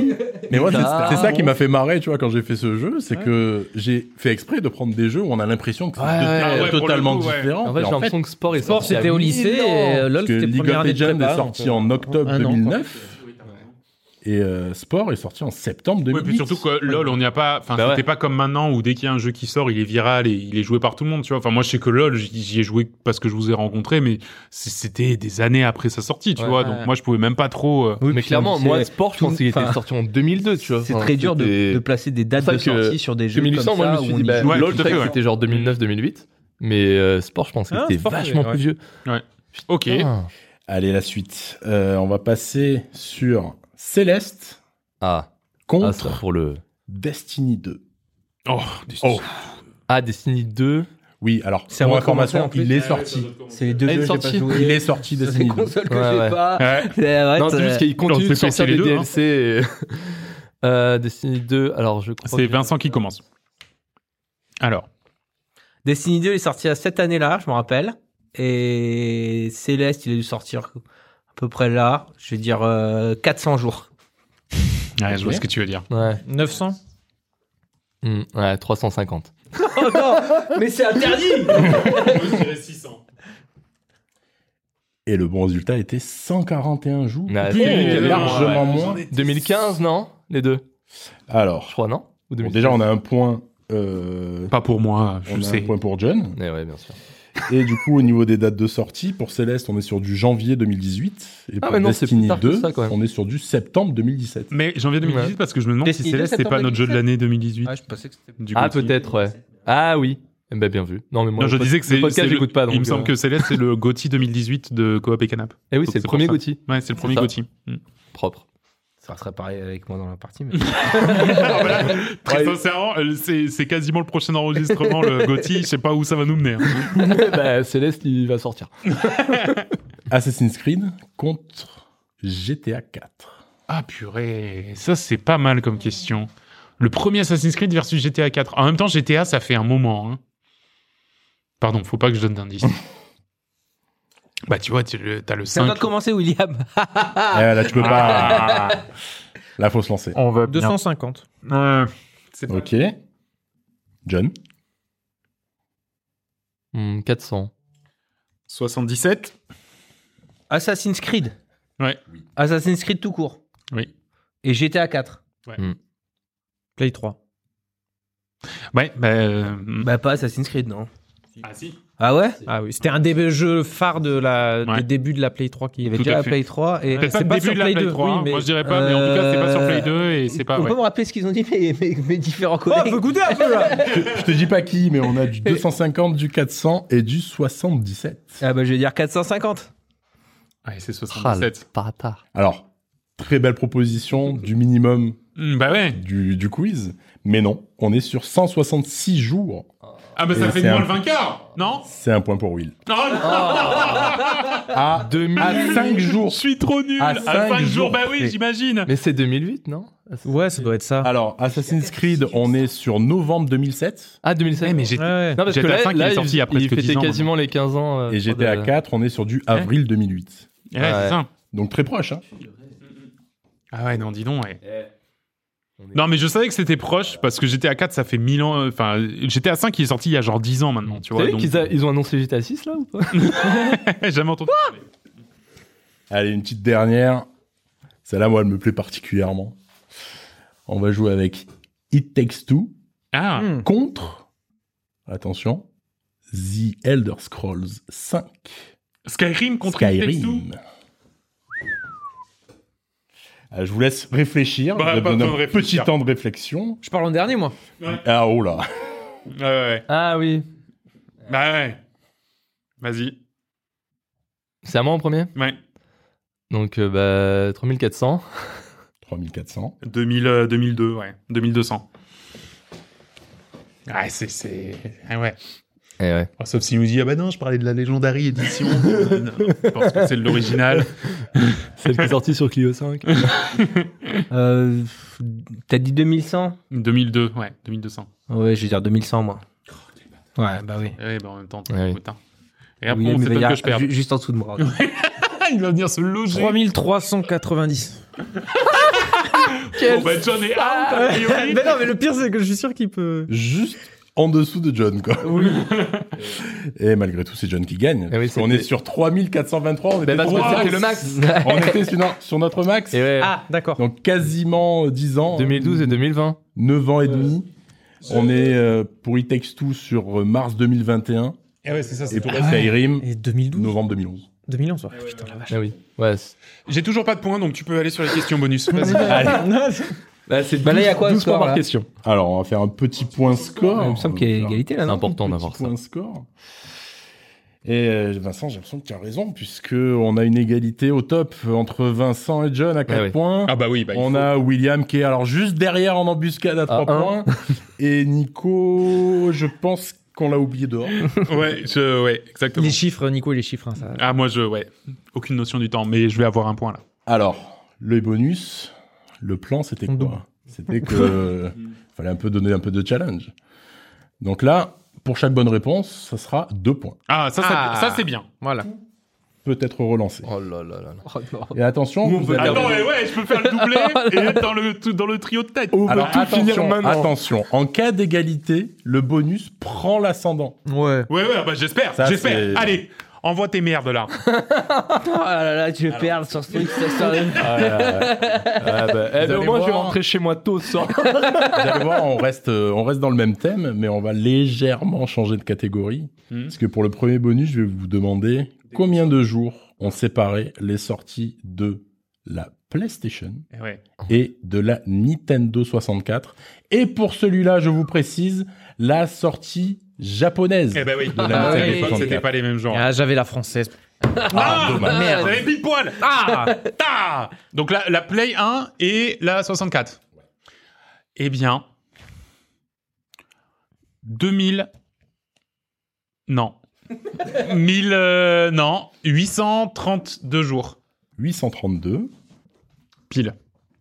Speaker 5: Mais moi,
Speaker 3: Putain.
Speaker 5: c'est- c'est ça qui m'a fait marrer, tu vois, quand j'ai fait ce jeu, c'est que j'ai fait exprès de prendre des jeux où on a l'impression que c'est
Speaker 3: Ouais,
Speaker 5: deux
Speaker 3: ouais,
Speaker 5: termes
Speaker 1: Ah ouais, pour
Speaker 5: totalement
Speaker 1: le coup, ouais.
Speaker 5: différents.
Speaker 3: En fait,
Speaker 5: Et
Speaker 3: j'ai
Speaker 5: en fait,
Speaker 3: l'impression que sport est
Speaker 6: Sport,
Speaker 3: sorti. à
Speaker 6: c'était au
Speaker 3: 1000
Speaker 6: lycée
Speaker 3: ans.
Speaker 4: euh,
Speaker 6: et LOL,
Speaker 5: parce que
Speaker 6: c'était
Speaker 5: League
Speaker 6: première
Speaker 5: of
Speaker 6: année de
Speaker 5: Legends
Speaker 6: prépa,
Speaker 5: est
Speaker 6: donc,
Speaker 5: sorti
Speaker 6: euh,
Speaker 5: en octobre
Speaker 6: un an, quoi.
Speaker 5: 2009 et euh, Sport est sorti en septembre
Speaker 1: Oui,
Speaker 5: 2008.
Speaker 1: puis surtout que LOL, on n'y a pas. Enfin,
Speaker 3: Bah
Speaker 1: c'était
Speaker 3: ouais.
Speaker 1: pas comme maintenant où dès qu'il y a un jeu qui sort, il est viral et il est joué par tout le monde, tu vois. Enfin, moi, je sais que LOL, j'y j'y ai joué parce que je vous ai rencontré, mais c- c'était des années après sa sortie, tu
Speaker 3: Ouais,
Speaker 1: vois.
Speaker 3: ouais.
Speaker 1: Donc, moi, je pouvais même pas trop. euh,
Speaker 4: Oui,
Speaker 3: mais
Speaker 4: puis
Speaker 3: clairement,
Speaker 4: c'est-
Speaker 3: moi, sport, je
Speaker 4: tout-
Speaker 3: pense qu'il était
Speaker 4: enfin,
Speaker 3: sorti en 2002, tu vois.
Speaker 4: C'est
Speaker 3: Enfin,
Speaker 4: très dur de,
Speaker 3: c'était-
Speaker 4: de placer des dates
Speaker 3: C'est
Speaker 4: de
Speaker 3: pour ça que-
Speaker 4: sortie sur des
Speaker 3: Parce que
Speaker 4: jeux
Speaker 3: 1800,
Speaker 4: comme ça.
Speaker 3: moi, je me suis
Speaker 4: où
Speaker 3: dit,
Speaker 4: on
Speaker 3: bah,
Speaker 4: y-
Speaker 1: Ouais,
Speaker 3: LOL,
Speaker 1: tout
Speaker 3: je
Speaker 1: à fait,
Speaker 3: savais que
Speaker 1: ouais.
Speaker 3: c'était genre 2009-2008. Mais euh, sport, je pense qu'il
Speaker 6: Ah,
Speaker 3: était
Speaker 6: sport,
Speaker 3: vachement
Speaker 6: ouais.
Speaker 3: plus vieux.
Speaker 1: Ok.
Speaker 3: Ah.
Speaker 5: Allez, la suite. Euh, on va passer sur Céleste
Speaker 3: Ah, ah, ça,
Speaker 5: contre
Speaker 3: pour le.
Speaker 5: Destiny 2.
Speaker 1: Oh,
Speaker 5: Oh.
Speaker 3: Ah, Destiny 2.
Speaker 5: Oui, alors
Speaker 4: C'est
Speaker 5: pour
Speaker 4: recommencé,
Speaker 5: information,
Speaker 4: en plus.
Speaker 5: il est sorti.
Speaker 4: C'est les deux
Speaker 3: Elle est
Speaker 4: jeux que j'ai
Speaker 3: sortie.
Speaker 4: pas joués.
Speaker 5: Il est sorti
Speaker 4: C'est les
Speaker 5: Destiny 2.
Speaker 4: consoles que
Speaker 3: Ouais,
Speaker 4: j'ai
Speaker 3: ouais.
Speaker 4: pas.
Speaker 1: Ouais.
Speaker 4: C'est vrai,
Speaker 3: non, c'est
Speaker 4: Ah, t'as-
Speaker 3: juste qu'il
Speaker 1: on
Speaker 3: continue
Speaker 1: s'est
Speaker 3: de
Speaker 1: fait
Speaker 3: sortir
Speaker 1: les
Speaker 3: des
Speaker 1: deux, hein.
Speaker 3: DLC. et- Euh, Destiny 2, alors je crois.
Speaker 1: C'est
Speaker 3: que-
Speaker 1: Vincent qui commence. Alors,
Speaker 4: Destiny 2 il est sorti à cette année-là, je me rappelle. Et Céleste, il a dû sortir à peu près là, je vais dire euh, 400 jours.
Speaker 1: ouais, je vois ce que tu veux dire.
Speaker 3: Ouais.
Speaker 6: 900.
Speaker 3: Hmm, ouais, 350.
Speaker 4: Oh non, mais c'est interdit
Speaker 5: Et le bon résultat était 141 jours.
Speaker 3: Ouais,
Speaker 5: Plus,
Speaker 3: c'est-
Speaker 1: Oh,
Speaker 5: largement moins.
Speaker 3: 2015, non Les deux Je
Speaker 5: Alors,
Speaker 3: crois, non Ou
Speaker 5: bon,
Speaker 3: 2015?
Speaker 5: déjà, on a un point. euh,
Speaker 1: Pas pour moi,
Speaker 5: on
Speaker 1: je
Speaker 5: a
Speaker 1: sais.
Speaker 5: un point pour John.
Speaker 3: Eh ouais, bien sûr.
Speaker 5: Et du coup, au niveau des dates de sortie, pour Céleste, on est sur du janvier 2018. Et
Speaker 3: Ah,
Speaker 5: pour
Speaker 3: mais non, c'est plus
Speaker 5: Destiny
Speaker 3: tard que
Speaker 5: 2,
Speaker 3: ça, quand même.
Speaker 5: on est sur du septembre 2017.
Speaker 1: Mais janvier 2018, parce que je me demande si
Speaker 4: Destiny
Speaker 1: Céleste,
Speaker 4: 2,
Speaker 1: c'est pas notre jeu de l'année 2018.
Speaker 4: je pensais que c'était
Speaker 1: du
Speaker 3: Ah,
Speaker 1: Gauthier.
Speaker 3: peut-être, ouais. Ah oui. Eh ben, bien vu. Non, mais moi,
Speaker 1: Non, je
Speaker 3: le pod-
Speaker 1: disais que c'est.
Speaker 3: le podcast,
Speaker 1: c'est le-
Speaker 3: j'écoute pas. euh,
Speaker 1: Il me semble que Céleste, c'est le Gauthier 2018 de Coop et Canap.
Speaker 3: Eh oui,
Speaker 1: Donc,
Speaker 3: c'est
Speaker 1: c'est
Speaker 3: le
Speaker 1: pour
Speaker 3: premier
Speaker 1: ça.
Speaker 3: Gauthier.
Speaker 1: Ouais, c'est le premier
Speaker 3: ça.
Speaker 1: Gauthier. Mm.
Speaker 3: Propre.
Speaker 4: Ça serait pareil avec moi dans la partie, mais...
Speaker 1: Ah, voilà. Très
Speaker 5: Ouais.
Speaker 1: sincèrement, euh, c'est c'est quasiment le prochain enregistrement, le Gauthier. Je sais pas où ça va nous mener. hein.
Speaker 3: bah, Céleste, il va sortir.
Speaker 5: Assassin's Creed contre GTA 4.
Speaker 1: Ah purée, ça c'est pas mal comme question. Le premier Assassin's Creed versus GTA 4. En même temps, GTA, ça fait un moment. hein. Pardon, faut pas que je donne d'indice. bah tu vois, tu le- t'as le
Speaker 4: Ça
Speaker 1: 5.
Speaker 4: doit commencer, William.
Speaker 3: Ah.
Speaker 5: Eh, là, tu peux pas. Là, faut se lancer.
Speaker 1: on va
Speaker 6: 250.
Speaker 1: Euh, c'est pas-
Speaker 5: Ok. John.
Speaker 3: Hmm, 400.
Speaker 1: 77
Speaker 4: Assassin's Creed.
Speaker 1: Ouais.
Speaker 4: Assassin's Creed tout court.
Speaker 1: Oui.
Speaker 4: Et GTA 4.
Speaker 6: Play 3.
Speaker 1: Ouais, bah... euh,
Speaker 4: Bah pas Assassin's Creed, non.
Speaker 1: Ah si
Speaker 4: Ah ouais
Speaker 6: Ah oui, c'était un des jeux phares de la,
Speaker 1: Ouais.
Speaker 6: des débuts de la Play 3 qui
Speaker 4: Il y avait
Speaker 1: Tout
Speaker 4: déjà
Speaker 1: à
Speaker 4: la
Speaker 1: fait.
Speaker 4: Play 3 et...
Speaker 1: Peut-être pas
Speaker 6: c'est
Speaker 1: le
Speaker 6: pas
Speaker 1: début
Speaker 6: sur
Speaker 1: de la
Speaker 6: Play
Speaker 1: Play
Speaker 6: 2,
Speaker 1: 3,
Speaker 6: oui,
Speaker 1: hein.
Speaker 6: mais- euh,
Speaker 1: moi je dirais pas, mais en tout cas c'est pas sur Play 2 et c'est pas...
Speaker 4: On
Speaker 1: ouais.
Speaker 4: peut me rappeler ce qu'ils ont dit, mes, mes- mes différents collègues
Speaker 6: Oh, goûter un peu là
Speaker 5: Je te dis pas qui, mais on a du 250, du 400 et du 77.
Speaker 4: Ah bah je vais dire 450.
Speaker 1: Ouais, c'est
Speaker 3: Ah, le
Speaker 1: 77.
Speaker 3: bâtard.
Speaker 5: Alors, très belle proposition du minimum
Speaker 1: Mm, bah ouais.
Speaker 5: du, du quiz, mais non, on est sur 166 jours.
Speaker 1: Ah bah ça fait
Speaker 5: Et c'est
Speaker 1: de moi
Speaker 5: un-
Speaker 1: le vainqueur Non
Speaker 5: C'est un point pour Will.
Speaker 1: Non, non
Speaker 5: À,
Speaker 3: 2000.
Speaker 5: à 5 jours.
Speaker 1: Je suis trop nul
Speaker 5: À
Speaker 1: À
Speaker 5: cinq
Speaker 1: 5 jours,
Speaker 5: jours
Speaker 1: bah oui,
Speaker 5: près.
Speaker 1: j'imagine
Speaker 3: Mais c'est 2008, non
Speaker 6: Ouais, ça doit être ça.
Speaker 5: Alors, Assassin's Creed, on est sur novembre 2007.
Speaker 3: Ah, 2007.
Speaker 1: mais j'ai
Speaker 6: Ouais, ouais.
Speaker 3: Non, parce que
Speaker 1: GTA
Speaker 3: là,
Speaker 1: V, il
Speaker 3: là,
Speaker 1: est sorti il y a presque
Speaker 3: il fêtait
Speaker 1: 10 ans,
Speaker 3: quasiment les 15 ans. euh,
Speaker 5: Et
Speaker 3: pour
Speaker 5: GTA
Speaker 3: de-
Speaker 5: 4, on est sur du avril 2008.
Speaker 1: Ouais, c'est ça.
Speaker 5: Donc très proche. Hein.
Speaker 1: Ah ouais, non, dis donc, ouais. Non, mais je savais que c'était proche parce que GTA 4, ça fait 1000 ans. euh, Enfin, GTA 5, il est sorti il y a genre 10 ans maintenant, tu
Speaker 3: Vous
Speaker 1: vois.
Speaker 3: savez
Speaker 1: Donc, euh.
Speaker 3: qu'ils a- ils ont annoncé GTA 6 là ou pas
Speaker 1: j'ai jamais entendu. parler.
Speaker 5: Allez, une petite dernière. Celle-là, moi, elle me plaît particulièrement. On va jouer avec It Takes Two
Speaker 1: Ah,
Speaker 6: Hmm.
Speaker 5: contre, attention, The Elder Scrolls 5.
Speaker 1: Skyrim contre It Takes Two.
Speaker 5: Skyrim. Ah, je vous laisse réfléchir.
Speaker 1: Bah,
Speaker 5: Vous avez
Speaker 1: pas
Speaker 5: besoin
Speaker 1: besoin de
Speaker 5: d'un petit
Speaker 1: réfléchir.
Speaker 5: temps de réflexion.
Speaker 6: Je parle en dernier, moi.
Speaker 5: Ah, oh là.
Speaker 1: Ouais, ouais.
Speaker 3: Ah oui.
Speaker 1: Bah ouais. Vas-y.
Speaker 3: C'est à moi en premier
Speaker 1: Ouais.
Speaker 3: Donc, euh, bah, 3400.
Speaker 5: 3400.
Speaker 1: 2000, euh, 2002, ouais. 2200. Ouais, c'est. c'est... Ah ouais.
Speaker 3: Eh ouais.
Speaker 1: Ah, Sauf s'il nous dit, ah bah non, je parlais de la légendaire édition. Non, je pense que c'est de l'original.
Speaker 3: Celle qui est sortie sur Clio Bah, 5.
Speaker 4: Euh, T'as dit 2100
Speaker 1: 2002, ouais, 2200.
Speaker 4: Ouais, je vais dire 2100, moi. Ouais, bah oui.
Speaker 1: Eh Ouais, bah en même temps,
Speaker 3: Ah oui.
Speaker 1: putain. Et après,
Speaker 4: Oui,
Speaker 1: on
Speaker 4: mais il y
Speaker 1: s'étonne
Speaker 4: a-
Speaker 1: que je perde.
Speaker 4: ju- Juste en dessous de moi.
Speaker 1: Il va venir se loger.
Speaker 6: Oh, 3390.
Speaker 1: Bon, bah, John est out, a priori.
Speaker 6: mais non, mais le pire, c'est que je suis sûr qu'il peut.
Speaker 5: Juste en dessous de John, quoi. Et malgré tout, c'est John qui gagne.
Speaker 3: Eh oui,
Speaker 5: parce qu'on est
Speaker 3: c'était-
Speaker 5: sur 3423. On était,
Speaker 3: parce
Speaker 5: sur-
Speaker 3: que c'était le max.
Speaker 5: on était sur, no- sur notre max.
Speaker 3: Et ouais.
Speaker 6: Ah, d'accord.
Speaker 5: Donc quasiment euh, 10 ans.
Speaker 3: 2012 et 2020.
Speaker 5: 9 ans et demi. On est euh, pour It Takes Two sur euh, mars 2021.
Speaker 1: Eh ouais, c'est ça, c'est
Speaker 5: Et
Speaker 1: tout
Speaker 5: pour
Speaker 1: récent.
Speaker 5: Skyrim,
Speaker 6: Et 2012
Speaker 5: novembre 2011.
Speaker 6: 2011, ouais. Putain, la vache.
Speaker 3: Ah oui. Ouais. c'est-
Speaker 1: J'ai toujours pas de points, donc tu peux aller sur les questions bonus. Vas-y.
Speaker 3: Bah, c'est
Speaker 4: Bah là, il y a quoi,
Speaker 3: 12 points
Speaker 4: score,
Speaker 3: par
Speaker 4: là
Speaker 3: question.
Speaker 5: Alors, on va faire un petit point score.
Speaker 4: Il me semble
Speaker 5: On va
Speaker 4: qu'il y a
Speaker 5: faire un
Speaker 4: égalité là,
Speaker 3: C'est
Speaker 4: non
Speaker 3: important
Speaker 5: petit
Speaker 3: d'avoir ça.
Speaker 5: point score. Et euh, Vincent, j'ai l'impression que tu as raison, puisque on a une égalité au top entre Vincent et John à 4
Speaker 3: oui.
Speaker 5: points.
Speaker 1: Ah bah oui, bah, il
Speaker 5: on
Speaker 1: faut.
Speaker 5: a William qui est alors juste derrière en embuscade à 3
Speaker 4: Ah,
Speaker 3: un.
Speaker 4: hein.
Speaker 5: points. Et Nico, je pense qu'on l'a oublié dehors.
Speaker 1: Ouais, je, ouais, exactement.
Speaker 6: Les chiffres, Nico, les chiffres, hein, ça.
Speaker 1: Ah, moi, je, ouais. Aucune notion du temps, mais je vais avoir un point là.
Speaker 5: Alors, le bonus, le plan, c'était
Speaker 6: On double.
Speaker 5: quoi C'était que fallait un peu donner un peu de challenge. Donc là, pour chaque bonne réponse, ça sera 2 points.
Speaker 1: Ah, ça, ça,
Speaker 6: Ah.
Speaker 1: ça, c'est bien.
Speaker 6: Voilà.
Speaker 5: Peut-être relancé.
Speaker 3: Oh là là là. là.
Speaker 5: Et attention, vous allez-
Speaker 1: Attends, ouais, ouais, je peux faire le doublé et être dans le, tout- dans le trio de tête.
Speaker 5: Alors attention,
Speaker 3: maintenant.
Speaker 5: attention, en cas d'égalité, le bonus prend l'ascendant.
Speaker 6: Ouais.
Speaker 1: Ouais, ouais, bah j'espère,
Speaker 5: Ça, c'est-
Speaker 1: j'espère. Allez, envoie tes merdes là.
Speaker 4: Ah là là, tu vais perdre sur ce truc. ça, ça-
Speaker 3: Ah bah, eh,
Speaker 5: Vous
Speaker 3: bah, au
Speaker 5: allez
Speaker 3: moins, je vais
Speaker 5: voir.
Speaker 3: rentrer chez moi tôt ce soir.
Speaker 5: Vous allez voir, on reste, euh, on reste dans le même thème, mais on va légèrement changer de catégorie.
Speaker 1: Mhm.
Speaker 5: Parce que pour le premier bonus, je vais vous demander combien de jours ont séparé les sorties de la PlayStation
Speaker 1: Eh Ouais.
Speaker 5: et de la Nintendo 64. Et pour celui-là, je vous précise, la sortie japonaise.
Speaker 1: Eh ben oui,
Speaker 5: De la
Speaker 1: Ah
Speaker 5: Nintendo
Speaker 1: oui, à l'époque,
Speaker 5: 64.
Speaker 1: c'était pas les mêmes genres.
Speaker 6: Ah, j'avais la française.
Speaker 5: Ah, dommage.
Speaker 1: Merde. J'avais pile poil. Ah, ta. Donc la, la Play 1 et la 64. Eh bien, 2000. Non. 1000. euh, non. 832 jours.
Speaker 5: 832.
Speaker 1: Pile.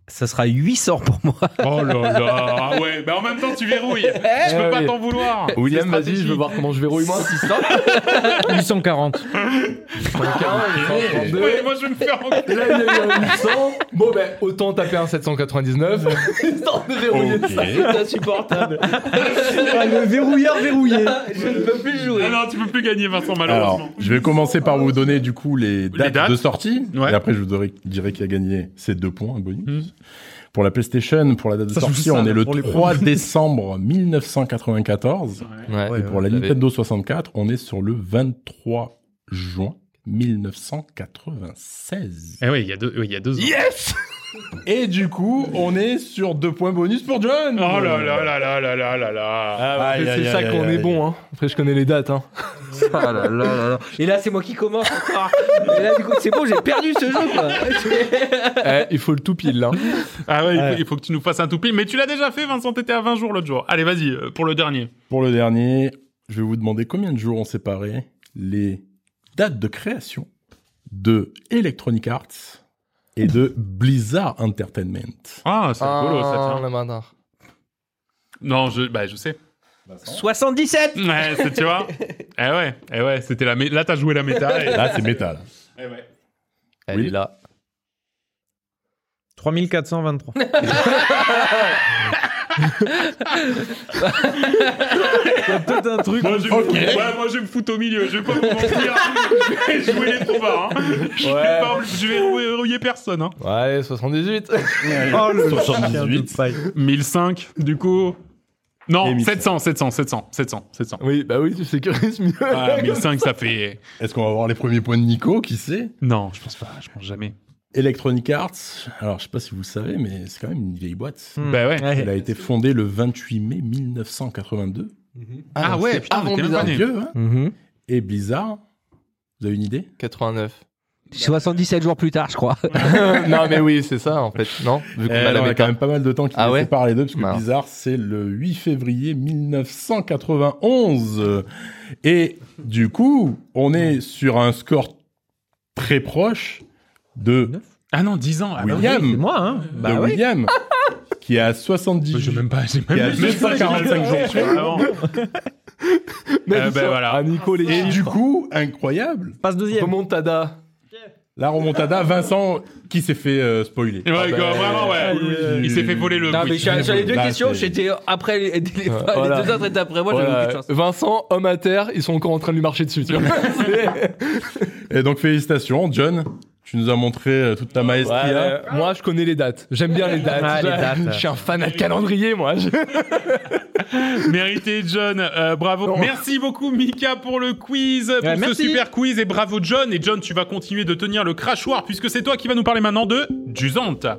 Speaker 4: ça sera 800 pour moi.
Speaker 1: Oh là là. Ah ouais, mais en même temps, tu verrouilles. Je peux
Speaker 3: Eh
Speaker 1: pas
Speaker 3: oui.
Speaker 1: t'en vouloir.
Speaker 3: William,
Speaker 1: C'est
Speaker 3: vas-y, je veux
Speaker 1: stratégique.
Speaker 3: voir comment je verrouille moi.
Speaker 6: Ah, 840.
Speaker 1: Ouais, moi, je vais me faire engueuler.
Speaker 3: Et là, il y a eu un 800. Bon, ben, autant taper un 799. Histoire de verrouiller
Speaker 5: Ok.
Speaker 3: ça, c'est insupportable.
Speaker 6: le verrouilleur verrouillé.
Speaker 4: Je ne peux plus
Speaker 1: Ah non, tu peux plus gagner, Vincent,
Speaker 5: Alors,
Speaker 1: malheureusement.
Speaker 5: je vais commencer par vous donner du coup les dates,
Speaker 1: dates.
Speaker 5: de sortie.
Speaker 1: Ouais.
Speaker 5: Et après, je vous dirai, dirai qui a gagné ces deux points, un bonus.
Speaker 1: Mhm.
Speaker 5: Pour la PlayStation, pour la date de
Speaker 6: Ça, je
Speaker 5: sortie,
Speaker 6: sais,
Speaker 5: on
Speaker 6: là,
Speaker 5: est le
Speaker 6: pour les
Speaker 5: 3 décembre 1994.
Speaker 3: Ouais, euh,
Speaker 5: et pour la Nintendo 64, on est sur le 23 juin 1996.
Speaker 1: Eh oui, il y a deux, oui, il y a deux ans.
Speaker 5: Et du coup, on est sur deux points bonus pour John.
Speaker 1: Oh là là là là là là là là.
Speaker 5: Aïe, aïe,
Speaker 3: c'est ça
Speaker 5: aïe,
Speaker 3: qu'on
Speaker 5: aïe,
Speaker 3: est bon, hein. Après, je connais les dates, hein.
Speaker 4: Et là, c'est moi qui commence encore. Et là, du coup, c'est bon, j'ai perdu ce jeu, quoi.
Speaker 3: Eh, il faut le tout pile, là.
Speaker 1: Ah ouais, il faut- Il, faut, que tu nous fasses un tout pile. Mais tu l'as déjà fait, Vincent, t'étais à 20 jours l'autre jour. Allez, vas-y, euh, pour le dernier.
Speaker 5: Pour le dernier, je vais vous demander combien de jours ont séparé les dates de création de Electronic Arts et de Blizzard Entertainment.
Speaker 1: Ah, c'est rigolo, ça
Speaker 3: Ah,
Speaker 1: tient.
Speaker 3: la bâtard.
Speaker 1: Non, je, bah, je sais.
Speaker 4: 77
Speaker 1: Ouais, c'est- tu vois. Eh ouais, eh ouais, c'était la mé- Là, t'as joué la méta. et-
Speaker 5: Là, c'est métal.
Speaker 1: Eh ouais.
Speaker 3: Elle
Speaker 5: Oui.
Speaker 3: est là.
Speaker 6: 3423. peut-être un truc.
Speaker 1: Moi, je vais me foutre- ouais, moi, je vais me foutre au milieu. Je vais pas vous mentir. je vais jouer les trouvards. Hein. Je, vais pas- je vais rouiller, rouiller personne. Hein.
Speaker 3: Ouais, 78.
Speaker 6: Oh, le
Speaker 5: 78.
Speaker 6: chien de paille.
Speaker 1: 1005, du coup. Non,
Speaker 5: Et 1005.
Speaker 1: 700, 700, 700, 700, 700.
Speaker 3: oui, bah oui, tu sécurises mieux.
Speaker 1: Ah, 1005, ça fait.
Speaker 5: Est-ce qu'on va voir les premiers points de Nico Qui sait
Speaker 1: Non, je pense pas, je pense jamais.
Speaker 5: Electronic Arts, alors je sais pas si vous le savez, mais c'est quand même une vieille boîte.
Speaker 6: Hmm.
Speaker 1: Bah ouais.
Speaker 5: Elle a été fondée le 28 mai 1982.
Speaker 1: Ah,
Speaker 3: donc
Speaker 1: ouais,
Speaker 3: c'est
Speaker 1: putain,
Speaker 5: hein
Speaker 3: avant
Speaker 1: t'es même pas
Speaker 3: Blizzard.
Speaker 1: né.
Speaker 5: Dieu, hein Et Blizzard, vous avez une idée
Speaker 3: 89.
Speaker 4: 77 jours plus tard, je crois.
Speaker 3: non, mais oui, c'est ça, en fait. Non, vu qu'on
Speaker 5: Eh,
Speaker 3: a la
Speaker 5: on a
Speaker 3: bêta.
Speaker 5: quand même pas mal de temps qui
Speaker 3: Ah
Speaker 5: nous
Speaker 3: ouais
Speaker 5: sépare les deux, parce que
Speaker 3: Mince.
Speaker 5: Blizzard, c'est le 8 février 1991. Et du coup, on est sur un score très proche de
Speaker 1: Ah non, 10 ans. Ah bah oui.
Speaker 5: William,
Speaker 6: Moi, hein.
Speaker 5: de
Speaker 6: Bah oui.
Speaker 5: William qui est à 70
Speaker 1: J'ai même pas, j'ai même,
Speaker 5: Il y a
Speaker 1: j'ai
Speaker 5: même pas 45 jours.
Speaker 1: tu vois, vraiment. Eh ben voilà.
Speaker 3: Ah, Nico, les
Speaker 5: Et du coup, incroyable,
Speaker 6: Passe deuxième.
Speaker 3: Remontada.
Speaker 5: la remontada, Vincent qui s'est fait euh, spoiler.
Speaker 1: Ouais,
Speaker 3: Ah
Speaker 1: quoi,
Speaker 3: ben,
Speaker 1: vraiment, ouais.
Speaker 5: euh,
Speaker 1: Il s'est fait voler le.
Speaker 4: Non, mais
Speaker 1: quiz.
Speaker 4: j'a- j'avais deux
Speaker 5: Là,
Speaker 4: questions.
Speaker 5: c'est-
Speaker 4: J'étais après les, les- les
Speaker 3: Voilà.
Speaker 4: deux autres étaient après moi. J'avais
Speaker 3: Voilà.
Speaker 4: aucune chance.
Speaker 3: Vincent, homme à terre, ils sont encore en train de lui marcher dessus. Tu vois C'est-
Speaker 5: Et donc, félicitations, John. Tu nous as montré euh, toute ta maestria.
Speaker 3: Ouais, Moi, je connais les dates. J'aime bien les dates.
Speaker 6: Ah, les dates.
Speaker 3: Je suis un fanat de calendrier, moi. Je-
Speaker 1: Mérité, John. euh, bravo. Merci beaucoup, Mika, pour le quiz, pour
Speaker 6: Ouais,
Speaker 1: ce
Speaker 6: merci.
Speaker 1: super quiz. Et bravo, John. Et John, tu vas continuer de tenir le crachoir puisque c'est toi qui vas nous parler maintenant de Jusante.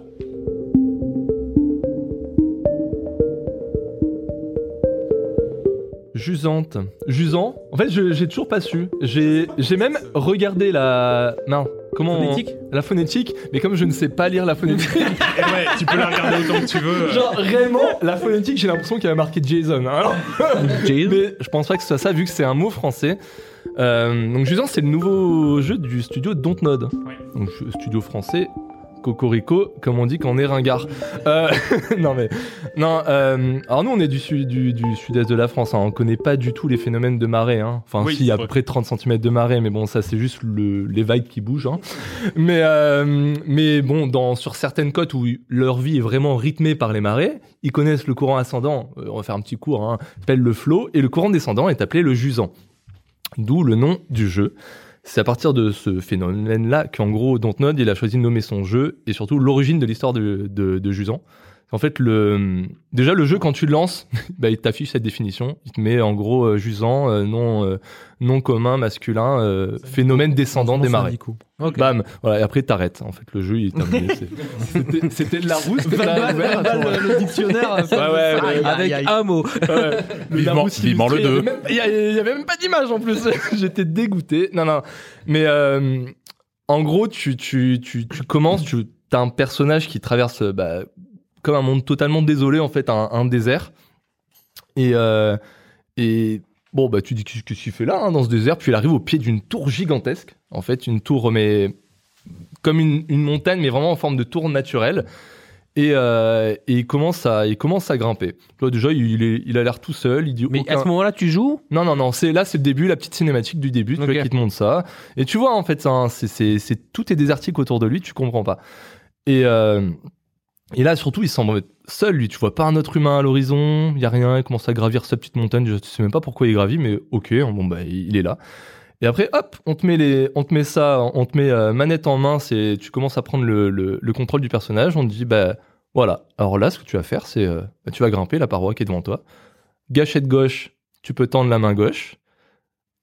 Speaker 3: Jusante. Jusant. En fait, je- j'ai toujours pas su. J'ai j'ai même regardé la. Non. Comment
Speaker 6: Phonétique
Speaker 3: La phonétique. Mais comme je ne sais pas lire la phonétique.
Speaker 1: Eh ouais, tu peux la regarder autant que tu veux.
Speaker 3: Genre, réellement, la phonétique, j'ai l'impression qu'elle a marqué Jason. hein. Alors, mais je pense pas que ce soit ça, vu que c'est un mot français. Euh, donc, Jusant, c'est le nouveau jeu du studio Dontnod. Donc, je- studio français, Cocorico, comme on dit quand on est ringard. Euh, non, mais. Non, euh, alors nous, on est du, sud- du, du sud-est de la France. hein. on connaît pas du tout les phénomènes de marée. hein. Enfin,
Speaker 1: Oui,
Speaker 3: si, il y a à
Speaker 1: c'est
Speaker 3: peu
Speaker 1: vrai.
Speaker 3: près 30 cm de marée, mais bon, ça, c'est juste le- les vagues qui bougent. hein. Mais, euh, mais bon, dans, sur certaines côtes où leur vie est vraiment rythmée par les marées, ils connaissent le courant ascendant, euh, on va faire un petit cours, hein, Ça s'appelle le flot, et le courant descendant est appelé le jusant. D'où le nom du jeu. C'est à partir de ce phénomène-là qu'en gros, Dontnod, il a choisi de nommer son jeu, et surtout l'origine de l'histoire de, de, de jusant. En fait, le, déjà, le jeu, quand tu le lances, bah, il t'affiche cette définition. Il te met, en gros, euh, jusant, euh, nom, euh, nom commun, masculin, euh, phénomène descendant des marées.
Speaker 6: Ok.
Speaker 3: Bam, voilà, et après t'arrêtes. En fait, le jeu il est terminé. C'est- C'était- C'était de la rousse que t'as ouvert à ce moment-là.
Speaker 6: le dictionnaire.
Speaker 3: Ouais, ouais, ouais.
Speaker 4: Avec un mot.
Speaker 3: Ouais. Le
Speaker 5: Vivement-
Speaker 3: Larousse
Speaker 5: vivement le
Speaker 3: illustré,
Speaker 5: deux.
Speaker 3: Il y avait, même- il y a- il y avait même pas d'image en plus. J'étais dégoûté. Non, non. Mais euh, en gros, tu, tu, tu, tu commences, tu as un personnage qui traverse euh, bah, comme un monde totalement désolé, en fait, un, un désert. Et, euh, et bon, bah, tu dis qu'est-ce qu'est-ce qu'il fait là, hein, dans ce désert. Puis il arrive au pied d'une tour gigantesque. En fait, une tour, mais comme une, une montagne, mais vraiment en forme de tour naturelle. Et, euh, et il, commence à, il commence à grimper. Tu vois, déjà, il, est- il a l'air tout seul. Il dit
Speaker 4: Mais
Speaker 3: aucun-
Speaker 4: à ce moment-là, tu joues
Speaker 3: non, non, non, c'est là, c'est le début, la petite cinématique du début, tu
Speaker 4: Ok.
Speaker 3: vois, qui te montre ça. Et tu vois, en fait, ça, hein, c'est, c'est, c'est- tout est désertique autour de lui, tu comprends pas. Et, euh, et là, surtout, il semble être seul, lui. Tu vois pas un autre humain à l'horizon, il y a rien, il commence à gravir sa petite montagne, je sais même pas pourquoi il gravit, mais ok, bon, bah, il il est là. Et après, hop, on te met, les, on te met ça, on te met euh, manette en main, c'est, tu commences à prendre le, le- le contrôle du personnage, on te dit, bah, voilà. Alors là, ce que tu vas faire, c'est, euh, bah, tu vas grimper la paroi qui est devant toi. Gâchette gauche, tu peux tendre la main gauche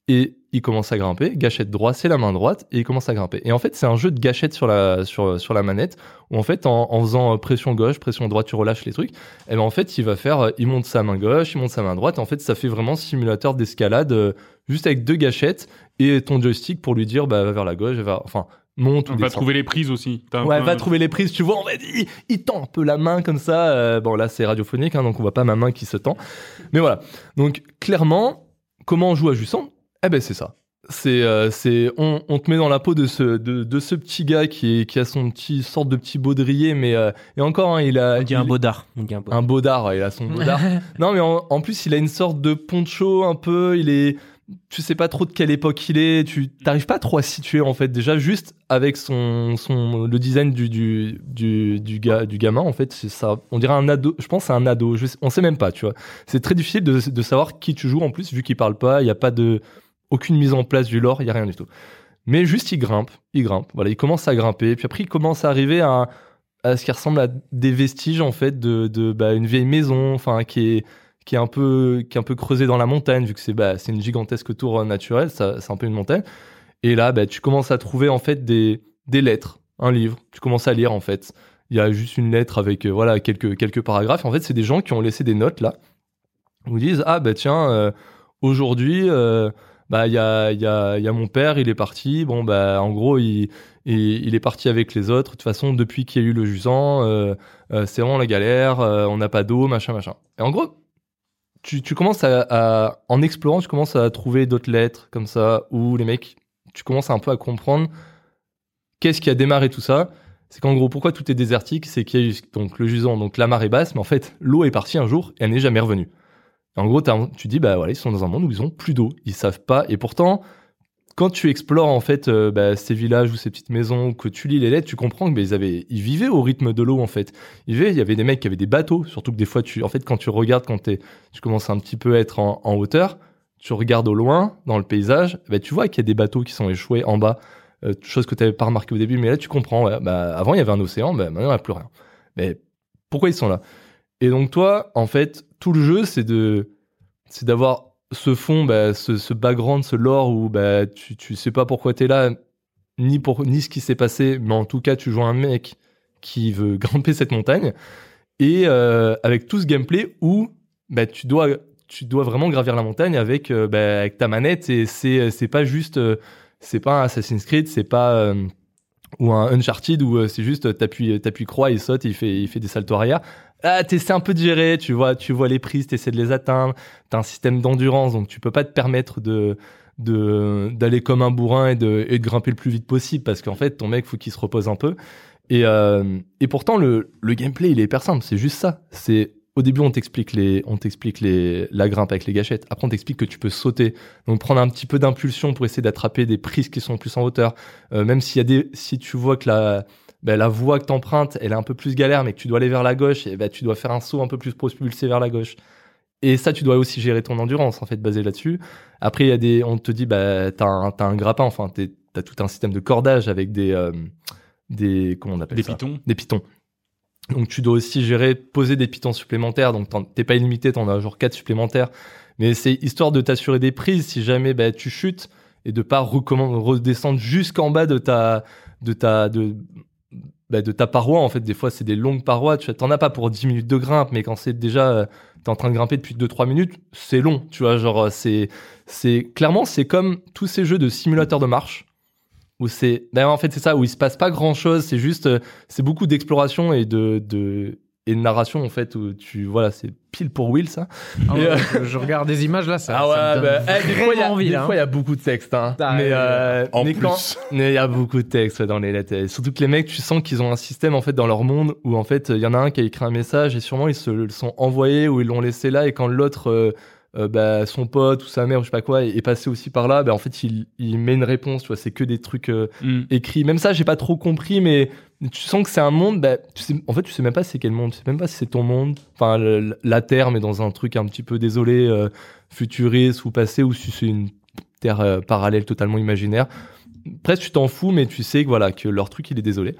Speaker 3: et il commence à grimper. Gâchette droite, c'est la main droite et il commence à grimper. Et en fait, c'est un jeu de gâchette sur la, sur, sur la manette où en fait, en, en faisant euh, pression gauche, pression droite, tu relâches les trucs. Et ben en fait, il va faire, euh, il monte sa main gauche, il monte sa main droite. En fait, ça fait vraiment simulateur d'escalade euh, juste avec deux gâchettes et ton joystick pour lui dire, bah, va vers la gauche, va, enfin, monte ou
Speaker 1: On va
Speaker 3: descends.
Speaker 1: trouver les prises aussi. T'as un
Speaker 3: Ouais,
Speaker 1: peu-
Speaker 3: va trouver les prises, tu vois. On va, il, il tend un peu la main comme ça. euh, bon, là, c'est radiophonique, hein, donc on voit pas ma main qui se tend. Mais voilà. Donc, clairement, comment on joue à Jussan Eh ben, c'est ça. C'est, euh, c'est, on, on te met dans la peau de ce, de, de ce petit gars qui, est, qui a son petit sorte de petit baudrier, mais euh, et encore, hein, il a
Speaker 4: On dit un
Speaker 3: il-
Speaker 4: baudard. On dit un baudard.
Speaker 3: un baudard, ouais, il a son baudard. non, mais en, en plus, il a une sorte de poncho un peu. Il est. Tu sais pas trop de quelle époque il est. Tu t'arrives pas trop à situer, en fait. Déjà, juste avec son, son, le design du, du, du, du, ga- du gamin, en fait, c'est ça. On dirait un ado. Je pense à un ado. Je, sais- on sait même pas, tu vois. C'est très difficile de, de savoir qui tu joues, en plus, vu qu'il parle pas. Il y a pas de. Aucune mise en place du lore, il y a rien du tout. Mais juste, il grimpe. Il grimpe. Voilà, il commence à grimper. Puis après, il commence à arriver à. un- à ce qui ressemble à des vestiges en fait de, de bah, une vieille maison enfin qui est qui est un peu qui est un peu creusée dans la montagne vu que c'est bah, c'est une gigantesque tour euh, naturelle ça c'est un peu une montagne et là bah, tu commences à trouver en fait des des lettres un livre tu commences à lire en fait il y a juste une lettre avec euh, voilà quelques quelques paragraphes en fait c'est des gens qui ont laissé des notes là ils vous disent ah bah tiens euh, aujourd'hui euh, bah il y a, il y, a, il y a mon père, il est parti. Bon bah en gros il, il, il est parti avec les autres. De toute façon depuis qu'il y a eu le jusant, euh, euh, c'est vraiment la galère. euh, on n'a pas d'eau, machin machin. Et en gros tu, tu commences à, à- en explorant, tu commences à trouver d'autres lettres comme ça où les mecs, tu commences un peu à comprendre qu'est-ce qui a démarré tout ça. C'est qu'en gros, pourquoi tout est désertique, c'est qu'il y a eu donc le jusant, donc la marée basse, mais en fait, l'eau est partie un jour et elle n'est jamais revenue. Et en gros, t'as- tu dis, bah voilà, ils sont dans un monde où ils ont plus d'eau, ils savent pas, et pourtant, quand tu explores en fait euh, bah, ces villages ou ces petites maisons, que tu lis les lettres, tu comprends que bah, ils avaient, ils vivaient au rythme de l'eau en fait. Ils vivaient, il y avait des mecs qui avaient des bateaux, surtout que des fois, tu, en fait, quand tu regardes, quand t'es, tu commences un petit peu à être en, en hauteur, tu regardes au loin dans le paysage, bah, tu vois qu'il y a des bateaux qui sont échoués en bas, euh, chose que tu n'avais pas remarqué au début, mais là tu comprends. ouais, bah, avant il y avait un océan, bah, maintenant il n'y a plus rien. Mais pourquoi ils sont là Et donc toi, en fait, tout le jeu, c'est de, c'est d'avoir ce fond, bah, ce, ce background, ce lore où bah, tu, tu sais pas pourquoi tu es là, ni pour ni ce qui s'est passé, mais en tout cas tu joues un mec qui veut grimper cette montagne et euh, avec tout ce gameplay où bah, tu dois tu dois vraiment gravir la montagne avec euh, bah, avec ta manette et c'est c'est pas juste euh, c'est pas un Assassin's Creed c'est pas euh, ou un Uncharted où euh, c'est juste euh, t'appuies t'appuies croix il saute il fait il fait des saltos arrière ah t'essaies un peu de gérer tu vois tu vois les prises t'essaies de les atteindre t'as un système d'endurance donc tu peux pas te permettre de de d'aller comme un bourrin et de, et de grimper le plus vite possible parce qu'en fait ton mec faut qu'il se repose un peu et, euh, et pourtant, le, le gameplay, il est hyper simple. C'est juste ça. C'est au début, on t'explique les, on t'explique les, la grimpe avec les gâchettes. Après, on t'explique que tu peux sauter. Donc, prendre un petit peu d'impulsion pour essayer d'attraper des prises qui sont plus en hauteur. Euh, même s'il y a des, si tu vois que la, bah, la voie que t'empruntes, elle est un peu plus galère, mais que tu dois aller vers la gauche, et bah, tu dois faire un saut un peu plus propulsé vers la gauche. Et ça, tu dois aussi gérer ton endurance, en fait, basé là-dessus. Après, il y a des, on te dit, bah, t'as un, t'as un grappin, enfin, t'es- t'as tout un système de cordage avec des, euh, des, comment on appelle
Speaker 1: Des
Speaker 3: ça
Speaker 1: pitons.
Speaker 3: des pitons. Donc tu dois aussi gérer, poser des pitons supplémentaires. Donc t'en- t'es pas illimité, t'en as genre 4 supplémentaires. Mais c'est histoire de t'assurer des prises si jamais bah, tu chutes et de pas recommen- redescendre jusqu'en bas de ta, de ta, de, bah, de ta paroi. En fait, des fois c'est des longues parois. Tu vois, t'en as pas pour 10 minutes de grimpe, mais quand c'est déjà, euh, t'es en train de grimper depuis 2-3 minutes, c'est long. Tu vois, genre euh, c'est, c'est clairement c'est comme tous ces jeux de simulateurs de marche où c'est, d'ailleurs en fait c'est ça où il se passe pas grand chose. C'est juste euh, c'est beaucoup d'exploration et de, de et de narration en fait où tu voilà c'est pile pour Will ça
Speaker 6: Ah
Speaker 3: Et,
Speaker 6: ouais,
Speaker 3: euh,
Speaker 6: je, je regarde des images là,
Speaker 3: Ah
Speaker 6: ça. ça me donne
Speaker 3: bah, eh, des fois il y a-
Speaker 6: vraiment envie,
Speaker 3: des
Speaker 6: là, hein.
Speaker 3: fois, il y a beaucoup de texte hein.
Speaker 6: Ah,
Speaker 3: mais
Speaker 6: ouais,
Speaker 3: euh,
Speaker 5: En
Speaker 3: mais
Speaker 5: plus.
Speaker 3: quand- mais il y a beaucoup de textes ouais, dans les lettres. Et surtout que les mecs, tu sens qu'ils ont un système en fait dans leur monde où en fait il y en a un qui a écrit un message et sûrement ils se le sont envoyés ou ils l'ont laissé là et quand l'autre, euh, euh, bah, son pote ou sa mère ou je sais pas quoi est, est passé aussi par là, bah, en fait il, il met une réponse. Tu vois, c'est que des trucs euh,
Speaker 1: Mm.
Speaker 3: écrits. Même ça, j'ai pas trop compris, mais tu sens que c'est un monde. Bah, tu sais, en fait, tu sais même pas c'est quel monde. Tu sais même pas si c'est ton monde. Enfin, le- la Terre, mais dans un truc un petit peu désolé, euh, futuriste ou passé, ou si c'est une terre euh, parallèle totalement imaginaire presque tu t'en fous, mais tu sais que voilà que leur truc il est désolé.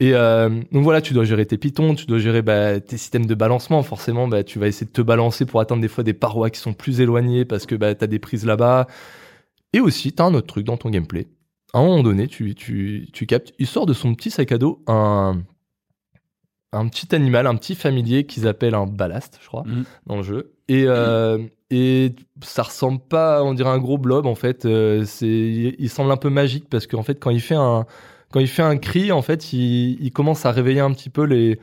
Speaker 3: Et euh, donc voilà, tu dois gérer tes pitons, tu dois gérer bah, tes systèmes de balancement. Forcément, bah, tu vas essayer de te balancer pour atteindre des fois des parois qui sont plus éloignées parce que bah, tu as des prises là-bas. Et aussi, tu as un autre truc dans ton gameplay. À un moment donné, tu, tu, tu captes, il sort de son petit sac à dos un, un petit animal, un petit familier qu'ils appellent un ballast, je crois,
Speaker 1: Mhm.
Speaker 3: dans le jeu. Et, euh, et ça ressemble pas, on dirait un gros blob en fait. Euh, c'est, il, il semble un peu magique parce qu'en fait, quand il fait un, quand il fait un cri, en fait, il, il commence à réveiller un petit peu les,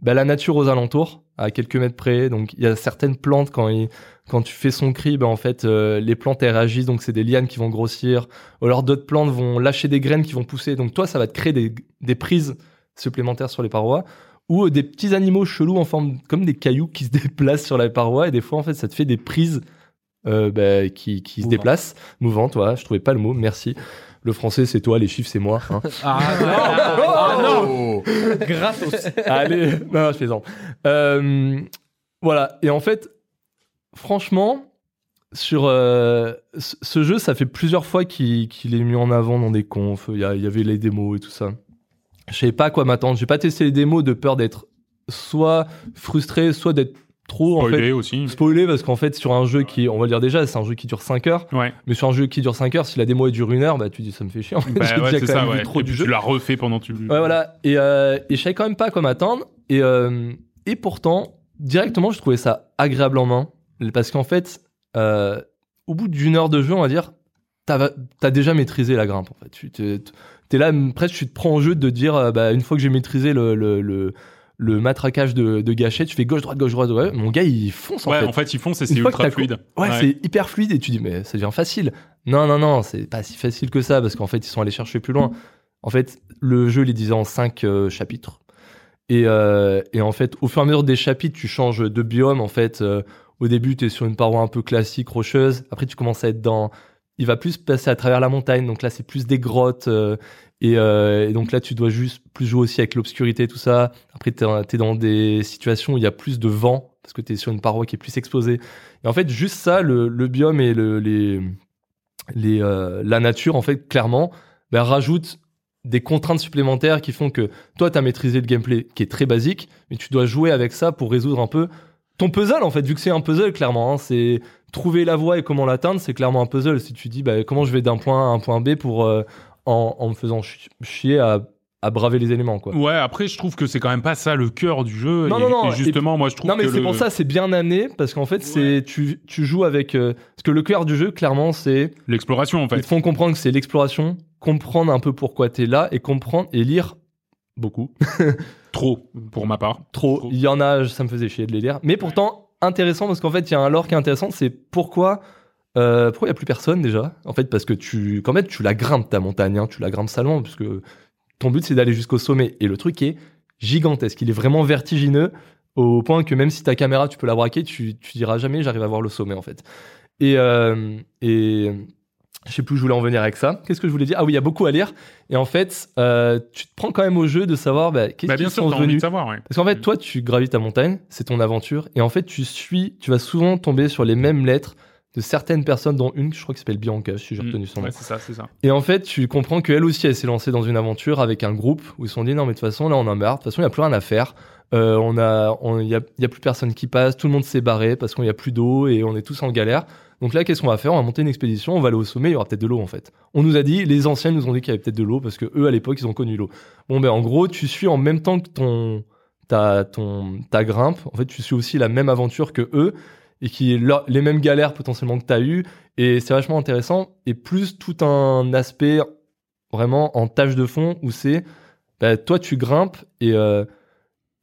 Speaker 3: bah, la nature aux alentours, à quelques mètres près. Donc, il y a certaines plantes quand il, quand tu fais son cri, bah, en fait, euh, les plantes elles réagissent. Donc, c'est des lianes qui vont grossir. Ou alors d'autres plantes vont lâcher des graines qui vont pousser. Donc, toi, ça va te créer des, des prises supplémentaires sur les parois ou euh, des petits animaux chelous en forme comme des cailloux qui se déplacent sur la paroi et des fois en fait ça te fait des prises euh, bah, qui, qui se
Speaker 4: Mouvantes.
Speaker 3: déplacent mouvantes voilà je trouvais pas le mot merci le français c'est toi les chiffres c'est moi hein.
Speaker 6: Ah,
Speaker 5: non
Speaker 6: gratos.
Speaker 3: Allez, non, non, je plaisante. Euh, voilà, et en fait, franchement, sur euh, ce- ce jeu, ça fait plusieurs fois qu'il qu'il est mis en avant dans des confs. Il y, a- il y avait les démos et tout ça. Je sais pas à quoi m'attendre. J'ai pas testé les démos de peur d'être soit frustré, soit d'être trop en
Speaker 1: Spoilé
Speaker 3: fait,
Speaker 1: aussi. Bah
Speaker 3: spoilé parce qu'en fait sur un jeu qui on va le dire déjà c'est un jeu qui dure 5 heures
Speaker 1: Ouais,
Speaker 3: mais sur un jeu qui dure 5 heures si la démo elle dure une heure bah tu dis ça me fait chier
Speaker 1: Bah
Speaker 3: J'ai
Speaker 1: ouais, c'est
Speaker 3: déjà quand
Speaker 1: ça,
Speaker 3: même vu
Speaker 1: ouais.
Speaker 3: trop
Speaker 1: Et
Speaker 3: du
Speaker 1: puis
Speaker 3: jeu
Speaker 1: tu l'as refait pendant que tu le-
Speaker 3: Ouais, voilà. Et, euh, et je savais quand même pas à quoi m'attendre. Et, euh, et pourtant, directement, je trouvais ça agréable en main. Parce qu'en fait, euh, au bout d'une heure de jeu, on va dire, t'as va- t'as déjà maîtrisé la grimpe. En fait, tu te- t'es là m- presque, tu te prends en jeu de te dire, euh, bah, une fois que j'ai maîtrisé le, le, le- le matraquage de, de gâchette, tu fais gauche droite gauche droite. ouais. Mon gars, il fonce en
Speaker 1: Ouais,
Speaker 3: fait.
Speaker 1: en fait, ils font, c'est
Speaker 3: Une
Speaker 1: c'est
Speaker 3: fois que
Speaker 1: ultra
Speaker 3: t'as co-
Speaker 1: fluide.
Speaker 3: Ouais, c'est hyper fluide et tu dis mais ça devient facile. Non, non, non, c'est pas si facile que ça parce qu'en fait ils sont allés chercher plus loin. En fait, le jeu les disait en cinq euh, chapitres. Et, euh, et en fait, au fur et à mesure des chapitres, tu changes de biome. En fait, euh, au début, tu es sur une paroi un peu classique, rocheuse. Après, tu commences à être dans. Il va plus passer à travers la montagne. Donc là, c'est plus des grottes. euh, et, euh, et donc là, tu dois juste plus jouer aussi avec l'obscurité, tout ça. Après, tu es dans des situations où il y a plus de vent parce que tu es sur une paroi qui est plus exposée. Et en fait, juste ça, le, le biome et le- les, les, euh, la nature, en fait, clairement, ben, rajoute des contraintes supplémentaires qui font que toi, tu as maîtrisé le gameplay qui est très basique, mais tu dois jouer avec ça pour résoudre un peu ton puzzle, en fait, vu que c'est un puzzle, clairement. hein. c'est trouver la voie et comment l'atteindre, c'est clairement un puzzle. Si tu dis ben, comment je vais d'un point A à un point B pour, euh, en, en me faisant chi- chier à, à braver les éléments, quoi.
Speaker 1: Ouais, après, je trouve que c'est quand même pas ça le cœur du jeu.
Speaker 3: Non,
Speaker 1: et,
Speaker 3: non, non,
Speaker 1: et justement, moi, je trouve
Speaker 3: Non mais
Speaker 1: que
Speaker 3: c'est
Speaker 1: le-
Speaker 3: pour ça, c'est bien amené parce qu'en fait c'est tu, tu joues avec euh, parce que le cœur du jeu clairement c'est
Speaker 1: l'exploration, en
Speaker 3: ils te
Speaker 1: fait.
Speaker 3: font comprendre que c'est l'exploration, comprendre un peu pourquoi t'es là et comprendre et lire beaucoup
Speaker 1: Trop, pour ma part.
Speaker 3: trop. Il y en a, ça me faisait chier de les lire, mais pourtant intéressant parce qu'en fait il y a un lore qui est intéressant, c'est pourquoi euh, pourquoi il y a plus personne déjà En fait parce que tu quand même tu la grimpes ta montagne, hein, tu la grimpes salement parce que ton but c'est d'aller jusqu'au sommet et le truc est gigantesque, il est vraiment vertigineux au point que même si ta caméra tu peux la braquer, tu, tu diras jamais j'arrive à voir le sommet en fait. Et, euh, et je sais plus où je voulais en venir avec ça. Qu'est-ce que je voulais dire Ah oui, il y a beaucoup à lire. Et en fait, euh, tu te prends quand même au jeu de savoir bah, qu'est-ce
Speaker 1: Bah,
Speaker 3: qu'ils
Speaker 1: bien sûr,
Speaker 3: sont
Speaker 1: t'as envie de
Speaker 3: venus.
Speaker 1: savoir, ouais.
Speaker 3: Parce qu'en fait,
Speaker 1: Mhm.
Speaker 3: toi, tu gravis ta montagne, c'est ton aventure, et en fait, tu suis, tu vas souvent tomber sur les mêmes lettres de certaines personnes, dont une, je crois, qui s'appelle Bianca, si j'ai retenu son nom.
Speaker 1: Mm. Ouais, c'est ça, c'est ça.
Speaker 3: Et en fait, tu comprends qu'elle aussi, elle s'est lancée dans une aventure avec un groupe où ils se sont dit non, mais de toute façon, là, on en a marre, de toute façon, il n'y a plus rien à faire. Euh, on a, on- il n'y a, il y a plus personne qui passe, tout le monde s'est barré parce qu'il n'y a plus d'eau et on est tous en galère. Donc là, qu'est-ce qu'on va faire On va monter une expédition, on va aller au sommet, il y aura peut-être de l'eau en fait. On nous a dit, les anciens nous ont dit qu'il y avait peut-être de l'eau parce que eux, à l'époque, ils ont connu l'eau. Bon, ben en gros, tu suis en même temps que ton, ta, ton, ta grimpe, en fait, tu suis aussi la même aventure que eux et qui est leur- les mêmes galères potentiellement que tu as eues. Et c'est vachement intéressant. Et plus tout un aspect vraiment en tâche de fond où c'est bah, toi, tu grimpes et, euh,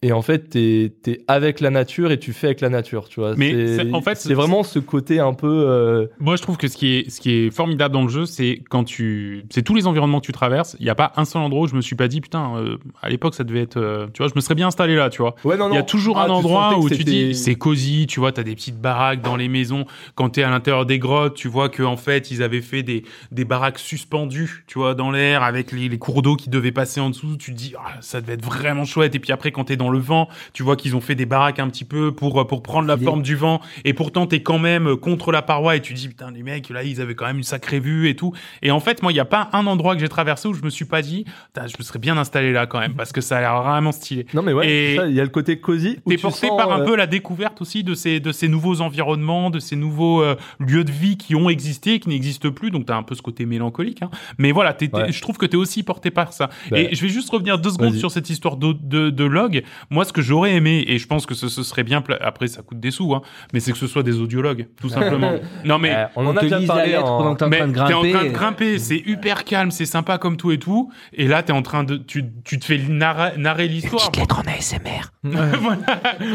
Speaker 3: et en fait, t'es es avec la nature et tu fais avec la nature. Tu vois,
Speaker 1: Mais
Speaker 3: C'est-
Speaker 1: c'est- en fait,
Speaker 3: c'est
Speaker 1: c'est-
Speaker 3: vraiment ce côté un peu. euh,
Speaker 1: Moi, je trouve que ce qui est, ce qui est formidable dans le jeu, c'est quand tu, c'est tous les environnements que tu traverses. Il n'y a pas un seul endroit où je me suis pas dit, putain, euh, à l'époque, ça devait être, euh, tu vois, je me serais bien installé là, tu vois.
Speaker 3: Ouais, non,
Speaker 1: Il y a
Speaker 3: non.
Speaker 1: toujours
Speaker 3: Ah,
Speaker 1: un
Speaker 3: tu
Speaker 1: endroit
Speaker 3: sentais que
Speaker 1: où tu
Speaker 3: c'était-
Speaker 1: dis c'est cosy, tu vois, t'as des petites baraques dans les maisons. Quand t'es à l'intérieur des grottes, tu vois que en fait ils avaient fait des, des baraques suspendues, tu vois, dans l'air avec les, les cours d'eau qui devaient passer en dessous. Tu te dis Ah, ça devait être vraiment chouette. Et puis après quand t'es dans le vent, tu vois qu'ils ont fait des baraques un petit peu pour pour prendre la forme du vent. Et pourtant t'es quand même contre la paroi et tu dis putain les mecs là ils avaient quand même une sacrée vue et tout. Et en fait moi il y a pas un endroit que j'ai traversé où je me suis pas dit Putain, je me serais bien installé là quand même parce que ça a l'air vraiment stylé.
Speaker 3: Non, mais ouais,
Speaker 1: Et-
Speaker 3: c'est ça, il y a le côté cosy. où
Speaker 1: T'es
Speaker 3: tu
Speaker 1: porté
Speaker 3: sens,
Speaker 1: par un
Speaker 3: euh,
Speaker 1: peu la découverte aussi de ces, de ces nouveaux environnements, de ces nouveaux euh, lieux de vie qui ont existé, et qui n'existent plus. Donc, t'as un peu ce côté mélancolique. hein. Mais voilà, t'es- t'es-
Speaker 3: Ouais.
Speaker 1: je trouve que t'es aussi porté par ça.
Speaker 3: Bah,
Speaker 1: et je vais juste revenir deux secondes
Speaker 3: vas-y.
Speaker 1: sur cette histoire de, de, de log. Moi, ce que j'aurais aimé, et je pense que ce, ce serait bien... pla- Après, ça coûte des sous, hein, mais c'est que ce soit des audiologues, tout simplement. non, mais...
Speaker 3: euh, on en
Speaker 4: On
Speaker 3: a
Speaker 4: te
Speaker 3: déjà
Speaker 4: lise la
Speaker 3: parlé.
Speaker 4: lettre
Speaker 3: Euh, en-
Speaker 4: pendant que t'es en
Speaker 1: Mais
Speaker 4: train de
Speaker 1: t'es en train de
Speaker 4: grimper.
Speaker 1: grimper, c'est hyper calme, c'est sympa comme tout et tout. Et là, t'es en train de, tu, tu te fais narrer, narrer l'histoire.
Speaker 4: Petite lettre en ASMR.
Speaker 1: Voilà.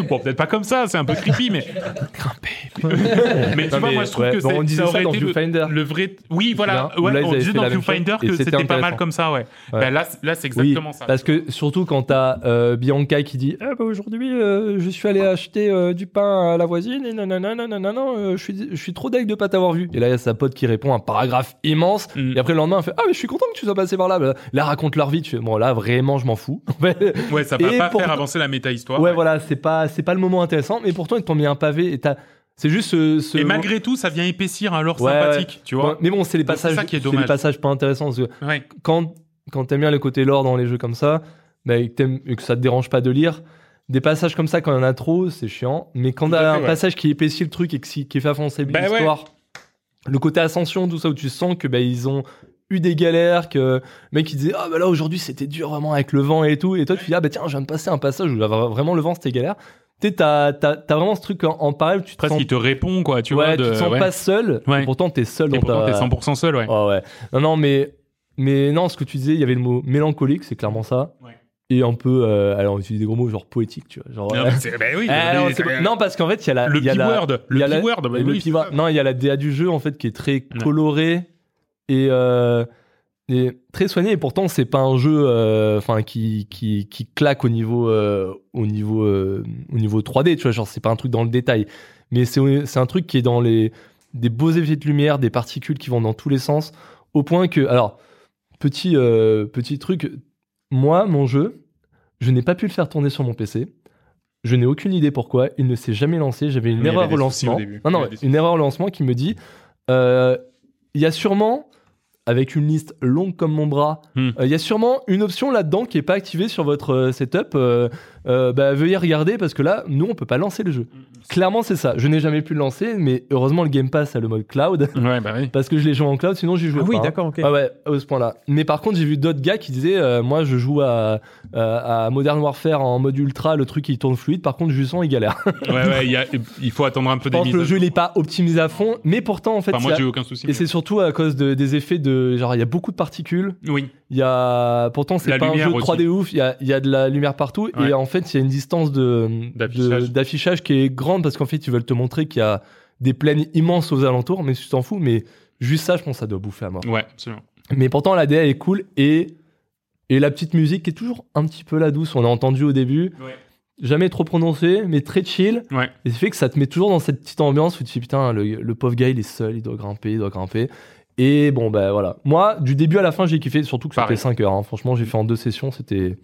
Speaker 1: Bon, peut-être pas comme ça, c'est un peu creepy, mais. mais tu
Speaker 3: Non,
Speaker 1: vois,
Speaker 3: mais,
Speaker 1: moi, je trouve
Speaker 3: ouais,
Speaker 1: que
Speaker 3: bon,
Speaker 1: c'est-
Speaker 3: on disait
Speaker 1: ça
Speaker 3: ça
Speaker 1: aurait
Speaker 3: dans
Speaker 1: été le,
Speaker 3: Viewfinder.
Speaker 1: le vrai. Oui, voilà.
Speaker 3: Là, où
Speaker 1: ouais,
Speaker 3: là, ils
Speaker 1: on
Speaker 3: avaient
Speaker 1: disait
Speaker 3: fait
Speaker 1: dans
Speaker 3: la même chose,
Speaker 1: Viewfinder
Speaker 3: et
Speaker 1: que
Speaker 3: c'était
Speaker 1: c'était pas mal
Speaker 3: intéressant.
Speaker 1: comme ça, ouais.
Speaker 3: Ouais.
Speaker 1: Bah, là, c'est- là, c'est exactement
Speaker 3: Oui,
Speaker 1: ça.
Speaker 3: Parce que surtout quand t'as euh, Bianca qui dit Ah bah, aujourd'hui euh, je suis allé acheter euh, du pain à la voisine et nanana nanana euh, je suis je suis trop deg de pas t'avoir vu. Et là il y a sa pote qui répond un paragraphe immense
Speaker 1: Mm.
Speaker 3: et après le lendemain elle fait Ah mais je suis content que tu sois passé par là. Bah, Là raconte leur vie. Tu fais bon là vraiment je m'en fous.
Speaker 1: Ouais, ça va
Speaker 3: Et
Speaker 1: pas
Speaker 3: pour-
Speaker 1: faire avancer la méta-histoire.
Speaker 3: ouais voilà c'est pas c'est pas le moment intéressant mais pourtant ils t'ont mis un pavé et t'as c'est juste ce, ce-
Speaker 1: Et malgré tout, ça vient épaissir un lore
Speaker 3: Ouais,
Speaker 1: sympathique, tu vois.
Speaker 3: mais bon c'est les
Speaker 1: Donc, c'est
Speaker 3: passages
Speaker 1: ça qui est
Speaker 3: c'est les
Speaker 1: dommage.
Speaker 3: passages pas intéressants parce que
Speaker 1: Ouais.
Speaker 3: quand, quand t'aimes bien le côté lore dans les jeux comme ça, bah, et, que t'aimes- et que ça te dérange pas de lire, des passages comme ça, quand il y en a trop, c'est chiant. Mais quand
Speaker 1: Tout à
Speaker 3: t'as
Speaker 1: fait,
Speaker 3: un
Speaker 1: ouais.
Speaker 3: passage qui épaissit le truc et que si- qui fait avancer
Speaker 1: Bah
Speaker 3: l'histoire, le côté ascension, tout ça, où tu sens que bah, ils ont eu des galères, que le mec il disait ah bah là aujourd'hui c'était dur vraiment avec le vent et tout, et toi tu dis ah bah tiens je viens de passer un passage où là, vra- vraiment le vent c'était galère, Tu sais, t'as t'as- t'as vraiment ce truc en, en parallèle, tu te
Speaker 1: Presque,
Speaker 3: sens,
Speaker 1: il te répond, quoi, tu
Speaker 3: ouais,
Speaker 1: vois. de-
Speaker 3: tu te sens
Speaker 1: ouais.
Speaker 3: pas seul,
Speaker 1: Ouais.
Speaker 3: et pourtant t'es seul
Speaker 1: Et
Speaker 3: dans
Speaker 1: pourtant,
Speaker 3: ta...
Speaker 1: t'es 100% seul, ouais.
Speaker 3: Ah ouais. Non, non, mais, mais non, ce que tu disais, il y avait le mot mélancolique, c'est clairement ça.
Speaker 1: Ouais.
Speaker 3: Et un peu, euh, alors on utilise des gros mots genre poétique, tu vois. Genre,
Speaker 1: Non,
Speaker 3: euh,
Speaker 1: mais c'est- bah oui,
Speaker 3: Ah, non,
Speaker 1: mais
Speaker 3: c'est
Speaker 1: c'est-
Speaker 3: pas- non, parce qu'en fait, il y a la.
Speaker 1: le
Speaker 3: il y a la-
Speaker 1: keyword,
Speaker 3: il y a
Speaker 1: le
Speaker 3: la-
Speaker 1: keyword, bah
Speaker 3: le
Speaker 1: oui, c'est
Speaker 3: keyword.
Speaker 1: ça.
Speaker 3: Non, il y a la DA du jeu, en fait, qui est très colorée et, euh, et très soignée. Et pourtant, c'est pas un jeu euh, enfin qui, qui, qui claque au niveau, euh, au, niveau, euh, au niveau 3D, tu vois. Genre, c'est pas un truc dans le détail. Mais c'est c'est un truc qui est dans les des beaux effets de lumière, des particules qui vont dans tous les sens, au point que, alors, petit, euh, petit truc, moi, mon jeu, je n'ai pas pu le faire tourner sur mon PC. Je n'ai aucune idée pourquoi. Il ne s'est jamais lancé. J'avais une
Speaker 1: Oui, il y
Speaker 3: erreur
Speaker 1: avait des
Speaker 3: au
Speaker 1: soucis au
Speaker 3: lancement.
Speaker 1: début. Il
Speaker 3: non,
Speaker 1: y
Speaker 3: non,
Speaker 1: avait des
Speaker 3: une erreur au lancement qui me dit, euh, il y a sûrement, avec une liste longue comme mon bras,
Speaker 1: Hmm.
Speaker 3: euh, il y a sûrement une option là-dedans qui n'est pas activée sur votre euh, setup. euh, euh, bah, veuillez regarder parce que là, nous, on peut pas lancer le jeu. Clairement, c'est ça. Je n'ai jamais pu le lancer, mais heureusement, le Game Pass a le mode cloud
Speaker 1: Ouais, bah oui.
Speaker 3: parce que je l'ai joué en cloud, sinon j'y jouais
Speaker 6: Ah
Speaker 3: pas.
Speaker 6: oui,
Speaker 3: hein.
Speaker 6: d'accord, ok.
Speaker 3: Ah ouais, à ce point-là. Mais par contre, j'ai vu d'autres gars qui disaient euh, Moi, je joue à, euh, à- à Modern Warfare en mode ultra, le truc il tourne fluide. Par contre, je sens, il galère.
Speaker 1: Ouais, ouais, il y a- il faut attendre un peu
Speaker 3: Je
Speaker 1: des
Speaker 3: pense
Speaker 1: mises.
Speaker 3: que le jeu, il est pas optimisé à fond. Mais pourtant, en fait,
Speaker 1: Enfin, moi,
Speaker 3: c'est-
Speaker 1: j'ai eu aucun souci.
Speaker 3: et c'est surtout à cause de- des effets de. Genre, il y a beaucoup de particules.
Speaker 1: Oui.
Speaker 3: Il y a. Pourtant, c'est
Speaker 1: La
Speaker 3: pas un
Speaker 1: lumière
Speaker 3: jeu 3D ouf. Il y a, il y a de la lumière partout.
Speaker 1: Ouais.
Speaker 3: Et en fait, il y a une distance de-
Speaker 1: D'affichage.
Speaker 3: de- d'affichage qui est grande parce qu'en fait, ils veulent te montrer qu'il y a des plaines immenses aux alentours. Mais tu t'en fous. Mais juste ça, je pense, que ça doit bouffer à mort.
Speaker 1: Ouais, absolument.
Speaker 3: Mais pourtant, la DA est cool et, et la petite musique qui est toujours un petit peu la douce. On l'a entendu au début.
Speaker 1: Ouais.
Speaker 3: Jamais trop prononcée, mais très chill.
Speaker 1: Ouais.
Speaker 3: Et ça fait que ça te met toujours dans cette petite ambiance où tu te dis putain, le, le pauvre gars il est seul, il doit grimper, il doit grimper. Et bon, bah voilà. Moi, du début à la fin, j'ai kiffé, surtout que c'était
Speaker 1: Pareil.
Speaker 3: 5 heures. hein. Franchement, j'ai fait en deux sessions, c'était.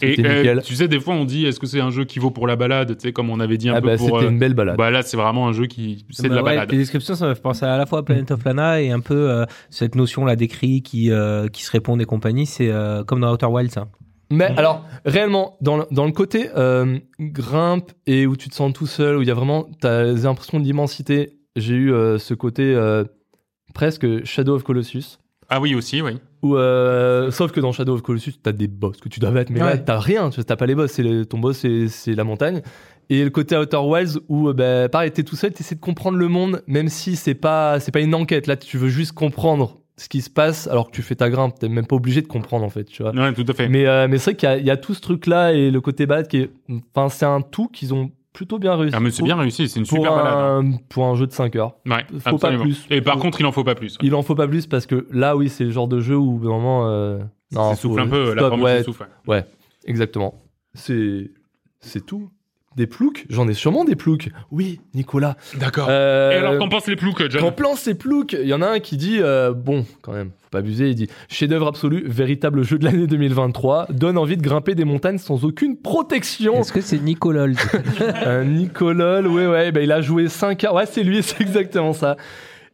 Speaker 1: Et
Speaker 3: C'était
Speaker 1: euh,
Speaker 3: nickel.
Speaker 1: tu sais, des fois, on dit est-ce que c'est un jeu qui vaut pour la balade Tu sais, comme on avait dit un
Speaker 3: Ah
Speaker 1: peu
Speaker 3: bah, c'était
Speaker 1: pour. euh,
Speaker 3: une belle balade.
Speaker 1: Bah là, c'est vraiment un jeu qui. C'est de
Speaker 4: Bah
Speaker 1: la
Speaker 4: ouais,
Speaker 1: balade.
Speaker 4: Les descriptions, ça me fait penser à la fois à Planet of Lana et un peu euh, cette notion-là d'écrit qui, euh, qui se répondent et compagnie. C'est euh, comme dans Outer Wilds. hein.
Speaker 3: Mais alors, réellement, dans le, dans le côté euh, grimpe et où tu te sens tout seul, où il y a vraiment, t'as l'impression de l'immensité, j'ai eu euh, ce côté euh, presque Shadow of Colossus.
Speaker 1: Ah oui, aussi, oui.
Speaker 3: Où, euh, sauf que dans Shadow of Colossus, t'as des boss que tu dois battre, mais là,
Speaker 6: Ouais.
Speaker 3: t'as rien, tu vois, t'as pas les boss, c'est le- ton boss, c'est- c'est la montagne. Et le côté Outer Wilds, où euh, bah, pareil, t'es tout seul, t'essaies de comprendre le monde, même si c'est pas, c'est pas une enquête, là, tu veux juste comprendre ce qui se passe alors que tu fais ta grimpe, t'es même pas obligé de comprendre en fait, tu vois.
Speaker 1: Ouais, tout à fait.
Speaker 3: Ah. Mais, euh, mais c'est vrai qu'il y a- il y, a tout ce truc-là et le côté balade qui est. Enfin, c'est un tout qu'ils ont plutôt bien réussi.
Speaker 1: Ah, mais c'est
Speaker 3: pour-
Speaker 1: bien réussi, c'est une
Speaker 3: Pour
Speaker 1: super balade. hein.
Speaker 3: un, pour un jeu de 5 heures.
Speaker 1: Ouais,
Speaker 3: faut pas
Speaker 1: absolument.
Speaker 3: plus.
Speaker 1: Et par
Speaker 3: Faut-
Speaker 1: contre, il en faut pas plus. ouais.
Speaker 3: Il en faut pas plus parce que là, oui, c'est le genre de jeu où, au bout d'un moment. euh, non,
Speaker 1: Ça souffle
Speaker 3: faut-
Speaker 1: un peu, la
Speaker 3: stop,
Speaker 1: promesse
Speaker 3: ouais,
Speaker 1: se souffle. ouais.
Speaker 3: Exactement. C'est. C'est tout. Des ploucs J'en ai sûrement des ploucs. Oui, Nicolas.
Speaker 1: D'accord.
Speaker 3: Euh,
Speaker 1: Et alors, qu'en pense les ploucs,
Speaker 3: Qu'en
Speaker 1: John
Speaker 3: pense ces ploucs Il y en a un qui dit euh, Bon, quand même, faut pas abuser. Il dit Chef-d'œuvre absolu, véritable jeu de l'année 2023, donne envie de grimper des montagnes sans aucune protection.
Speaker 4: Est-ce que c'est Nicolol
Speaker 3: Un Nicolol, Euh, ouais, ouais, bah, il a joué 5 heures. Ouais, c'est lui, c'est exactement ça.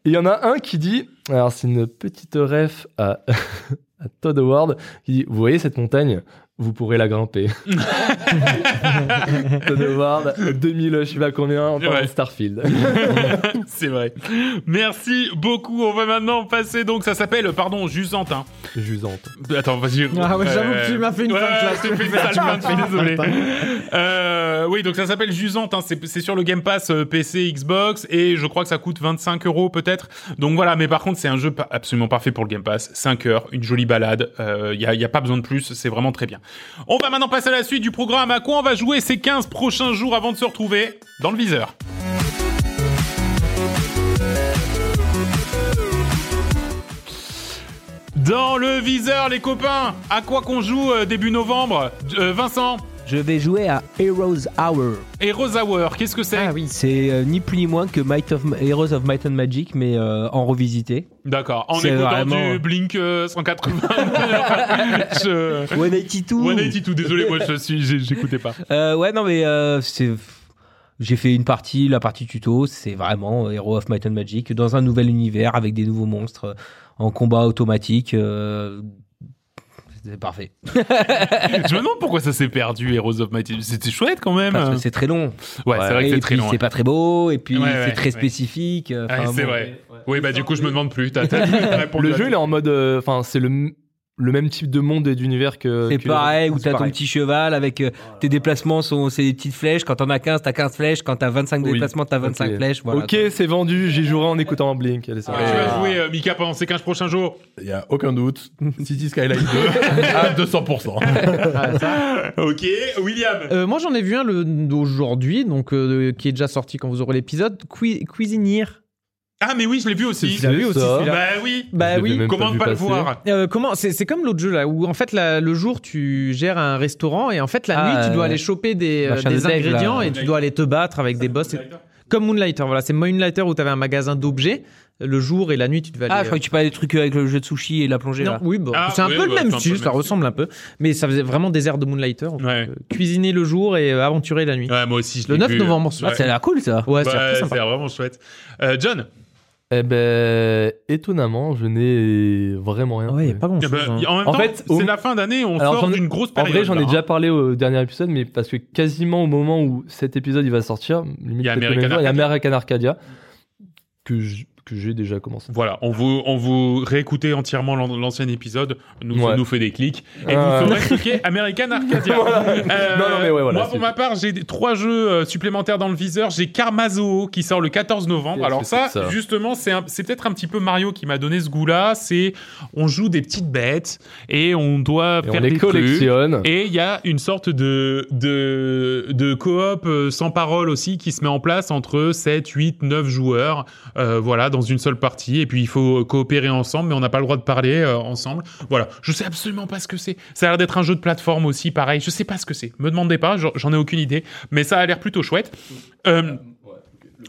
Speaker 3: Et il y en a un qui dit, alors c'est une petite ref à, à Todd Howard, qui dit Vous voyez cette montagne Vous pourrez la grimper. Todd Howard, 2000, je sais pas combien, en parlant
Speaker 1: Ouais.
Speaker 3: de Starfield.
Speaker 1: C'est vrai. Merci beaucoup. On va maintenant passer, donc, ça s'appelle, pardon, hein. Jusantin.
Speaker 3: Jusante.
Speaker 1: Attends, vas-y.
Speaker 6: Ah ouais, j'avoue que tu m'as fait une
Speaker 1: ouais,
Speaker 6: feinte, là.
Speaker 1: je t'ai fait une sale feinte, je suis désolé. Euh, oui, donc ça s'appelle Jusante. hein. C'est c'est sur le Game Pass euh, PC, Xbox, et je crois que ça coûte 25 euros peut-être. Donc voilà, mais par contre, c'est un jeu pa- absolument parfait pour le Game Pass. 5 heures, une jolie balade. Il n'y a, y a pas besoin de plus. C'est vraiment très bien. On va maintenant passer à la suite du programme. À quoi on va jouer ces 15 prochains jours avant de se retrouver dans le viseur Dans le viseur, les copains. À quoi qu'on joue euh, début novembre Euh, Vincent
Speaker 4: Je vais jouer à Heroes Hour.
Speaker 1: et Rose Hour, qu'est-ce que c'est
Speaker 6: Ah
Speaker 4: oui. C'est euh, ni plus ni moins que Might of, Heroes of Might and Magic, mais euh, en revisité.
Speaker 1: D'accord, en
Speaker 4: C'est
Speaker 1: écoutant
Speaker 4: vraiment-
Speaker 1: du Blink euh, 180. je...
Speaker 4: 182
Speaker 1: 182, désolé, moi je suis, j'ai- j'écoutais pas.
Speaker 4: Euh, ouais, non, mais euh, c'est. J'ai fait une partie, la partie tuto, c'est vraiment euh, Hero of Might and Magic, dans un nouvel univers avec des nouveaux monstres, euh, en combat automatique. euh, C'est parfait.
Speaker 1: Je me demande pourquoi ça s'est perdu, Heroes of Might. C'était chouette quand même.
Speaker 4: Parce que c'est très long.
Speaker 1: Ouais, Ah. c'est vrai que
Speaker 4: et
Speaker 1: c'est très
Speaker 4: puis
Speaker 1: long.
Speaker 4: c'est pas très beau, et puis
Speaker 1: Ouais,
Speaker 4: c'est
Speaker 1: ouais,
Speaker 4: très
Speaker 1: ouais.
Speaker 4: spécifique. euh,
Speaker 1: Ouais,
Speaker 4: enfin,
Speaker 1: c'est
Speaker 4: bon.
Speaker 1: vrai. Oui, bah du coup, je me demande plus. T'as- t'as- t'as répondu
Speaker 3: Le
Speaker 1: à
Speaker 3: jeu,
Speaker 1: tout.
Speaker 3: il est en mode. euh, Enfin, c'est le. m- le même type de monde et d'univers que.
Speaker 4: C'est
Speaker 3: que-
Speaker 4: pareil, où
Speaker 3: c'est
Speaker 4: t'as ton
Speaker 3: pareil.
Speaker 4: petit cheval avec euh, tes déplacements, sont, c'est des petites flèches. Quand t'en as 15, t'as 15 flèches. Quand t'as 25
Speaker 3: Oui.
Speaker 4: déplacements, t'as 25
Speaker 3: Ok.
Speaker 4: flèches. Voilà.
Speaker 3: ok, c'est vendu, j'y jouerai en écoutant Blink. Allez, ça
Speaker 1: Tu
Speaker 3: va.
Speaker 1: vas jouer, euh, Mika, pendant ces 15 prochains jours.
Speaker 5: Il n'y a aucun doute. City Skyline 2 à
Speaker 1: Ah,
Speaker 5: 200%.
Speaker 1: ok, William.
Speaker 6: Euh, moi, j'en ai vu un le- d'aujourd'hui, donc euh, qui est déjà sorti quand vous aurez l'épisode. Cui- Cuisinier.
Speaker 1: Ah, mais oui, je l'ai vu aussi.
Speaker 3: C'est vu aussi,
Speaker 6: ça.
Speaker 3: celui-là.
Speaker 1: Bah oui.
Speaker 6: Bah
Speaker 3: Je l'ai
Speaker 6: oui.
Speaker 3: même
Speaker 1: Comment ne
Speaker 3: vu
Speaker 1: pas le
Speaker 3: passer.
Speaker 1: voir
Speaker 6: Euh, comment C'est c'est comme l'autre jeu là où en fait la- le jour tu gères un restaurant et en fait la
Speaker 4: Ah,
Speaker 6: nuit tu dois
Speaker 4: euh,
Speaker 6: aller choper des, euh,
Speaker 4: machin
Speaker 6: des
Speaker 4: de dev, là.
Speaker 6: ingrédients et tu dois aller te battre avec des boss. et- Comme Moonlighter, voilà, c'est Moonlighter où t'avais un magasin d'objets le jour et la nuit tu devais aller.
Speaker 4: Ah, je crois
Speaker 6: euh,
Speaker 4: que tu parlais des trucs avec le jeu de sushi et la plongée
Speaker 6: non,
Speaker 4: là.
Speaker 6: oui, bon,
Speaker 1: Ah,
Speaker 6: c'est un
Speaker 1: oui,
Speaker 6: peu
Speaker 1: bah,
Speaker 6: le même
Speaker 1: c'est un peu
Speaker 6: style,
Speaker 1: le
Speaker 6: ça
Speaker 1: même
Speaker 6: ressemble un peu, mais ça faisait vraiment des airs de Moonlighter. donc,
Speaker 1: Ouais.
Speaker 6: euh, cuisiner le jour et euh, aventurer la nuit.
Speaker 1: Ouais, moi aussi, je
Speaker 6: le
Speaker 1: l'ai
Speaker 6: 9
Speaker 1: vu.
Speaker 6: novembre.
Speaker 1: Ouais.
Speaker 4: Ah, ça a l'air cool ça.
Speaker 6: Ouais, c'est
Speaker 1: Bah,
Speaker 6: très
Speaker 1: c'est
Speaker 6: sympa.
Speaker 1: vraiment chouette. Euh, John,
Speaker 3: Eh ben, étonnamment, je n'ai vraiment rien.
Speaker 6: Ah Ouais, y a
Speaker 3: trouvé.
Speaker 6: pas grand chose. hein.
Speaker 1: bah, en même
Speaker 3: En
Speaker 1: temps,
Speaker 3: fait,
Speaker 1: c'est
Speaker 3: au-
Speaker 1: la fin d'année, on
Speaker 3: Alors,
Speaker 1: sort
Speaker 3: j'en ai-
Speaker 1: d'une grosse
Speaker 3: En
Speaker 1: période.
Speaker 3: vrai, j'en ai
Speaker 1: là,
Speaker 3: déjà
Speaker 1: hein.
Speaker 3: parlé au dernier épisode, mais parce que quasiment au moment où cet épisode il va sortir, limite
Speaker 1: Il y a
Speaker 3: peut-être le
Speaker 1: American
Speaker 3: même jour, il y a
Speaker 1: Arcadia.
Speaker 3: American Arcadia que je- que j'ai déjà commencé.
Speaker 1: Voilà, on vous, on vous réécoutez entièrement l'an- l'ancien épisode, nous,
Speaker 3: Ouais.
Speaker 1: ça nous fait des clics, et
Speaker 3: Ah,
Speaker 1: vous
Speaker 3: ouais.
Speaker 1: saurez ce qu'est American Arcadia. Euh,
Speaker 3: Non, non, mais ouais, voilà,
Speaker 1: moi,
Speaker 3: c'est-
Speaker 1: pour ma part, j'ai des- trois jeux euh, supplémentaires dans le viseur. J'ai Karmazo qui sort le 14 novembre.
Speaker 3: Qu'est-ce
Speaker 1: Alors
Speaker 3: que
Speaker 1: ça,
Speaker 3: c'est que ça
Speaker 1: justement, c'est un- c'est peut-être un petit peu Mario qui m'a donné ce goût-là. C'est on joue des petites bêtes et on doit
Speaker 3: Et on
Speaker 1: faire
Speaker 3: les
Speaker 1: des trucs.
Speaker 3: collectionne.
Speaker 1: Et il y a une sorte de, de, de coop euh, sans parole aussi qui se met en place entre 7, 8, 9 joueurs, euh, voilà, dans une seule partie. Et puis il faut coopérer ensemble, mais on n'a pas le droit de parler euh, ensemble. Voilà, je sais absolument pas ce que c'est. Ça a l'air d'être un jeu de plateforme aussi, pareil. Je sais pas ce que c'est. Me demandez pas, j'en- j'en ai aucune idée. Mais ça a l'air plutôt chouette. Euh,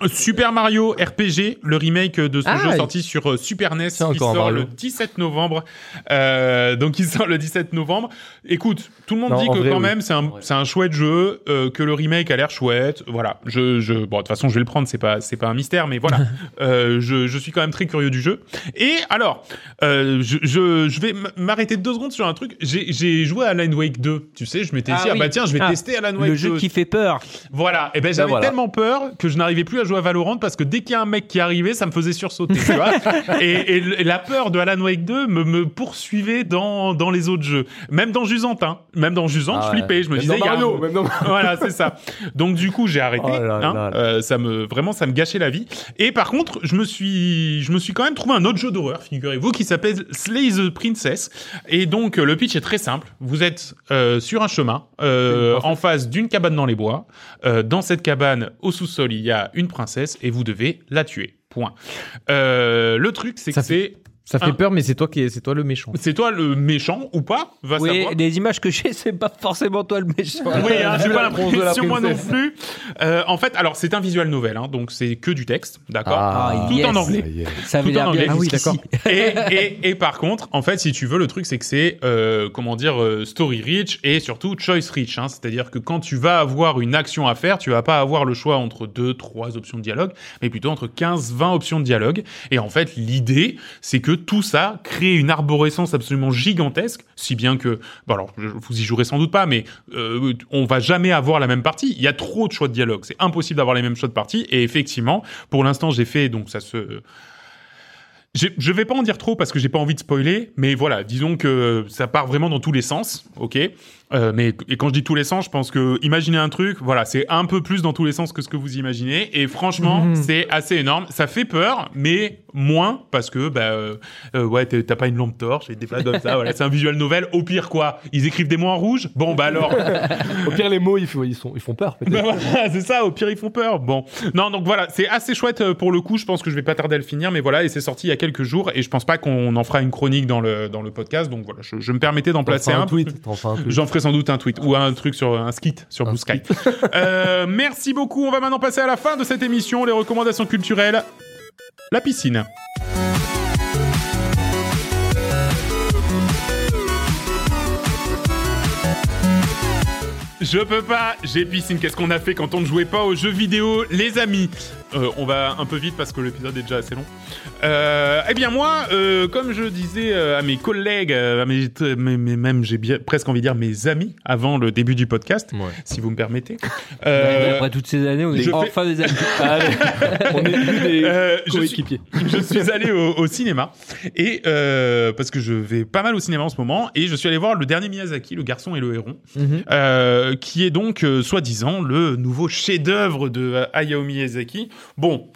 Speaker 1: Super Mario RPG, le remake de ce
Speaker 6: Ah,
Speaker 1: jeu
Speaker 6: il-
Speaker 1: sorti sur euh, Super NES, qui
Speaker 3: encore un
Speaker 1: sort
Speaker 3: Mario.
Speaker 1: le 17 novembre. Euh, donc il sort le 17 novembre. Écoute, tout le monde
Speaker 3: Non,
Speaker 1: dit
Speaker 3: en
Speaker 1: que
Speaker 3: vrai,
Speaker 1: quand
Speaker 3: oui.
Speaker 1: même c'est un,
Speaker 3: Ouais.
Speaker 1: c'est un chouette jeu, euh, que le remake a l'air chouette. Voilà, je, je, bon de toute façon je vais le prendre, c'est pas, c'est pas un mystère, mais voilà, Euh, je, je suis quand même très curieux du jeu. Et alors, euh, je, je, je vais m- m'arrêter deux secondes sur un truc. J'ai, j'ai joué à Alan Wake 2, tu sais, je m'étais
Speaker 4: Ah
Speaker 1: dit ah
Speaker 4: oui.
Speaker 1: bah tiens je vais
Speaker 6: Ah,
Speaker 1: tester Alan Wake
Speaker 4: Le jeu
Speaker 1: 2.
Speaker 4: qui fait peur.
Speaker 1: Voilà, et ben j'avais
Speaker 3: voilà.
Speaker 1: tellement peur que je n'arrivais plus à jouer à Valorant parce que dès qu'il y a un mec qui arrivait, ça me faisait sursauter. tu vois et, et le- et la peur de Alan Wake 2 me, me poursuivait dans, dans les autres jeux. Même dans Jusant, hein. Même dans Jusant,
Speaker 3: Ah
Speaker 1: je
Speaker 3: ouais.
Speaker 1: flippais. Je me
Speaker 3: Même
Speaker 1: disais,
Speaker 3: dans
Speaker 1: il y a un-
Speaker 3: Mario, même dans Mario.
Speaker 1: voilà, c'est ça. Donc du coup, j'ai arrêté.
Speaker 3: Oh là
Speaker 1: hein.
Speaker 3: là là.
Speaker 1: Euh, ça me vraiment, ça me gâchait la vie. Et par contre, je me suis, je me suis quand même trouvé un autre jeu d'horreur, figurez-vous, qui s'appelle Slay the Princess. Et donc euh, le pitch est très simple. Vous êtes euh, sur un chemin euh, en face d'une cabane dans les bois. Euh, dans cette cabane, au sous-sol, il y a une princesse et vous devez la tuer. Point. Euh, le truc, c'est que
Speaker 6: Ça
Speaker 1: c'est
Speaker 6: Ça fait
Speaker 1: Hein.
Speaker 6: peur, mais c'est toi qui est- c'est toi le méchant.
Speaker 1: c'est toi le méchant ou pas Va
Speaker 4: Oui,
Speaker 1: savoir.
Speaker 4: les images que j'ai, c'est pas forcément toi le méchant.
Speaker 1: Oui, hein, j'ai pas
Speaker 3: La bronze de la
Speaker 1: l'impression, moi non
Speaker 3: princesse.
Speaker 1: plus. Euh, en fait, alors c'est un visual novel, hein, donc c'est que du texte, d'accord
Speaker 4: Ah,
Speaker 1: Tout
Speaker 4: yes.
Speaker 1: en anglais.
Speaker 4: Ça
Speaker 1: Tout
Speaker 4: avait
Speaker 1: en
Speaker 4: l'air bien.
Speaker 1: anglais. Ah oui,
Speaker 4: jusqu'ici.
Speaker 1: et, et, et par contre, en fait, si tu veux, le truc, c'est que c'est, euh, comment dire, euh, story rich et surtout choice rich. hein. C'est-à-dire que quand tu vas avoir une action à faire, tu vas pas avoir le choix entre deux, trois options de dialogue, mais plutôt entre 15, 20 options de dialogue. Et en fait, l'idée, c'est que tout ça crée une arborescence absolument gigantesque, si bien que, bon alors, je- vous y jouerez sans doute pas, mais euh, on va jamais avoir la même partie. Il y a trop de choix de dialogue. C'est impossible d'avoir les mêmes choix de partie. Et effectivement, pour l'instant, j'ai fait, donc ça se, j'ai- Je vais pas en dire trop parce que j'ai pas envie de spoiler, mais voilà, disons que ça part vraiment dans tous les sens, ok. Euh, mais et quand je dis tous les sens, je pense que imaginer un truc, voilà, c'est un peu plus dans tous les sens que ce que vous imaginez, et franchement,
Speaker 6: Mhm.
Speaker 1: c'est assez énorme. Ça fait peur, mais moins parce que bah euh, euh, ouais, t'es- t'as pas une lampe torche et des pas comme ça. Voilà, c'est un visual novel. Au pire quoi, ils écrivent des mots en rouge. Bon bah alors,
Speaker 3: Au pire, les mots, ils, font- ils sont, ils font peur, peut-être.
Speaker 1: bah voilà, c'est ça, au pire ils font peur. Bon, non, donc voilà, c'est assez chouette euh, pour le coup, je pense que je vais pas tarder à le finir, mais voilà, et c'est sorti il y a quelques jours, et je pense pas qu'on en fera une chronique dans le, dans le podcast, donc voilà, je, je me permettais d'en
Speaker 3: T'en
Speaker 1: placer
Speaker 3: feras
Speaker 1: un.
Speaker 3: un tweet. t'en feras un tweet.
Speaker 1: J'en ferai sans doute un tweet ou un truc sur un skit sur
Speaker 3: Un
Speaker 1: Blue Sky. Euh, merci beaucoup. On va maintenant passer à la fin de cette émission. Les recommandations culturelles. La piscine. Je peux pas, j'ai piscine. Qu'est-ce qu'on a fait quand on ne jouait pas aux jeux vidéo, les amis euh, on va un peu vite parce que l'épisode est déjà assez long. Euh, eh bien moi, euh, comme je disais euh, à mes collègues, euh, à mes, t- mes- mes- même j'ai bien- presque envie de dire mes amis avant le début du podcast,
Speaker 3: Ouais.
Speaker 1: si vous me permettez.
Speaker 4: Euh, Ah,
Speaker 1: Euh,
Speaker 4: Après toutes ces années, on
Speaker 1: je
Speaker 4: est
Speaker 1: fais-
Speaker 4: enfin des amis.
Speaker 3: On est plus des
Speaker 1: euh, je suis-
Speaker 3: coéquipiers.
Speaker 1: je suis allé au, au cinéma et euh, parce que je vais pas mal au cinéma en ce moment et je suis allé voir le dernier Miyazaki, le garçon et le héron,
Speaker 6: Mhm.
Speaker 1: euh, qui est donc euh, soi-disant le nouveau chef-d'œuvre de euh, Hayao Miyazaki. Bon.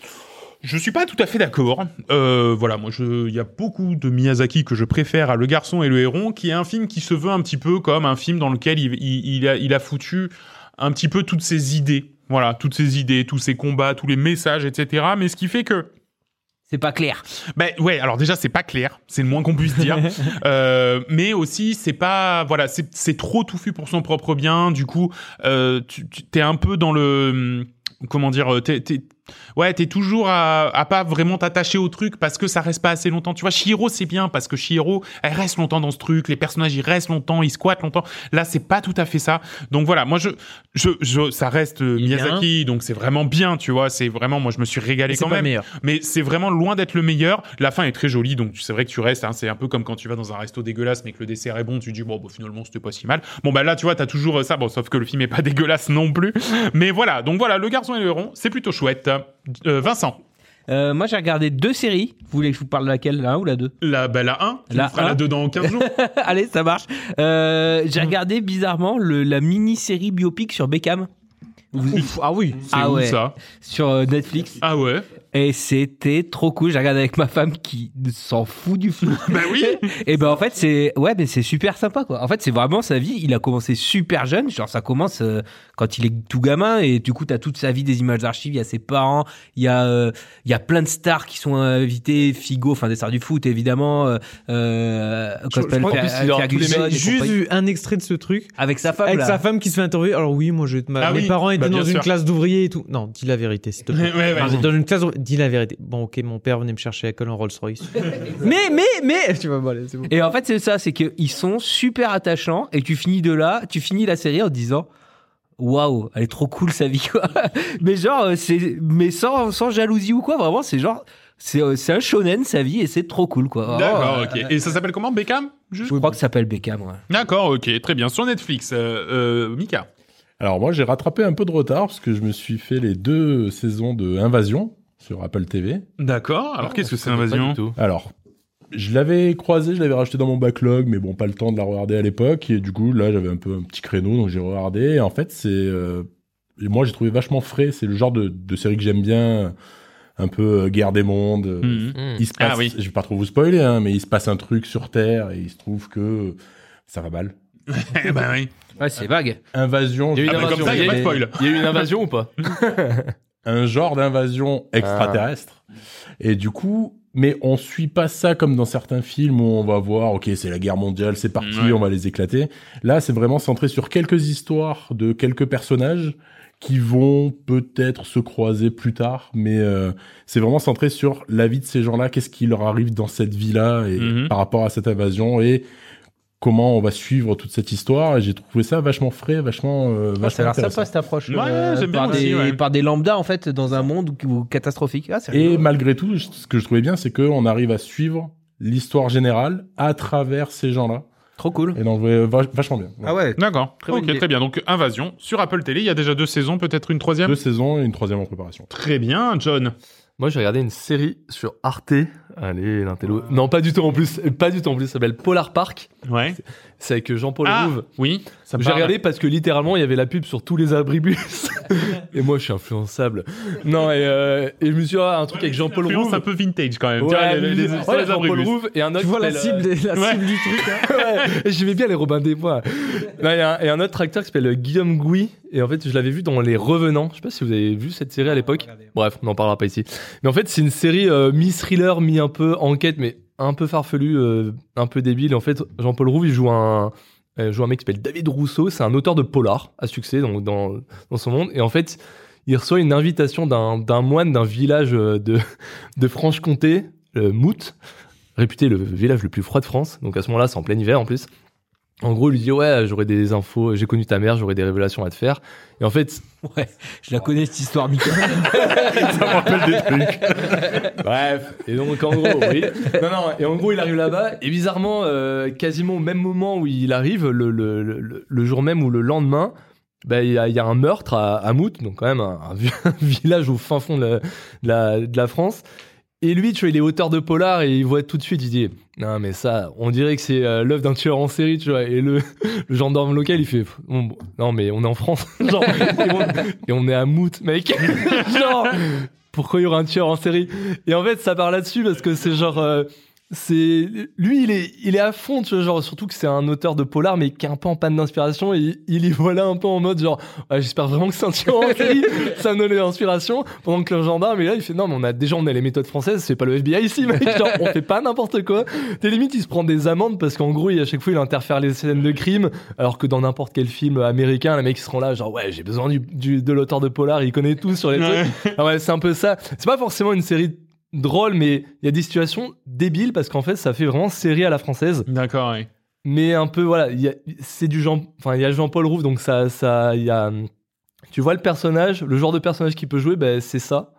Speaker 1: Je suis pas tout à fait d'accord. Euh, voilà, moi, je- il y a beaucoup de Miyazaki que je préfère à Le Garçon et le Héron, qui est un film qui se veut un petit peu comme un film dans lequel il, il- il a, il a foutu un petit peu toutes ses idées. Voilà, toutes ses idées, tous ses combats, tous les messages, etc. Mais ce qui fait que
Speaker 4: C'est pas clair.
Speaker 1: ben ouais, alors déjà c'est pas clair, c'est le moins qu'on puisse dire. Euh, mais aussi c'est pas voilà, c'est c'est trop touffu pour son propre bien. Du coup, euh, tu tu- t'es un peu dans le hum, comment dire, euh, t'es t'es- ouais, t'es toujours à, à pas vraiment t'attacher au truc parce que ça reste pas assez longtemps. Tu vois, Shihiro c'est bien parce que Shihiro elle reste longtemps dans ce truc, les personnages ils restent longtemps, ils squattent longtemps. Là c'est pas tout à fait ça. Donc voilà, moi je je, je ça reste euh,
Speaker 6: Il est bien.
Speaker 1: Miyazaki, donc c'est vraiment bien, tu vois. C'est vraiment moi je me suis régalé
Speaker 6: C'est
Speaker 1: quand
Speaker 6: pas
Speaker 1: même
Speaker 6: meilleur.
Speaker 1: mais c'est vraiment loin d'être le meilleur. La fin est très jolie, donc c'est vrai que tu restes. hein, c'est un peu comme quand tu vas dans un resto dégueulasse, mais que le dessert est bon, tu dis bon, bah, finalement c'était pas si mal. Bon bah là, tu vois, t'as toujours euh, ça. Bon, sauf que le film est pas dégueulasse non plus. Mais voilà, donc voilà, le garçon et le héron, c'est plutôt chouette. Euh, Vincent,
Speaker 4: Euh, moi, j'ai regardé deux séries. Vous voulez que je vous parle de laquelle La 1 ou la 2
Speaker 1: la bah, la 1, tu
Speaker 4: La
Speaker 1: nous feras la
Speaker 4: un.
Speaker 1: 2 dans 15 jours.
Speaker 4: Allez, ça marche. Euh,
Speaker 6: Mm.
Speaker 4: j'ai regardé bizarrement le- la mini-série biopic sur Beckham
Speaker 6: ah oui.
Speaker 1: C'est
Speaker 4: Ah
Speaker 1: où,
Speaker 4: ouais.
Speaker 1: ça
Speaker 4: sur euh, Netflix.
Speaker 1: Ah ouais.
Speaker 4: Et c'était trop cool. J'ai regardé avec ma femme qui s'en fout du foot.
Speaker 1: Bah oui.
Speaker 4: Et ben en fait c'est ouais mais c'est super sympa quoi. En fait c'est vraiment sa vie. Il a commencé super jeune. Genre ça commence euh, quand il est tout gamin et du coup t'as toute sa vie des images d'archives. Il y a ses parents. Il y a euh, il y a plein de stars qui sont invitées. Figo, enfin des stars du foot évidemment. Euh, euh,
Speaker 6: Je,
Speaker 4: comment
Speaker 6: je
Speaker 4: s'appelle,
Speaker 6: crois qu'en plus,
Speaker 4: Fer-
Speaker 6: il aura tous les
Speaker 4: Ferguson
Speaker 6: mecs.
Speaker 4: et
Speaker 6: J'ai juste
Speaker 4: compagnie.
Speaker 6: vu un extrait de ce truc.
Speaker 4: avec sa femme
Speaker 6: Avec
Speaker 4: là.
Speaker 6: sa femme qui se fait interviewer. Alors oui, moi, je, ma-
Speaker 1: Ah
Speaker 6: mes
Speaker 1: oui.
Speaker 6: parents étaient
Speaker 1: Bah, bien
Speaker 6: dans une
Speaker 1: sûr.
Speaker 6: classe d'ouvriers et tout. Non, dis la vérité, s'il te plaît.
Speaker 1: Ouais, ouais,
Speaker 6: Non,
Speaker 1: vas-y.
Speaker 6: dans une classe, d'ouvriers- dis la vérité. Bon, ok, mon père venait me chercher à Colin Rolls-Royce. mais, mais, mais, tu vois, bon, allez, c'est bon.
Speaker 4: Et en fait, c'est ça, c'est qu'ils sont super attachants et tu finis de là, tu finis la série en te disant Waouh, elle est trop cool sa vie, quoi. mais genre, euh, c'est, mais sans, sans jalousie ou quoi, vraiment, c'est genre, c'est, euh, c'est un shonen sa vie et c'est trop cool, quoi. Vraiment,
Speaker 1: D'accord,
Speaker 4: euh,
Speaker 1: ok. Et ça s'appelle comment Beckham Juste
Speaker 4: Je crois que ça s'appelle Beckham, ouais.
Speaker 1: D'accord, ok, très bien. Sur Netflix, euh, euh, Mika.
Speaker 5: Alors moi j'ai rattrapé un peu de retard parce que je me suis fait les deux saisons de Invasion sur Apple TV.
Speaker 1: D'accord. Alors qu'est-ce Ah, que c'est
Speaker 3: Pas du
Speaker 1: Invasion
Speaker 3: tout.
Speaker 5: Alors je l'avais croisé, je l'avais racheté dans mon backlog, mais bon pas le temps de la regarder à l'époque et du coup là j'avais un peu un petit créneau donc j'ai regardé. Et en fait c'est euh, et moi j'ai trouvé vachement frais. C'est le genre de, de série que j'aime bien, un peu euh, guerre des mondes.
Speaker 1: Mhm.
Speaker 5: Il se passe,
Speaker 1: Ah oui.
Speaker 5: je vais pas trop vous spoiler, hein, mais il se passe un truc sur Terre et il se trouve que ça va mal.
Speaker 1: Eh ben oui.
Speaker 4: Ouais, c'est vague.
Speaker 5: Invasion,
Speaker 3: Il y a
Speaker 1: Ah
Speaker 3: une
Speaker 1: bah, comme
Speaker 3: invasion.
Speaker 1: ça, il y a pas de spoil.
Speaker 3: Il y a eu une invasion ou pas
Speaker 5: un genre d'invasion extraterrestre. Et du coup, mais on suit pas ça comme dans certains films où on va voir, ok, c'est la guerre mondiale, c'est parti,
Speaker 1: Ouais.
Speaker 5: on va les éclater. Là, c'est vraiment centré sur quelques histoires de quelques personnages qui vont peut-être se croiser plus tard, mais euh, c'est vraiment centré sur la vie de ces gens-là, qu'est-ce qui leur arrive dans cette vie-là et
Speaker 1: Mhm.
Speaker 5: par rapport à cette invasion et comment on va suivre toute cette histoire. Et j'ai trouvé ça vachement frais, vachement, euh, vachement
Speaker 4: Ah, ça a l'air
Speaker 5: intéressant.
Speaker 4: sympa cette approche. euh,
Speaker 1: Ouais, j'aime bien
Speaker 4: par,
Speaker 1: aussi,
Speaker 4: des,
Speaker 1: ouais.
Speaker 4: par des lambdas, en fait, dans un monde où- où catastrophique. Ah, c'est
Speaker 5: Et
Speaker 4: rigolo.
Speaker 5: malgré tout, je- ce que je trouvais bien, c'est qu'on arrive à suivre l'histoire générale à travers ces gens-là.
Speaker 4: Trop cool.
Speaker 5: Et donc, ouais, vach- vachement bien. Ouais.
Speaker 4: ouais.
Speaker 1: D'accord.
Speaker 4: Très bonne
Speaker 1: ok,
Speaker 4: idée.
Speaker 1: très bien. Donc, Invasion sur Apple Télé. Il y a déjà deux saisons, peut-être une troisième.
Speaker 5: Deux saisons et une troisième en préparation.
Speaker 1: Très bien, John.
Speaker 3: Moi, j'ai regardé une série sur Arte. Allez, l'intello. Non, pas du tout en plus. Pas du tout en plus. Ça s'appelle Polar Park.
Speaker 1: Ouais.
Speaker 3: C'est avec Jean-Paul
Speaker 1: Ah,
Speaker 3: Rouve.
Speaker 1: oui. Ça me
Speaker 3: J'ai
Speaker 1: parle.
Speaker 3: regardé parce que littéralement il y avait la pub sur tous les abribus et moi je suis influençable. Non et, euh, et je me suis dit, ah, un truc avec Jean-Paul
Speaker 1: Influence
Speaker 3: Rouve.
Speaker 1: un peu vintage quand même.
Speaker 3: Ouais,
Speaker 1: Tu vois, les- les- les-
Speaker 3: ouais,
Speaker 1: ça, les
Speaker 3: Jean-Paul
Speaker 1: abribus.
Speaker 3: Rouve et un autre.
Speaker 6: Tu vois la
Speaker 3: s'appelle, euh,
Speaker 6: cible, la
Speaker 1: ouais.
Speaker 6: cible du truc. hein.
Speaker 3: Ouais, J'aimais bien les Robin des Bois. Non, Il y, a un- il y a un autre acteur qui s'appelle euh, Guillaume Gouy. Et en fait, je l'avais vu dans Les Revenants. Je sais pas si vous avez vu cette série à l'époque. Bref, on n'en parlera pas ici. Mais en fait, c'est une série euh, mi-thriller, mi-un peu enquête, mais un peu farfelu, euh, un peu débile. Et en fait, Jean-Paul Rouve, il joue un, euh, joue un mec qui s'appelle David Rousseau. C'est un auteur de polar à succès donc dans, dans son monde. Et en fait, il reçoit une invitation d'un d'un moine d'un village euh, de, de Franche-Comté, euh, Mout, réputé le village le plus froid de France. Donc à ce moment-là, c'est en plein hiver en plus. En gros, il lui dit ouais, j'aurais des infos, j'ai connu ta mère, j'aurais des révélations à te faire. Et en fait,
Speaker 4: Ouais, je la connais cette histoire, Mika.
Speaker 3: Bref, et donc en gros, oui. Non, non, et en gros, il arrive là-bas, et bizarrement, euh, quasiment au même moment où il arrive, le, le, le, le jour même ou le lendemain, bah, il y, a- il y a un meurtre à, à Mout, donc quand même un, un vi- un village au fin fond de la, de la, de la France. Et lui, tu vois, il est auteur de polar et il voit tout de suite, il dit Non, mais ça, on dirait que c'est euh, l'œuvre d'un tueur en série, tu vois. Et le, le gendarme local, il fait Bon, bon, Non, mais on est en France, genre, et on, et on est à Mout, mec. genre, pourquoi il y aura un tueur en série et en fait, ça part là-dessus parce que c'est genre. euh, c'est lui il est il est à fond tu vois genre surtout que c'est un auteur de polar mais qui est un peu en panne d'inspiration et il- il y voilà un peu en mode genre Ah, j'espère vraiment que c'est un tueur en série ça me donne l'inspiration pendant que le gendarme est là il fait non mais on a déjà on a les méthodes françaises c'est pas le FBI ici mec genre on fait pas n'importe quoi t'es limite il se prend des amendes parce qu'en gros il, à chaque fois il interfère les scènes de crime alors que dans n'importe quel film américain les mecs ils seront là genre ouais j'ai besoin du, du- de l'auteur de polar il connaît tout sur les trucs ah ouais, c'est un peu ça. C'est pas forcément une série drôle, mais il y a des situations débiles parce qu'en fait, ça fait vraiment série à la française.
Speaker 1: D'accord, ouais.
Speaker 3: Mais un peu, voilà, il y a- c'est du Jean, enfin, il y a Jean-Paul Rouve, donc ça, ça, il y a, tu vois le personnage, le genre de personnage qu'il peut jouer, ben, c'est ça.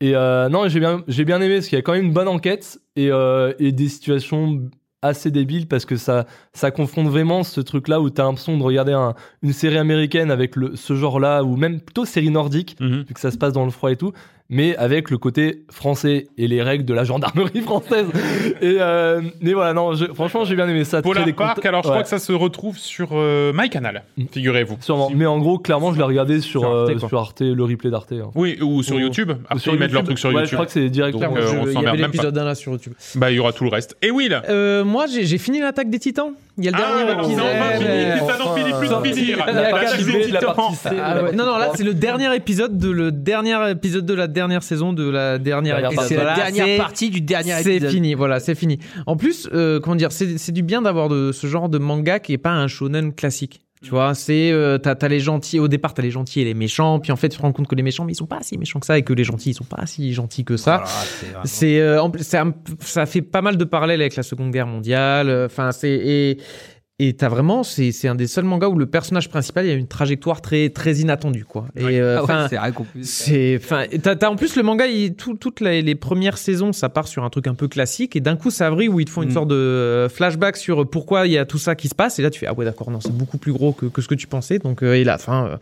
Speaker 3: Et euh, non, j'ai bien, j'ai bien aimé parce qu'il y a quand même une bonne enquête et, euh, et des situations assez débiles parce que ça, ça confronte vraiment ce truc-là où t'as l'impression de regarder un- une série américaine avec le, ce genre-là ou même plutôt série nordique
Speaker 1: Mhm.
Speaker 3: vu que ça se passe dans le froid et tout, mais avec le côté français et les règles de la gendarmerie française. et euh, mais voilà, non, je- franchement, j'ai bien aimé ça.
Speaker 1: Polar
Speaker 3: crée des
Speaker 1: Park,
Speaker 3: contes-
Speaker 1: alors je
Speaker 3: ouais,
Speaker 1: crois que ça se retrouve sur euh, MyCanal,
Speaker 3: Mm.
Speaker 1: figurez-vous.
Speaker 3: Sûrement. Mais en gros, clairement, je l'ai regardé sur,
Speaker 6: Sur Arte,
Speaker 3: euh,
Speaker 6: quoi.
Speaker 3: sur Arte, le replay d'Arte. hein.
Speaker 1: Oui, ou sur
Speaker 6: Ou-
Speaker 1: YouTube. Après,
Speaker 3: Sur
Speaker 1: ils mettent leur
Speaker 3: YouTube.
Speaker 1: truc sur
Speaker 3: Ouais, je
Speaker 1: YouTube.
Speaker 3: crois que c'est direct.
Speaker 1: Donc,
Speaker 6: Clairement,
Speaker 1: euh,
Speaker 6: je-
Speaker 1: on
Speaker 6: il y
Speaker 1: s'emmerde
Speaker 6: avait
Speaker 1: même
Speaker 6: l'épisode 1 là sur YouTube.
Speaker 1: Bah, il y aura tout le reste. Et Will
Speaker 6: Euh, moi, j'ai j'ai fini l'attaque des titans. Il y a le
Speaker 1: Ah,
Speaker 6: dernier
Speaker 1: alors,
Speaker 6: épisode.
Speaker 1: c'est enfin fini,
Speaker 6: Ouais.
Speaker 1: c'est ça
Speaker 3: euh,
Speaker 1: dont Philippe plus
Speaker 3: enfin,
Speaker 1: de finir.
Speaker 3: il a
Speaker 1: La
Speaker 3: participé,
Speaker 1: Taxe des
Speaker 3: il a
Speaker 1: Titans.
Speaker 3: participé, il a
Speaker 6: Ah ouais. Non, non, là,
Speaker 3: participé.
Speaker 6: c'est le dernier épisode de le dernier épisode de la dernière saison de la dernière.
Speaker 3: Dernière
Speaker 4: Et
Speaker 6: épisode.
Speaker 4: Bah, c'est la
Speaker 6: Voilà,
Speaker 4: dernière
Speaker 6: c'est-
Speaker 4: partie du dernier
Speaker 6: C'est
Speaker 4: épisode.
Speaker 6: fini, voilà, c'est fini. En plus, euh, comment dire, c'est c'est du bien d'avoir de ce genre de manga qui est pas un shonen classique. Tu vois, c'est euh, t'as t'as les gentils au départ, t'as les gentils et les méchants, puis en fait tu te rends compte que les méchants, mais ils sont pas si méchants que ça et que les gentils, ils sont pas si gentils que ça.
Speaker 4: Ah,
Speaker 6: C'est euh, en plus, c'est un- ça fait pas mal de parallèles avec la Seconde Guerre mondiale. euh, Enfin, c'est et et t'as vraiment c'est c'est un des seuls mangas où le personnage principal il y a une trajectoire très très inattendue quoi. Et
Speaker 4: Ah
Speaker 6: euh,
Speaker 4: ouais,
Speaker 6: enfin,
Speaker 4: c'est rien qu'on puisse-
Speaker 6: c'est, enfin, t'as, t'as- en plus le manga, il, tout- toutes les, les premières saisons, ça part sur un truc un peu classique, et d'un coup, ça vrille où ils te font une
Speaker 4: Mm.
Speaker 6: sorte de euh, flashback sur pourquoi il y a tout ça qui se passe, et là, tu fais ah ouais d'accord, non, c'est beaucoup plus gros que, que ce que tu pensais, donc euh, et la fin, euh,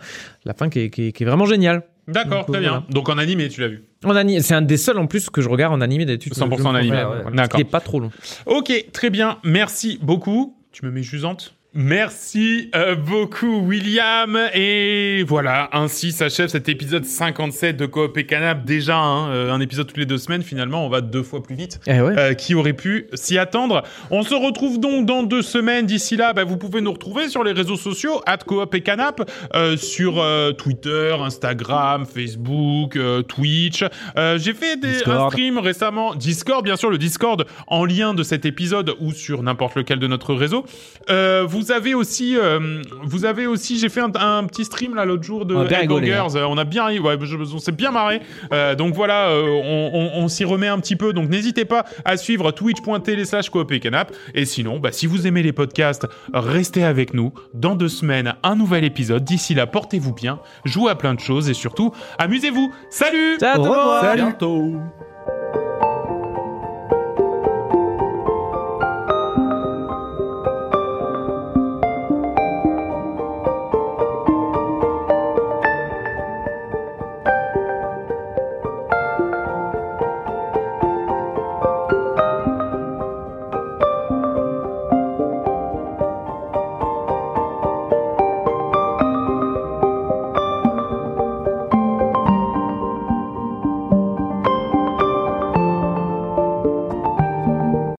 Speaker 6: la fin qui est, qui est- qui est vraiment géniale.
Speaker 1: D'accord,
Speaker 6: Donc,
Speaker 1: très bien.
Speaker 6: voilà.
Speaker 1: Donc en animé, tu l'as vu.
Speaker 6: En ani- c'est un des seuls en plus que je regarde en animé d'habitude.
Speaker 1: 100% en
Speaker 6: Je me
Speaker 1: animé,
Speaker 6: prends-
Speaker 3: ouais,
Speaker 6: voilà,
Speaker 1: d'accord.
Speaker 6: parce qu'il est pas trop long.
Speaker 1: Ok, très bien. Merci beaucoup. Tu me mets jusante Merci euh, beaucoup William et voilà ainsi s'achève cet épisode 57 de Coop et Canap déjà hein, euh, un épisode toutes les deux semaines finalement on va deux fois plus vite
Speaker 6: Eh ouais.
Speaker 1: Euh, qui aurait pu s'y attendre. On se retrouve donc dans deux semaines. D'ici là, bah, vous pouvez nous retrouver sur les réseaux sociaux, at coop et canap, euh, sur euh, Twitter, Instagram, Facebook, euh, Twitch. Euh, J'ai fait des, un
Speaker 2: Discord.
Speaker 1: stream récemment, Discord, bien sûr, le Discord en lien de cet épisode ou sur n'importe lequel de notre réseau. Euh, vous avez aussi, euh, vous avez aussi, j'ai fait un, un petit stream là l'autre jour de
Speaker 2: On a bien rigolé,
Speaker 1: Headbangers. Euh, On a bien, ri- ouais, je- on s'est bien marré. Euh, donc voilà, euh, on, on- on s'y remet un petit peu. Donc n'hésitez pas à suivre twitch.tv slash coop et canap. Et sinon, bah, si vous aimez les podcasts, restez avec nous. Dans deux semaines, un nouvel épisode. D'ici là, portez-vous bien, jouez à plein de choses et surtout, amusez-vous. Salut
Speaker 6: Ciao, tout le monde.
Speaker 2: revoir.
Speaker 5: Bientôt